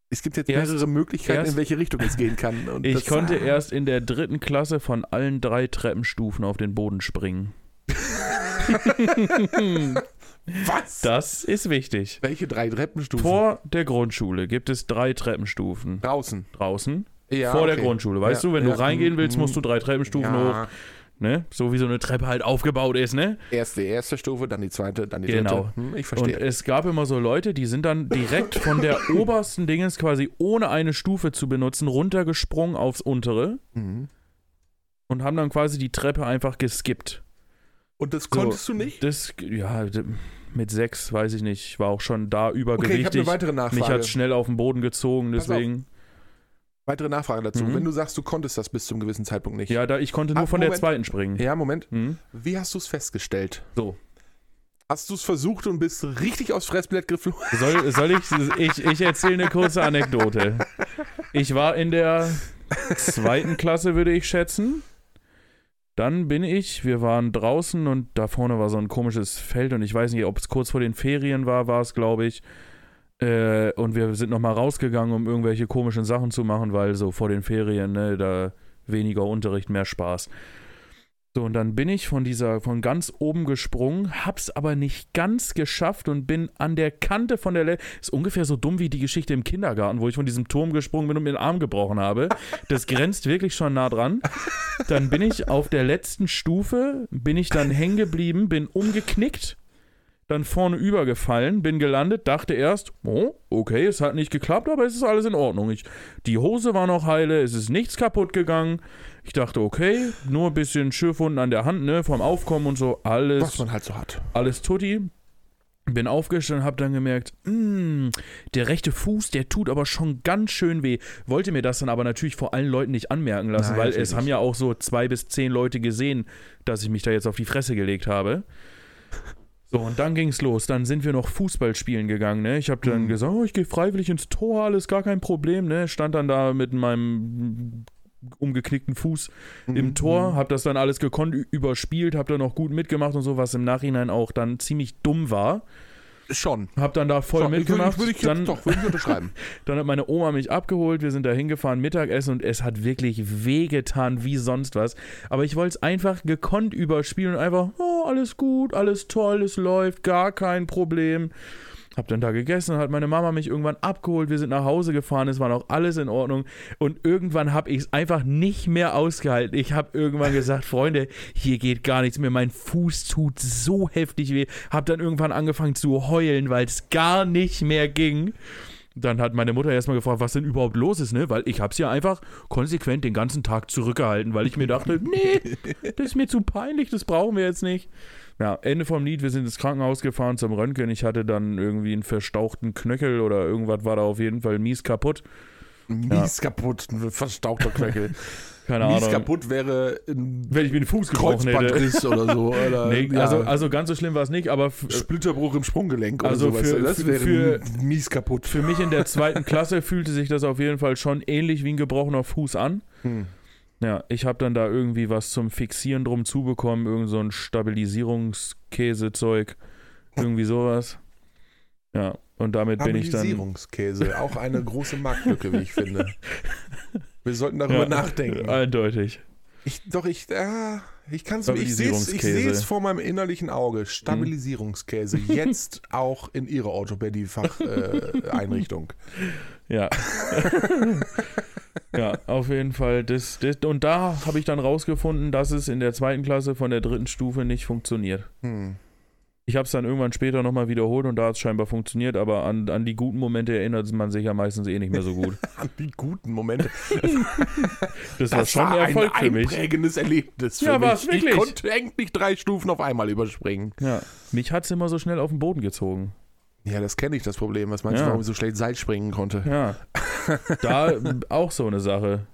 [SPEAKER 4] es gibt jetzt
[SPEAKER 2] Erst-
[SPEAKER 4] mehrere Möglichkeiten,
[SPEAKER 2] erst-
[SPEAKER 4] in welche Richtung es gehen kann. Und
[SPEAKER 2] Ich
[SPEAKER 4] das- [laughs]
[SPEAKER 2] konnte erst in der dritten Klasse von allen drei Treppenstufen auf den Boden springen.
[SPEAKER 3] [laughs]
[SPEAKER 4] [laughs] Was?
[SPEAKER 2] Das ist wichtig.
[SPEAKER 4] welche drei Treppenstufen?
[SPEAKER 2] Vor der Grundschule gibt es drei Treppenstufen.
[SPEAKER 4] Draußen.
[SPEAKER 2] Draußen,
[SPEAKER 4] Ja,
[SPEAKER 2] vor der
[SPEAKER 4] okay.
[SPEAKER 2] Grundschule. Weißt
[SPEAKER 4] Ja,
[SPEAKER 2] du, wenn
[SPEAKER 4] ja,
[SPEAKER 2] du reingehen
[SPEAKER 4] mm,
[SPEAKER 2] willst, musst du
[SPEAKER 4] mm.
[SPEAKER 2] drei Treppenstufen hoch.
[SPEAKER 4] ja.
[SPEAKER 2] Ne? So wie so eine Treppe halt aufgebaut ist, ne?
[SPEAKER 4] Erst die erste Stufe, dann die zweite, dann die
[SPEAKER 2] Genau.
[SPEAKER 4] dritte. Hm, ich
[SPEAKER 2] Und
[SPEAKER 4] verstehe.
[SPEAKER 2] es gab immer so Leute, die sind dann direkt von
[SPEAKER 4] [laughs]
[SPEAKER 2] der obersten Dingens quasi ohne eine Stufe zu benutzen runtergesprungen aufs untere
[SPEAKER 4] Mhm.
[SPEAKER 2] und haben dann quasi die Treppe einfach geskippt.
[SPEAKER 4] Und das
[SPEAKER 2] So, Das, ja, d- mit sechs, weiß ich nicht. Ich War auch schon da
[SPEAKER 4] Okay, ich habe
[SPEAKER 2] übergewichtig.
[SPEAKER 4] eine weitere
[SPEAKER 2] Mich
[SPEAKER 4] Nachfrage.
[SPEAKER 2] hat schnell auf den Boden gezogen,
[SPEAKER 4] Pass auf.
[SPEAKER 2] deswegen.
[SPEAKER 4] weitere Nachfrage dazu.
[SPEAKER 2] Mhm.
[SPEAKER 4] Wenn du sagst, du konntest das bis zum gewissen Zeitpunkt nicht.
[SPEAKER 2] Ja, da, ich konnte nur
[SPEAKER 4] Ach,
[SPEAKER 2] von der
[SPEAKER 4] Moment.
[SPEAKER 2] zweiten springen.
[SPEAKER 4] Ja, Moment.
[SPEAKER 2] Hm?
[SPEAKER 4] Wie hast du es festgestellt?
[SPEAKER 2] So.
[SPEAKER 4] Hast du es versucht und bist richtig aufs Fressblatt geflogen?
[SPEAKER 2] Soll, soll ich, ich, ich erzähle eine kurze Anekdote. Ich war in der zweiten Klasse, würde ich schätzen. Dann bin ich, wir waren draußen und da vorne war so ein komisches Feld und ich weiß nicht, ob es kurz vor den Ferien war, war es, glaube ich. Äh, und wir sind nochmal rausgegangen, um irgendwelche komischen Sachen zu machen, weil so vor den Ferien, ne, da weniger Unterricht, mehr Spaß. So, und dann bin ich von dieser, von ganz oben gesprungen, hab's aber nicht ganz geschafft und bin an der Kante von der, Le ist ungefähr so dumm wie die Geschichte im Kindergarten, wo ich von diesem Turm gesprungen bin und mir den Arm gebrochen habe. Das grenzt wirklich schon nah dran. Dann bin ich auf der letzten Stufe, bin ich dann hängen geblieben, bin umgeknickt, dann vorne übergefallen, bin gelandet, dachte erst, oh, okay, es hat nicht geklappt, aber es ist alles in Ordnung. Ich, die Hose war noch heile, es ist nichts kaputt gegangen. Ich dachte, okay, nur ein bisschen Schürfwunden an der Hand, ne, vom Aufkommen und so, alles
[SPEAKER 4] Was man halt so hat.
[SPEAKER 2] alles tutti. Bin aufgestanden, hab dann gemerkt, mm, der rechte Fuß, der tut aber schon ganz schön weh. Wollte mir das dann aber natürlich vor allen Leuten nicht anmerken lassen,
[SPEAKER 4] Nein,
[SPEAKER 2] weil
[SPEAKER 4] natürlich
[SPEAKER 2] es haben ja auch so zwei bis zehn Leute gesehen, dass ich mich da jetzt auf die Fresse gelegt habe. So, und dann ging's los. Dann sind wir noch Fußball spielen gegangen, ne? Ich hab
[SPEAKER 4] Mhm.
[SPEAKER 2] dann gesagt, oh, ich gehe freiwillig ins Tor, alles gar kein Problem, ne? Stand dann da mit meinem umgeknickten Fuß
[SPEAKER 4] Mhm,
[SPEAKER 2] im Tor, habe das dann alles gekonnt, ü- überspielt, habe dann auch gut mitgemacht und so, was im Nachhinein auch dann ziemlich dumm war.
[SPEAKER 4] Schon.
[SPEAKER 2] Habe dann da voll
[SPEAKER 4] Schon.
[SPEAKER 2] mitgemacht.
[SPEAKER 4] Würde ich, würde ich
[SPEAKER 2] dann,
[SPEAKER 4] jetzt doch würde
[SPEAKER 2] [laughs]
[SPEAKER 4] ich unterschreiben.
[SPEAKER 2] dann hat meine Oma mich abgeholt, wir sind da hingefahren, Mittagessen und es hat wirklich wehgetan wie sonst was. Aber ich wollte es einfach gekonnt überspielen und einfach, oh, alles gut, alles toll, es läuft, gar kein Problem. Hab dann da gegessen, hat meine Mama mich irgendwann abgeholt, wir sind nach Hause gefahren, es war noch alles in Ordnung und irgendwann habe ich es einfach nicht mehr ausgehalten. Ich habe irgendwann gesagt, Freunde, hier geht gar nichts mehr, mein Fuß tut so heftig weh. Hab dann irgendwann angefangen zu heulen, weil es gar nicht mehr ging. Dann hat meine Mutter erstmal gefragt, was denn überhaupt los ist, ne? Weil ich hab's ja einfach konsequent den ganzen Tag zurückgehalten, weil ich mir
[SPEAKER 4] [laughs]
[SPEAKER 2] dachte, nee, das ist mir zu peinlich, das brauchen wir jetzt nicht. Ja, Ende vom Lied, wir sind ins Krankenhaus gefahren zum Röntgen. Ich hatte dann irgendwie einen verstauchten Knöchel oder irgendwas war da auf jeden Fall mies kaputt.
[SPEAKER 4] Mies kaputt. Ein verstauchter Knöchel.
[SPEAKER 2] Keine
[SPEAKER 4] Mies
[SPEAKER 2] Ahnung.
[SPEAKER 4] kaputt wäre ein
[SPEAKER 2] Wenn ich mir den Fuß gebrochen hätte. [laughs]
[SPEAKER 4] Kreuzbandriss oder so. Oder,
[SPEAKER 2] Nee,
[SPEAKER 4] äh, ja. Äh,
[SPEAKER 2] also, also ganz so schlimm war es nicht, aber f-
[SPEAKER 4] Splitterbruch im Sprunggelenk
[SPEAKER 2] Also
[SPEAKER 4] oder sowas.
[SPEAKER 2] für-
[SPEAKER 4] das wäre
[SPEAKER 2] für-
[SPEAKER 4] mies kaputt.
[SPEAKER 2] für mich in der zweiten Klasse fühlte sich das auf jeden Fall schon ähnlich wie ein gebrochener Fuß an.
[SPEAKER 4] Hm.
[SPEAKER 2] Ja, ich habe dann da irgendwie was zum Fixieren drum zubekommen, irgend so ein Stabilisierungskäsezeug, irgendwie sowas. Ja, und damit bin ich dann.
[SPEAKER 4] Stabilisierungskäse, auch eine große Marktlücke, wie ich finde. Wir sollten darüber
[SPEAKER 2] Ja, Äh,
[SPEAKER 4] nachdenken.
[SPEAKER 2] Eindeutig.
[SPEAKER 4] Ich, doch, ich, ah, ich kann es ich sehe es ich
[SPEAKER 2] Stabilisierungskäse. Mhm.
[SPEAKER 4] seh's vor meinem innerlichen Auge. Stabilisierungskäse, jetzt auch in Ihrer Orthopädie-Facheinrichtung. Äh, Einrichtung.
[SPEAKER 2] [laughs] Ja. ja, auf jeden Fall. Das, das, und da habe ich dann rausgefunden, dass es in der zweiten Klasse von der dritten Stufe nicht funktioniert.
[SPEAKER 4] hm.
[SPEAKER 2] Ich habe es dann irgendwann später nochmal wiederholt und da hat es scheinbar funktioniert, aber an, an die guten Momente erinnert man sich ja meistens eh nicht mehr so gut.
[SPEAKER 4] An die guten Momente.
[SPEAKER 2] Das, war schon ein
[SPEAKER 4] ein
[SPEAKER 2] Erfolg für mich.
[SPEAKER 4] einprägendes Erlebnis für
[SPEAKER 2] Ja, war's
[SPEAKER 4] mich. Ich
[SPEAKER 2] wirklich?
[SPEAKER 4] konnte eigentlich drei Stufen auf einmal überspringen.
[SPEAKER 2] Ja, mich hat es immer so schnell auf den Boden gezogen.
[SPEAKER 4] Ja, das kenne ich, das Problem. Was meinst
[SPEAKER 2] Ja.
[SPEAKER 4] du, warum ich so schlecht Seil springen konnte? [laughs]
[SPEAKER 2] Ja. [laughs] Da auch so eine Sache.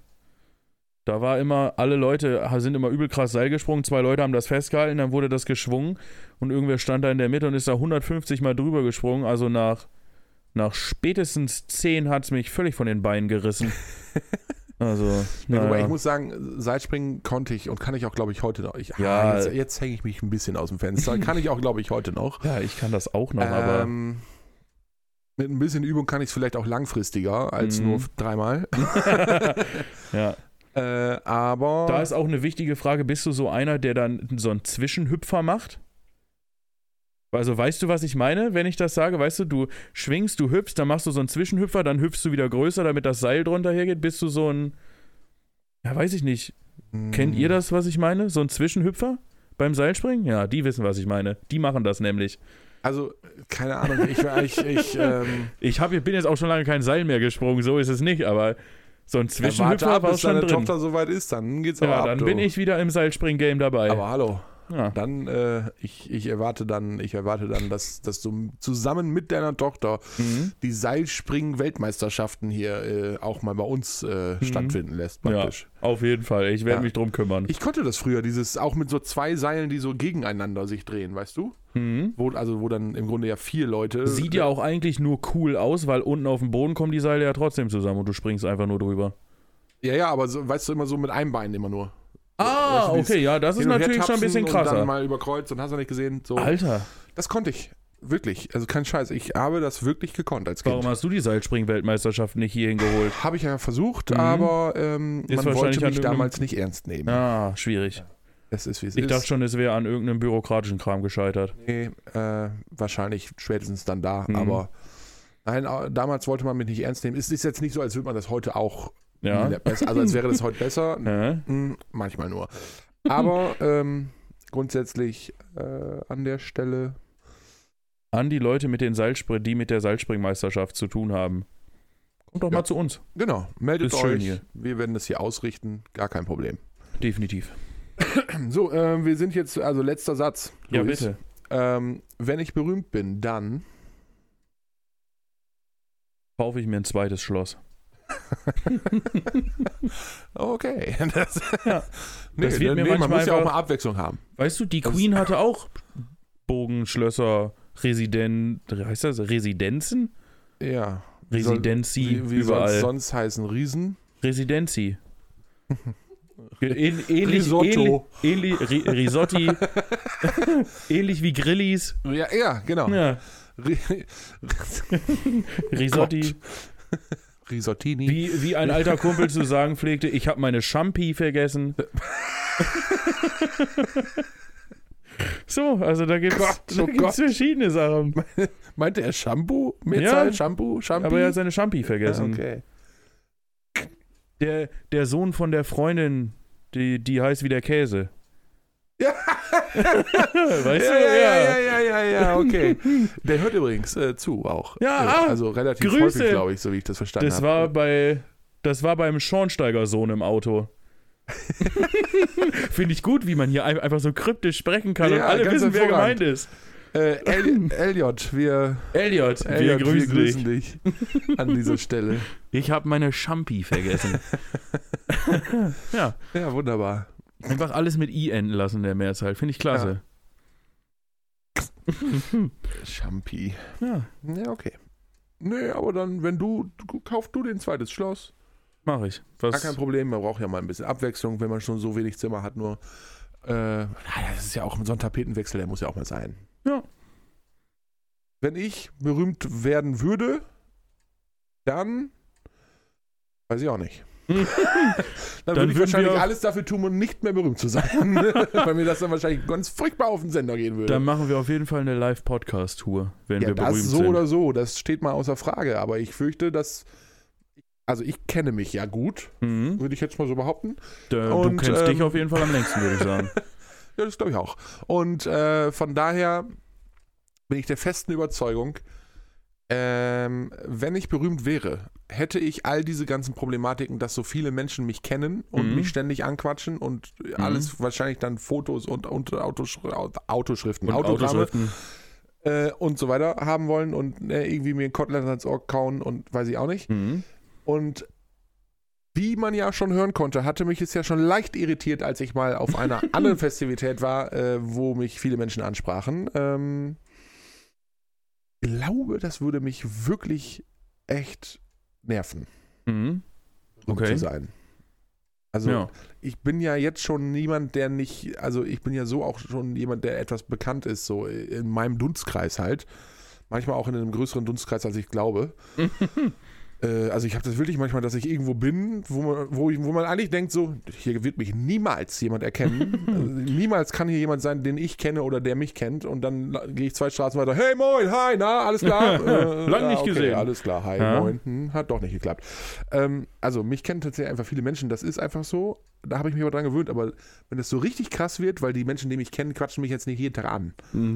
[SPEAKER 2] Da war immer, alle Leute sind immer übel krass Seil gesprungen, zwei Leute haben das festgehalten, dann wurde das geschwungen und irgendwer stand da in der Mitte und ist da 150 Mal drüber gesprungen. Also nach, nach spätestens 10 hat es mich völlig von den Beinen gerissen.
[SPEAKER 4] [laughs]
[SPEAKER 2] Also,
[SPEAKER 4] Ja, wobei
[SPEAKER 2] naja.
[SPEAKER 4] ich muss sagen, Seilspringen konnte ich und kann ich auch, glaube ich, heute noch. Ich,
[SPEAKER 2] Ja.
[SPEAKER 4] ah, jetzt jetzt hänge ich mich ein bisschen aus dem Fenster. Kann ich auch, glaube ich, heute noch.
[SPEAKER 2] ja, ich kann das auch [laughs] noch, aber
[SPEAKER 4] Ähm, mit ein bisschen Übung kann ich es vielleicht auch langfristiger als
[SPEAKER 2] Mhm.
[SPEAKER 4] nur dreimal.
[SPEAKER 2] [laughs]
[SPEAKER 4] [laughs]
[SPEAKER 2] ja.
[SPEAKER 4] Äh, aber
[SPEAKER 2] Da ist auch eine wichtige Frage, bist du so einer, der dann so einen Zwischenhüpfer macht? Also weißt du, was ich meine, wenn ich das sage? Weißt du, du schwingst, du hüpfst, dann machst du so einen Zwischenhüpfer, dann hüpfst du wieder größer, damit das Seil drunter hergeht, bist du so ein Ja, weiß ich nicht.
[SPEAKER 4] mm,
[SPEAKER 2] Kennt
[SPEAKER 4] Mhm.
[SPEAKER 2] ihr das, was ich meine? So ein Zwischenhüpfer beim Seilspringen? Ja, die wissen, was ich meine. Die machen das nämlich.
[SPEAKER 4] Also, keine Ahnung, ich, ich,
[SPEAKER 2] [laughs]
[SPEAKER 4] ich ähm,
[SPEAKER 2] Ich hab, ich bin jetzt auch schon lange kein Seil mehr gesprungen, so ist es nicht, aber so ein
[SPEAKER 4] warte
[SPEAKER 2] Zwischenhüpfer
[SPEAKER 4] ab,
[SPEAKER 2] war
[SPEAKER 4] bis
[SPEAKER 2] schon
[SPEAKER 4] deine
[SPEAKER 2] drin.
[SPEAKER 4] Tochter soweit ist, dann geht's aber
[SPEAKER 2] Ja,
[SPEAKER 4] ab.
[SPEAKER 2] dann
[SPEAKER 4] du.
[SPEAKER 2] bin ich wieder im Seilspring-Game dabei.
[SPEAKER 4] Aber hallo,
[SPEAKER 2] ja.
[SPEAKER 4] dann, äh, ich, ich erwarte dann, ich erwarte dann, dass, dass du zusammen mit deiner Tochter
[SPEAKER 2] Mhm.
[SPEAKER 4] die Seilspringen-Weltmeisterschaften hier äh, auch mal bei uns äh, stattfinden lässt, praktisch.
[SPEAKER 2] Mhm. Ja, auf jeden Fall. Ich werde
[SPEAKER 4] Ja.
[SPEAKER 2] mich drum kümmern.
[SPEAKER 4] Ich konnte das früher, dieses auch mit so zwei Seilen, die so gegeneinander sich drehen, weißt du?
[SPEAKER 2] Mhm.
[SPEAKER 4] Wo, also wo dann im Grunde ja vier Leute.
[SPEAKER 2] Sieht ja auch eigentlich nur cool aus, weil unten auf dem Boden kommen die Seile ja trotzdem zusammen und du springst einfach nur drüber.
[SPEAKER 4] Ja, ja, aber so, weißt du, immer so mit einem Bein immer nur.
[SPEAKER 2] Ah,
[SPEAKER 4] weißt du, dieses
[SPEAKER 2] okay, ja, das ist
[SPEAKER 4] Hin und her
[SPEAKER 2] natürlich schon ein
[SPEAKER 4] tapsen
[SPEAKER 2] bisschen
[SPEAKER 4] Und dann
[SPEAKER 2] krasser.
[SPEAKER 4] mal über Kreuz und hast du nicht gesehen. So.
[SPEAKER 2] Alter,
[SPEAKER 4] Das konnte ich. Wirklich. Also kein Scheiß. Ich habe das wirklich gekonnt als
[SPEAKER 2] warum
[SPEAKER 4] Kind.
[SPEAKER 2] hast du die Seilspring-Weltmeisterschaft nicht hier hingeholt?
[SPEAKER 4] Habe ich ja versucht, aber ähm,
[SPEAKER 2] Mhm. Ist
[SPEAKER 4] man
[SPEAKER 2] wahrscheinlich
[SPEAKER 4] wollte
[SPEAKER 2] an
[SPEAKER 4] mich
[SPEAKER 2] irgendeinem-
[SPEAKER 4] damals nicht ernst nehmen.
[SPEAKER 2] Ah, schwierig.
[SPEAKER 4] Das ist wie es
[SPEAKER 2] Ich
[SPEAKER 4] ist.
[SPEAKER 2] dachte schon, es wäre an irgendeinem bürokratischen Kram gescheitert.
[SPEAKER 4] Nee, äh, wahrscheinlich spätestens dann da,
[SPEAKER 2] Mhm.
[SPEAKER 4] aber nein, au- damals wollte man mich nicht ernst nehmen. Es ist jetzt nicht so, als würde man das heute auch
[SPEAKER 2] Ja.
[SPEAKER 4] ne- besser, also als
[SPEAKER 2] [laughs]
[SPEAKER 4] wäre das heute besser.
[SPEAKER 2] Hä?
[SPEAKER 4] Hm, manchmal nur. Aber ähm, grundsätzlich äh, an der Stelle.
[SPEAKER 2] An die Leute mit den Seilspr die mit der Seilspringmeisterschaft zu tun haben. Kommt doch
[SPEAKER 4] Ja.
[SPEAKER 2] mal zu uns.
[SPEAKER 4] Genau, meldet
[SPEAKER 2] Ist
[SPEAKER 4] euch.
[SPEAKER 2] schön hier.
[SPEAKER 4] Wir werden das hier ausrichten, gar kein Problem. [clears throat]
[SPEAKER 2] Definitiv.
[SPEAKER 4] So, ähm, wir sind jetzt, also letzter Satz.
[SPEAKER 2] Ja,
[SPEAKER 4] Luis.
[SPEAKER 2] bitte.
[SPEAKER 4] Ähm, wenn ich berühmt bin, dann.
[SPEAKER 2] Kaufe ich mir ein zweites Schloss.
[SPEAKER 4] [laughs] okay. Das,
[SPEAKER 2] Ja.
[SPEAKER 4] nee,
[SPEAKER 2] Das wird mir
[SPEAKER 4] nee, man
[SPEAKER 2] manchmal
[SPEAKER 4] muss ja auch
[SPEAKER 2] einfach-
[SPEAKER 4] mal Abwechslung haben.
[SPEAKER 2] Weißt du, die
[SPEAKER 4] Das-
[SPEAKER 2] Queen hatte auch Bogen, Schlösser, Residen, heißt das Residenzen?
[SPEAKER 4] Ja. Wie soll-
[SPEAKER 2] Residenzi,
[SPEAKER 4] Wie, wie soll es
[SPEAKER 2] überall.
[SPEAKER 4] sonst heißen? Riesen? [laughs]
[SPEAKER 2] Residenzi. Ähn- ähnlich,
[SPEAKER 4] Risotto.
[SPEAKER 2] Ähnlich, ähnlich, Ri-
[SPEAKER 4] [laughs]
[SPEAKER 2] Risotti. ähnlich wie Grillis.
[SPEAKER 4] Ja, ja genau.
[SPEAKER 2] Ja.
[SPEAKER 4] Ri-
[SPEAKER 2] Risotti.
[SPEAKER 4] [laughs] Risottini.
[SPEAKER 2] Wie, wie ein alter Kumpel zu sagen pflegte, ich habe meine Champi
[SPEAKER 4] [laughs]
[SPEAKER 2] vergessen. so, also da gibt es
[SPEAKER 4] Gott, oh Gott.
[SPEAKER 2] verschiedene Sachen.
[SPEAKER 4] Meinte er Shampoo? Mehrzahl?
[SPEAKER 2] Ja.
[SPEAKER 4] Shampoo? Shampoo?
[SPEAKER 2] Aber er hat seine Champi vergessen.
[SPEAKER 4] okay.
[SPEAKER 2] Der, der Sohn von der Freundin, die, die heißt wie der Käse.
[SPEAKER 4] Ja.
[SPEAKER 2] [laughs] weißt
[SPEAKER 4] ja,
[SPEAKER 2] du?
[SPEAKER 4] ja,
[SPEAKER 2] Ja.
[SPEAKER 4] ja, ja, ja, ja,
[SPEAKER 2] [laughs]
[SPEAKER 4] okay. Der hört übrigens äh, zu auch.
[SPEAKER 2] Ja,
[SPEAKER 4] Äh,
[SPEAKER 2] ah,
[SPEAKER 4] also relativ
[SPEAKER 2] Grüße.
[SPEAKER 4] häufig, glaube ich, so wie ich das verstanden
[SPEAKER 2] Das
[SPEAKER 4] habe.
[SPEAKER 2] war bei. Das war beim Schornsteigersohn im
[SPEAKER 4] [laughs]
[SPEAKER 2] Auto. Finde ich gut, wie man hier ein- einfach so kryptisch sprechen kann und
[SPEAKER 4] Ja,
[SPEAKER 2] alle
[SPEAKER 4] ganz
[SPEAKER 2] wissen, wer
[SPEAKER 4] hervorragend.
[SPEAKER 2] gemeint ist. [laughs]
[SPEAKER 4] Äh, El Elliot, wir,
[SPEAKER 2] Elliot,
[SPEAKER 4] Elliot,
[SPEAKER 2] wir grüßen dich.
[SPEAKER 4] dich. an dieser Stelle.
[SPEAKER 2] Ich habe meine Champi
[SPEAKER 4] [laughs]
[SPEAKER 2] vergessen. ja,
[SPEAKER 4] Ja, wunderbar.
[SPEAKER 2] einfach alles mit I enden lassen, der Mehrzahl. Finde ich klasse.
[SPEAKER 4] Champi.
[SPEAKER 2] [laughs] ja
[SPEAKER 4] Ja, okay. Nee, aber dann, wenn du, du kaufst du den zweites Schloss.
[SPEAKER 2] mache ich.
[SPEAKER 4] Gar
[SPEAKER 2] Was,
[SPEAKER 4] kein Problem, man braucht ja mal ein bisschen Abwechslung, wenn man schon so wenig Zimmer hat, nur äh, na, das ist ja auch so ein Tapetenwechsel, der muss ja auch mal sein.
[SPEAKER 2] Ja.
[SPEAKER 4] Wenn ich berühmt werden würde, dann weiß ich
[SPEAKER 2] [laughs]
[SPEAKER 4] auch nicht. [laughs] dann, würde ich
[SPEAKER 2] würden
[SPEAKER 4] wahrscheinlich
[SPEAKER 2] wir-
[SPEAKER 4] alles dafür tun, um nicht mehr berühmt
[SPEAKER 2] [laughs]
[SPEAKER 4] zu sein. [laughs] Weil mir das dann wahrscheinlich ganz furchtbar auf den Sender gehen würde.
[SPEAKER 2] Dann machen wir auf jeden Fall eine Live-Podcast-Tour, wenn
[SPEAKER 4] ja,
[SPEAKER 2] wir
[SPEAKER 4] das
[SPEAKER 2] berühmt
[SPEAKER 4] so
[SPEAKER 2] sind.
[SPEAKER 4] oder so, das steht mal außer Frage. Aber ich fürchte, dass. Also ich kenne mich ja gut,
[SPEAKER 2] mhm.
[SPEAKER 4] würde ich jetzt mal so behaupten.
[SPEAKER 2] Da, du
[SPEAKER 4] Und,
[SPEAKER 2] kennst dich
[SPEAKER 4] ähm,
[SPEAKER 2] auf jeden Fall am längsten, würde ich
[SPEAKER 4] [laughs]
[SPEAKER 2] sagen.
[SPEAKER 4] Ja, das glaube ich auch. Und äh, von daher bin ich der festen Überzeugung, ähm, wenn ich berühmt wäre, hätte ich all diese ganzen Problematiken, dass so viele Menschen mich kennen und
[SPEAKER 2] Mhm.
[SPEAKER 4] mich ständig anquatschen und alles wahrscheinlich dann Fotos und, und Autosch Autoschriften,
[SPEAKER 2] Und
[SPEAKER 4] Autogramme
[SPEAKER 2] Autoschriften.
[SPEAKER 4] äh, und so weiter haben wollen und äh, irgendwie mir ein Kotelett ans Ohr kauen und weiß ich auch nicht.
[SPEAKER 2] Mhm.
[SPEAKER 4] Und wie man ja schon hören konnte, hatte mich es ja schon leicht irritiert, als ich mal auf
[SPEAKER 2] [laughs]
[SPEAKER 4] einer anderen Festivität war, äh, wo mich viele Menschen ansprachen. Ähm, glaube, das würde mich wirklich echt nerven,
[SPEAKER 2] Mhm.
[SPEAKER 4] um
[SPEAKER 2] Okay.
[SPEAKER 4] zu sein. Also
[SPEAKER 2] ja.
[SPEAKER 4] ich bin ja jetzt schon niemand, der nicht, also ich bin ja so auch schon jemand, der etwas bekannt ist, so in meinem Dunstkreis halt. Manchmal auch in einem größeren Dunstkreis, als ich glaube. Äh, also ich habe das wirklich manchmal, dass ich irgendwo bin, wo man, wo, ich, wo man eigentlich denkt, so, hier wird mich niemals
[SPEAKER 2] [laughs]
[SPEAKER 4] jemand erkennen. also, niemals kann hier jemand sein, den ich kenne oder der mich kennt. Und dann la- gehe ich zwei Straßen weiter, hey moin, hi, na, alles
[SPEAKER 2] [laughs]
[SPEAKER 4] klar. Äh,
[SPEAKER 2] Lang nicht gesehen.
[SPEAKER 4] Alles klar, hi,
[SPEAKER 2] Ja.
[SPEAKER 4] moin. Hm, hat doch nicht geklappt. Ähm, also mich kennen tatsächlich einfach viele Menschen, das ist einfach so. Da habe ich mich aber dran gewöhnt, aber wenn es so richtig krass wird, weil die Menschen, die mich kennen, quatschen mich jetzt nicht jeden Tag an.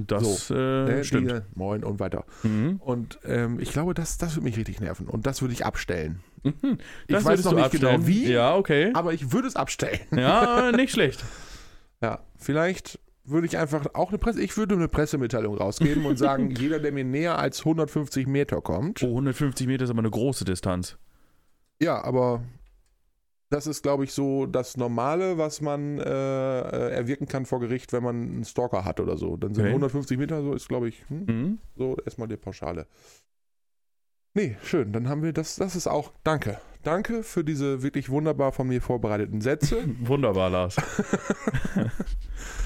[SPEAKER 2] Das äh,
[SPEAKER 4] Ne? Die,
[SPEAKER 2] stimmt.
[SPEAKER 4] äh, moin und weiter.
[SPEAKER 2] Mhm.
[SPEAKER 4] Und ähm, ich glaube, das, das würde mich richtig nerven. Und das würde ich abstellen.
[SPEAKER 2] Mhm.
[SPEAKER 4] Ich weiß
[SPEAKER 2] würdest
[SPEAKER 4] noch
[SPEAKER 2] du
[SPEAKER 4] nicht genau
[SPEAKER 2] abstellen.
[SPEAKER 4] wie.
[SPEAKER 2] Ja, okay.
[SPEAKER 4] Aber ich würde es abstellen.
[SPEAKER 2] Ja, nicht schlecht.
[SPEAKER 4] [laughs]
[SPEAKER 2] [laughs]
[SPEAKER 4] Ja, vielleicht würde ich einfach auch eine Presse, ich würde eine Pressemitteilung rausgeben und [laughs] sagen, jeder, der mir näher als 150 Meter kommt.
[SPEAKER 2] Oh, 150 Meter ist aber eine große Distanz.
[SPEAKER 4] Ja, aber das ist, glaube ich, so das Normale, was man äh, äh, erwirken kann vor Gericht, wenn man einen Stalker hat oder so. Dann sind
[SPEAKER 2] Okay.
[SPEAKER 4] 150 Meter, so ist, glaube ich, hm,
[SPEAKER 2] Mhm.
[SPEAKER 4] so erstmal die Pauschale. Nee, schön, dann haben wir das, das ist auch, danke. Danke für diese wirklich wunderbar von mir vorbereiteten Sätze.
[SPEAKER 2] Wunderbar,
[SPEAKER 4] [laughs]
[SPEAKER 2] Lars.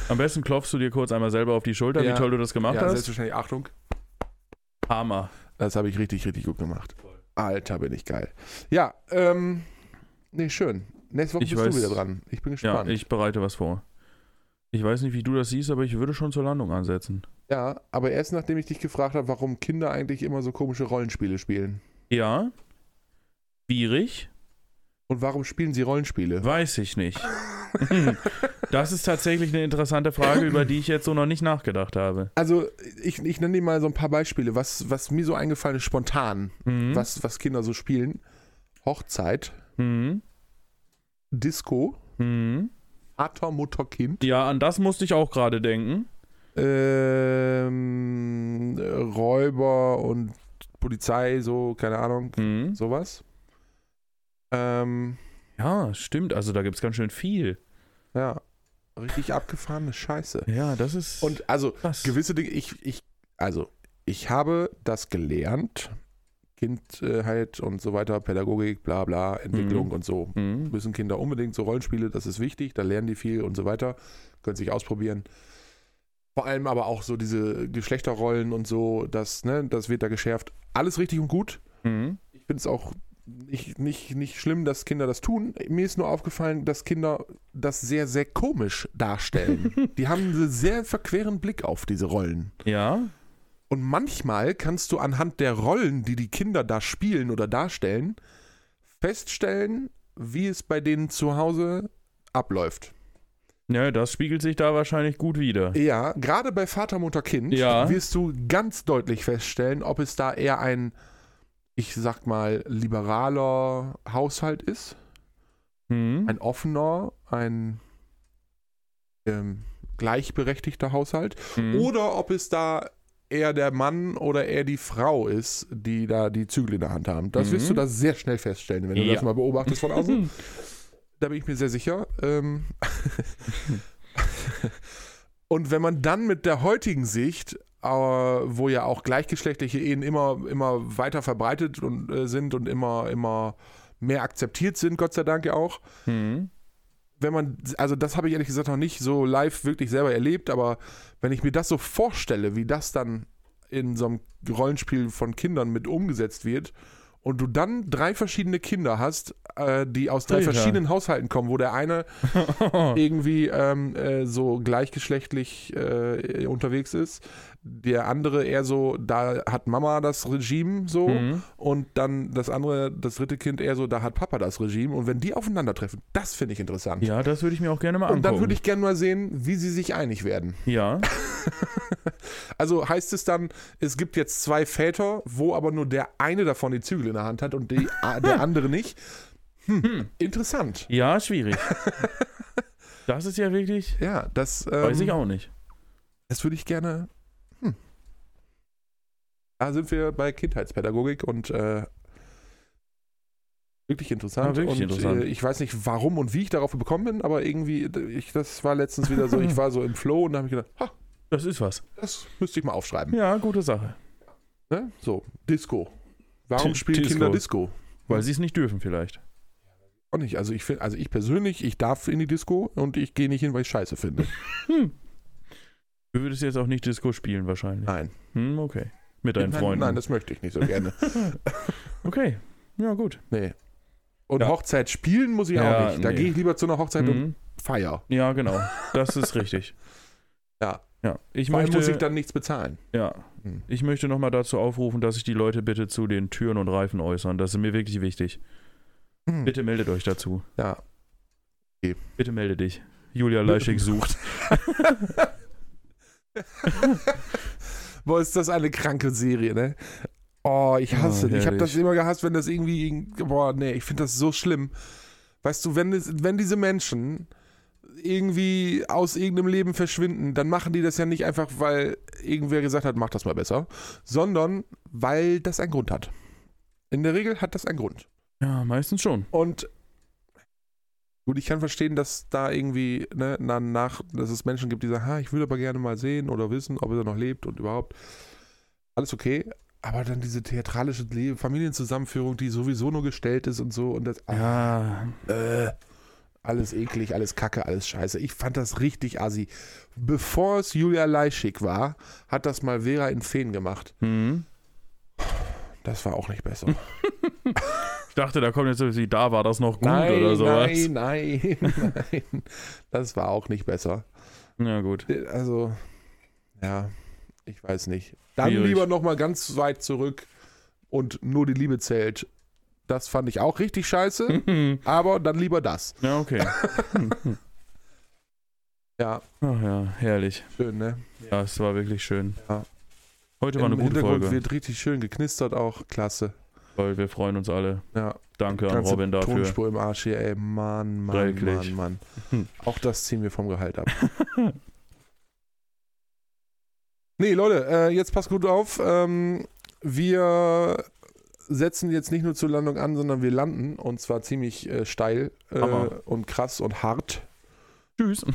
[SPEAKER 2] Am besten klopfst du dir kurz einmal selber auf die Schulter,
[SPEAKER 4] Ja.
[SPEAKER 2] wie toll du das gemacht hast.
[SPEAKER 4] selbstverständlich, Achtung.
[SPEAKER 2] Hammer.
[SPEAKER 4] Das habe ich richtig, richtig gut gemacht. Alter, bin ich geil. Ja, ähm, nee, schön. Nächste Woche
[SPEAKER 2] Ich
[SPEAKER 4] bist
[SPEAKER 2] weiß-
[SPEAKER 4] du wieder dran. Ich bin
[SPEAKER 2] Ja,
[SPEAKER 4] gespannt. Ja,
[SPEAKER 2] ich bereite was vor. Ich weiß nicht, wie du das siehst, aber ich würde schon zur Landung ansetzen.
[SPEAKER 4] aber erst nachdem ich dich gefragt habe, warum Kinder eigentlich immer so komische Rollenspiele spielen.
[SPEAKER 2] Ja. Schwierig?
[SPEAKER 4] Und warum spielen sie Rollenspiele?
[SPEAKER 2] Weiß ich nicht. Hm. Das ist tatsächlich eine interessante Frage, über die ich jetzt so noch nicht nachgedacht habe.
[SPEAKER 4] Also, ich, ich nenne dir mal so ein paar Beispiele, was, was mir so eingefallen ist, spontan,
[SPEAKER 2] Mhm.
[SPEAKER 4] was, was Kinder so spielen. Hochzeit,
[SPEAKER 2] Mhm.
[SPEAKER 4] Disco,
[SPEAKER 2] Mhm.
[SPEAKER 4] Vater, Mutter, Kind,
[SPEAKER 2] Ja, an das musste ich auch gerade denken.
[SPEAKER 4] ähm, Räuber und Polizei, so, keine Ahnung,
[SPEAKER 2] Mhm.
[SPEAKER 4] sowas. Ähm,
[SPEAKER 2] Ja, stimmt. Also da gibt es ganz schön viel.
[SPEAKER 4] Ja. Richtig abgefahrene Scheiße.
[SPEAKER 2] Ja, das ist.
[SPEAKER 4] Und also
[SPEAKER 2] krass.
[SPEAKER 4] gewisse Dinge, ich, ich, also ich habe das gelernt. Kindheit und so weiter, Pädagogik, bla bla, Entwicklung
[SPEAKER 2] Mhm.
[SPEAKER 4] und so.
[SPEAKER 2] Mhm.
[SPEAKER 4] Müssen Kinder unbedingt so Rollenspiele, das ist wichtig, da lernen die viel und so weiter, können sich ausprobieren. Vor allem aber auch so diese Geschlechterrollen und so, das, ne, das wird da geschärft. Alles richtig und gut.
[SPEAKER 2] Mhm.
[SPEAKER 4] Ich finde es auch nicht, nicht, nicht schlimm, dass Kinder das tun. Mir ist nur aufgefallen, dass Kinder das sehr, sehr komisch darstellen. die haben einen sehr verqueren Blick auf diese Rollen.
[SPEAKER 2] Ja,
[SPEAKER 4] Und manchmal kannst du anhand der Rollen, die die Kinder da spielen oder darstellen, feststellen, wie es bei denen zu Hause abläuft.
[SPEAKER 2] Ja, das spiegelt sich da wahrscheinlich gut wieder.
[SPEAKER 4] Ja, gerade bei Vater, Mutter, Kind
[SPEAKER 2] Ja.
[SPEAKER 4] wirst du ganz deutlich feststellen, ob es da eher ein, ich sag mal, liberaler Haushalt ist.
[SPEAKER 2] Hm?
[SPEAKER 4] ein offener, ein ähm, gleichberechtigter Haushalt.
[SPEAKER 2] Hm.
[SPEAKER 4] Oder ob es da eher der Mann oder eher die Frau ist, die da die Zügel in der Hand haben. Das
[SPEAKER 2] Mhm.
[SPEAKER 4] wirst du da sehr schnell feststellen, wenn du
[SPEAKER 2] Ja.
[SPEAKER 4] das mal beobachtest von
[SPEAKER 2] [laughs]
[SPEAKER 4] außen. da bin ich mir sehr sicher. Ähm Und wenn man dann mit der heutigen Sicht, äh, wo ja auch gleichgeschlechtliche Ehen immer, immer weiter verbreitet und, äh, sind und immer, immer mehr akzeptiert sind, Gott sei Dank ja auch,
[SPEAKER 2] Hm.
[SPEAKER 4] wenn man, also das habe ich ehrlich gesagt noch nicht so live wirklich selber erlebt, aber wenn ich mir das so vorstelle, wie das dann in so einem Rollenspiel von Kindern mit umgesetzt wird und du dann drei verschiedene Kinder hast, äh, die aus drei
[SPEAKER 2] Alter.
[SPEAKER 4] verschiedenen Haushalten kommen, wo der eine irgendwie ähm, äh, so gleichgeschlechtlich äh, unterwegs ist, der andere eher so, da hat Mama das Regime so
[SPEAKER 2] Hm.
[SPEAKER 4] und dann das andere, das dritte Kind eher so, da hat Papa das Regime und wenn die aufeinandertreffen, das finde ich interessant.
[SPEAKER 2] Ja, das würde ich mir auch gerne mal
[SPEAKER 4] Und
[SPEAKER 2] angucken.
[SPEAKER 4] dann würde ich gerne mal sehen, wie sie sich einig werden. [laughs]
[SPEAKER 2] ja,
[SPEAKER 4] Also heißt es dann, es gibt jetzt zwei Väter, wo aber nur der eine davon die Zügel in der Hand hat und die,
[SPEAKER 2] [laughs]
[SPEAKER 4] a- der andere nicht. Hm, interessant.
[SPEAKER 2] ja, schwierig. Das ist ja wirklich,
[SPEAKER 4] Ja, das, ähm,
[SPEAKER 2] weiß ich auch nicht.
[SPEAKER 4] das würde ich gerne. Hm. Da sind wir bei Kindheitspädagogik und äh, wirklich interessant.
[SPEAKER 2] Ja, wirklich
[SPEAKER 4] und
[SPEAKER 2] interessant.
[SPEAKER 4] Äh, ich weiß nicht, warum und wie ich darauf gekommen bin, aber irgendwie, ich, das war letztens wieder so,
[SPEAKER 2] [laughs]
[SPEAKER 4] ich war so im Flow und da habe ich gedacht, ha,
[SPEAKER 2] Das ist was.
[SPEAKER 4] das müsste ich mal aufschreiben.
[SPEAKER 2] Ja, gute Sache.
[SPEAKER 4] Ne? So, Disco. Warum
[SPEAKER 2] Ti-
[SPEAKER 4] spielen
[SPEAKER 2] Disco.
[SPEAKER 4] Kinder Disco?
[SPEAKER 2] Weil sie es nicht dürfen vielleicht.
[SPEAKER 4] Auch nicht. Also ich finde, also ich persönlich, ich darf in die Disco und ich gehe nicht hin, weil ich scheiße finde.
[SPEAKER 2] Du würdest jetzt auch nicht Disco spielen wahrscheinlich.
[SPEAKER 4] Nein.
[SPEAKER 2] Hm, okay. Mit [laughs] deinen
[SPEAKER 4] nein,
[SPEAKER 2] Freunden.
[SPEAKER 4] Nein, das möchte ich nicht
[SPEAKER 2] [laughs]
[SPEAKER 4] so gerne.
[SPEAKER 2] okay. Ja, gut.
[SPEAKER 4] Nee. Und
[SPEAKER 2] Ja.
[SPEAKER 4] Hochzeit spielen muss ich
[SPEAKER 2] Ja,
[SPEAKER 4] auch nicht. Da
[SPEAKER 2] nee.
[SPEAKER 4] gehe ich lieber zu einer Hochzeit und
[SPEAKER 2] Mhm.
[SPEAKER 4] feier.
[SPEAKER 2] Ja, genau. Das ist richtig.
[SPEAKER 4] [laughs] Ja.
[SPEAKER 2] Ja. Ich
[SPEAKER 4] Vor allem
[SPEAKER 2] möchte,
[SPEAKER 4] muss ich dann nichts bezahlen.
[SPEAKER 2] ja.
[SPEAKER 4] Hm.
[SPEAKER 2] Ich möchte nochmal dazu aufrufen, dass sich die Leute bitte zu den Türen und Reifen äußern. Das ist mir wirklich wichtig.
[SPEAKER 4] Hm.
[SPEAKER 2] Bitte meldet euch dazu.
[SPEAKER 4] Ja.
[SPEAKER 2] Bitte melde dich. Julia Leischig sucht.
[SPEAKER 4] [laughs] Boah, ist das eine kranke Serie, ne? Oh, ich hasse
[SPEAKER 2] Ah,
[SPEAKER 4] das. Ich habe
[SPEAKER 2] herrlich.
[SPEAKER 4] das immer gehasst, wenn das irgendwie gegen. Boah, nee, ich finde das so schlimm. Weißt du, wenn, es- wenn diese Menschen irgendwie aus irgendeinem Leben verschwinden, dann machen die das ja nicht einfach, weil irgendwer gesagt hat, mach das mal besser, sondern weil das einen Grund hat. In der Regel hat das einen Grund.
[SPEAKER 2] Ja, meistens schon.
[SPEAKER 4] Und gut, ich kann verstehen, dass da irgendwie ne, na- nach, dass es Menschen gibt, die sagen, ha, ich würde aber gerne mal sehen oder wissen, ob er noch lebt und überhaupt. Alles okay. Aber dann diese theatralische Le- Familienzusammenführung, die sowieso nur gestellt ist und so und das
[SPEAKER 2] Ja.
[SPEAKER 4] äh, alles eklig, alles kacke, alles scheiße. Ich fand das richtig assi. Bevor es Julia Leischig war, hat das mal Vera in Feen gemacht.
[SPEAKER 2] Hm.
[SPEAKER 4] Das war auch nicht besser.
[SPEAKER 2] Ich dachte, da kommt jetzt irgendwie, da war das noch gut
[SPEAKER 4] nein,
[SPEAKER 2] oder sowas.
[SPEAKER 4] nein, nein, [laughs] nein. Das war auch nicht besser.
[SPEAKER 2] Ja, gut.
[SPEAKER 4] Also, ja, ich weiß nicht. Dann
[SPEAKER 2] Schwierig.
[SPEAKER 4] lieber nochmal ganz weit zurück und nur die Liebe zählt. Das fand ich auch richtig scheiße, aber dann lieber das.
[SPEAKER 2] ja, okay. Hm,
[SPEAKER 4] Ja,
[SPEAKER 2] Ach ja, herrlich.
[SPEAKER 4] schön, ne?
[SPEAKER 2] Ja, es war wirklich schön.
[SPEAKER 4] Ja.
[SPEAKER 2] Heute war eine
[SPEAKER 4] Im
[SPEAKER 2] gute
[SPEAKER 4] Hintergrund
[SPEAKER 2] Folge.
[SPEAKER 4] wird richtig schön geknistert auch. Klasse.
[SPEAKER 2] Weil wir freuen uns alle.
[SPEAKER 4] Ja,
[SPEAKER 2] Danke an
[SPEAKER 4] ganze
[SPEAKER 2] Robin dafür.
[SPEAKER 4] Tonspur im Arsch hier, ey. Mann, Mann,
[SPEAKER 2] Schrecklich.
[SPEAKER 4] Mann,
[SPEAKER 2] Hm.
[SPEAKER 4] Mann. Auch das ziehen wir vom Gehalt ab. Nee, Leute, äh, jetzt passt gut auf. Ähm, wir setzen jetzt nicht nur zur Landung an, sondern wir landen und zwar ziemlich äh, steil äh,
[SPEAKER 2] Hammer.
[SPEAKER 4] und krass und hart.
[SPEAKER 2] [laughs]
[SPEAKER 4] [laughs]
[SPEAKER 2] Tschüss.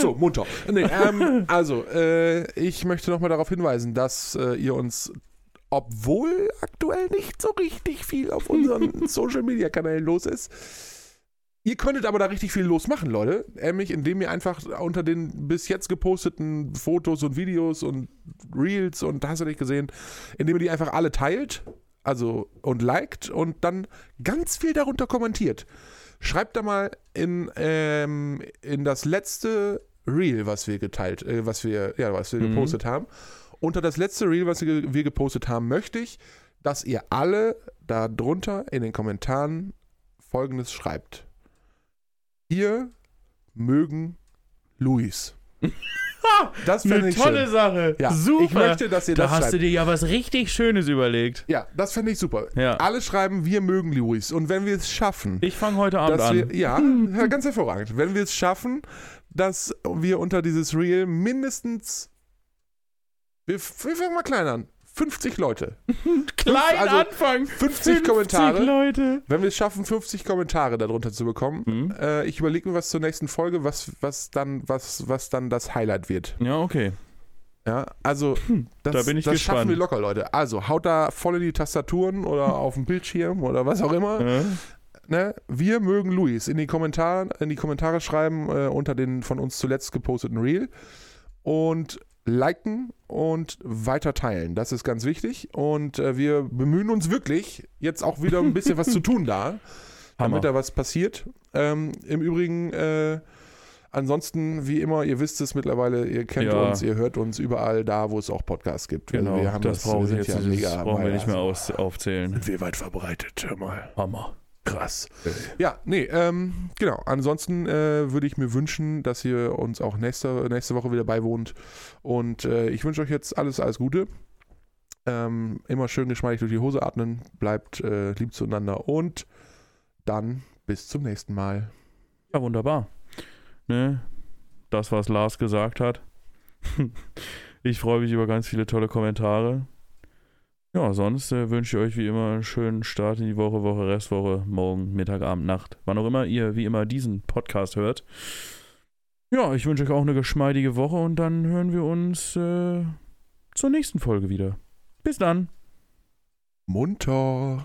[SPEAKER 4] So, munter. Nee, ähm, also, äh, ich möchte nochmal darauf hinweisen, dass äh, ihr uns, obwohl aktuell nicht so richtig viel auf unseren Social-Media-Kanälen los ist, Ihr könntet aber da richtig viel losmachen, Leute. Nämlich, indem ihr einfach unter den bis jetzt geposteten Fotos und Videos und Reels und hast du nicht gesehen, indem ihr die einfach alle teilt, also und liked und dann ganz viel darunter kommentiert. Schreibt da mal in, ähm, in das letzte Reel, was wir geteilt, äh, was wir, ja, was wir
[SPEAKER 2] Mhm.
[SPEAKER 4] gepostet haben. Unter das letzte Reel, was wir, wir gepostet haben, möchte ich, dass ihr alle da drunter in den Kommentaren folgendes schreibt. Wir mögen Luis. Das fände ich schön.
[SPEAKER 2] Sache.
[SPEAKER 4] Ja, Ich möchte, dass ihr
[SPEAKER 2] da
[SPEAKER 4] das
[SPEAKER 2] hast du
[SPEAKER 4] schreibt.
[SPEAKER 2] dir ja was richtig Schönes überlegt.
[SPEAKER 4] Ja, das fände ich super.
[SPEAKER 2] Ja.
[SPEAKER 4] Alle schreiben, wir mögen Luis. Und wenn wir es schaffen,
[SPEAKER 2] Ich fange heute Abend
[SPEAKER 4] dass
[SPEAKER 2] an.
[SPEAKER 4] wir, ja, ja, ganz hervorragend. Wenn wir es schaffen, dass wir unter dieses Reel mindestens, wir, wir fangen mal klein an, 50 Leute.
[SPEAKER 2] Klein
[SPEAKER 4] also
[SPEAKER 2] Anfang.
[SPEAKER 4] 50 Kommentare.
[SPEAKER 2] Leute.
[SPEAKER 4] Wenn wir es schaffen, 50 Kommentare darunter zu bekommen,
[SPEAKER 2] Mhm.
[SPEAKER 4] äh, ich überlege mir was zur nächsten Folge, was, was, dann, was, was dann das Highlight wird.
[SPEAKER 2] Ja, okay.
[SPEAKER 4] Ja, also
[SPEAKER 2] Hm,
[SPEAKER 4] das,
[SPEAKER 2] da bin ich
[SPEAKER 4] das
[SPEAKER 2] gespannt.
[SPEAKER 4] schaffen wir locker, Leute. Also haut da voll in die
[SPEAKER 2] [laughs]
[SPEAKER 4] Tastaturen oder auf dem Bildschirm oder was auch immer.
[SPEAKER 2] Äh,
[SPEAKER 4] Ne? Wir mögen Luis. In die Kommentare, in die Kommentare schreiben äh, unter den von uns zuletzt geposteten Reel und liken und weiter teilen. Das ist ganz wichtig und äh, wir bemühen uns wirklich jetzt auch wieder ein bisschen was zu
[SPEAKER 2] [laughs]
[SPEAKER 4] tun da
[SPEAKER 2] Hammer.
[SPEAKER 4] damit da was passiert. Ähm, Im Übrigen, äh, ansonsten, wie immer, ihr wisst es mittlerweile, ihr kennt
[SPEAKER 2] Ja.
[SPEAKER 4] uns, ihr hört uns überall da, wo es auch Podcasts gibt. Also
[SPEAKER 2] genau,
[SPEAKER 4] wir haben
[SPEAKER 2] das,
[SPEAKER 4] wir
[SPEAKER 2] brauchen wir
[SPEAKER 4] sind
[SPEAKER 2] jetzt
[SPEAKER 4] ja
[SPEAKER 2] das
[SPEAKER 4] mega
[SPEAKER 2] brauchen wir nicht mehr
[SPEAKER 4] also
[SPEAKER 2] aus, aufzählen.
[SPEAKER 4] [laughs] Sind wir weit verbreitet, hör mal.
[SPEAKER 2] Hammer.
[SPEAKER 4] Krass. Ja, nee, ähm, genau. Ansonsten äh, würde ich mir wünschen, dass ihr uns auch nächste, nächste Woche wieder beiwohnt. Und äh, ich wünsche euch jetzt alles, alles Gute. Ähm, immer schön geschmeidig durch die Hose atmen. Bleibt äh, lieb zueinander und dann bis zum nächsten Mal.
[SPEAKER 2] Ja, wunderbar. Ne? Das, was Lars gesagt hat. [laughs] Ich freue mich über ganz viele tolle Kommentare. Ja, sonst äh, wünsche ich euch wie immer einen schönen Start in die Woche, Woche, Restwoche, morgen, Mittag, Abend, Nacht. Wann auch immer ihr wie immer diesen Podcast hört. Ja, ich wünsche euch auch eine geschmeidige Woche und dann hören wir uns äh, zur nächsten Folge wieder. Bis dann.
[SPEAKER 4] Munter.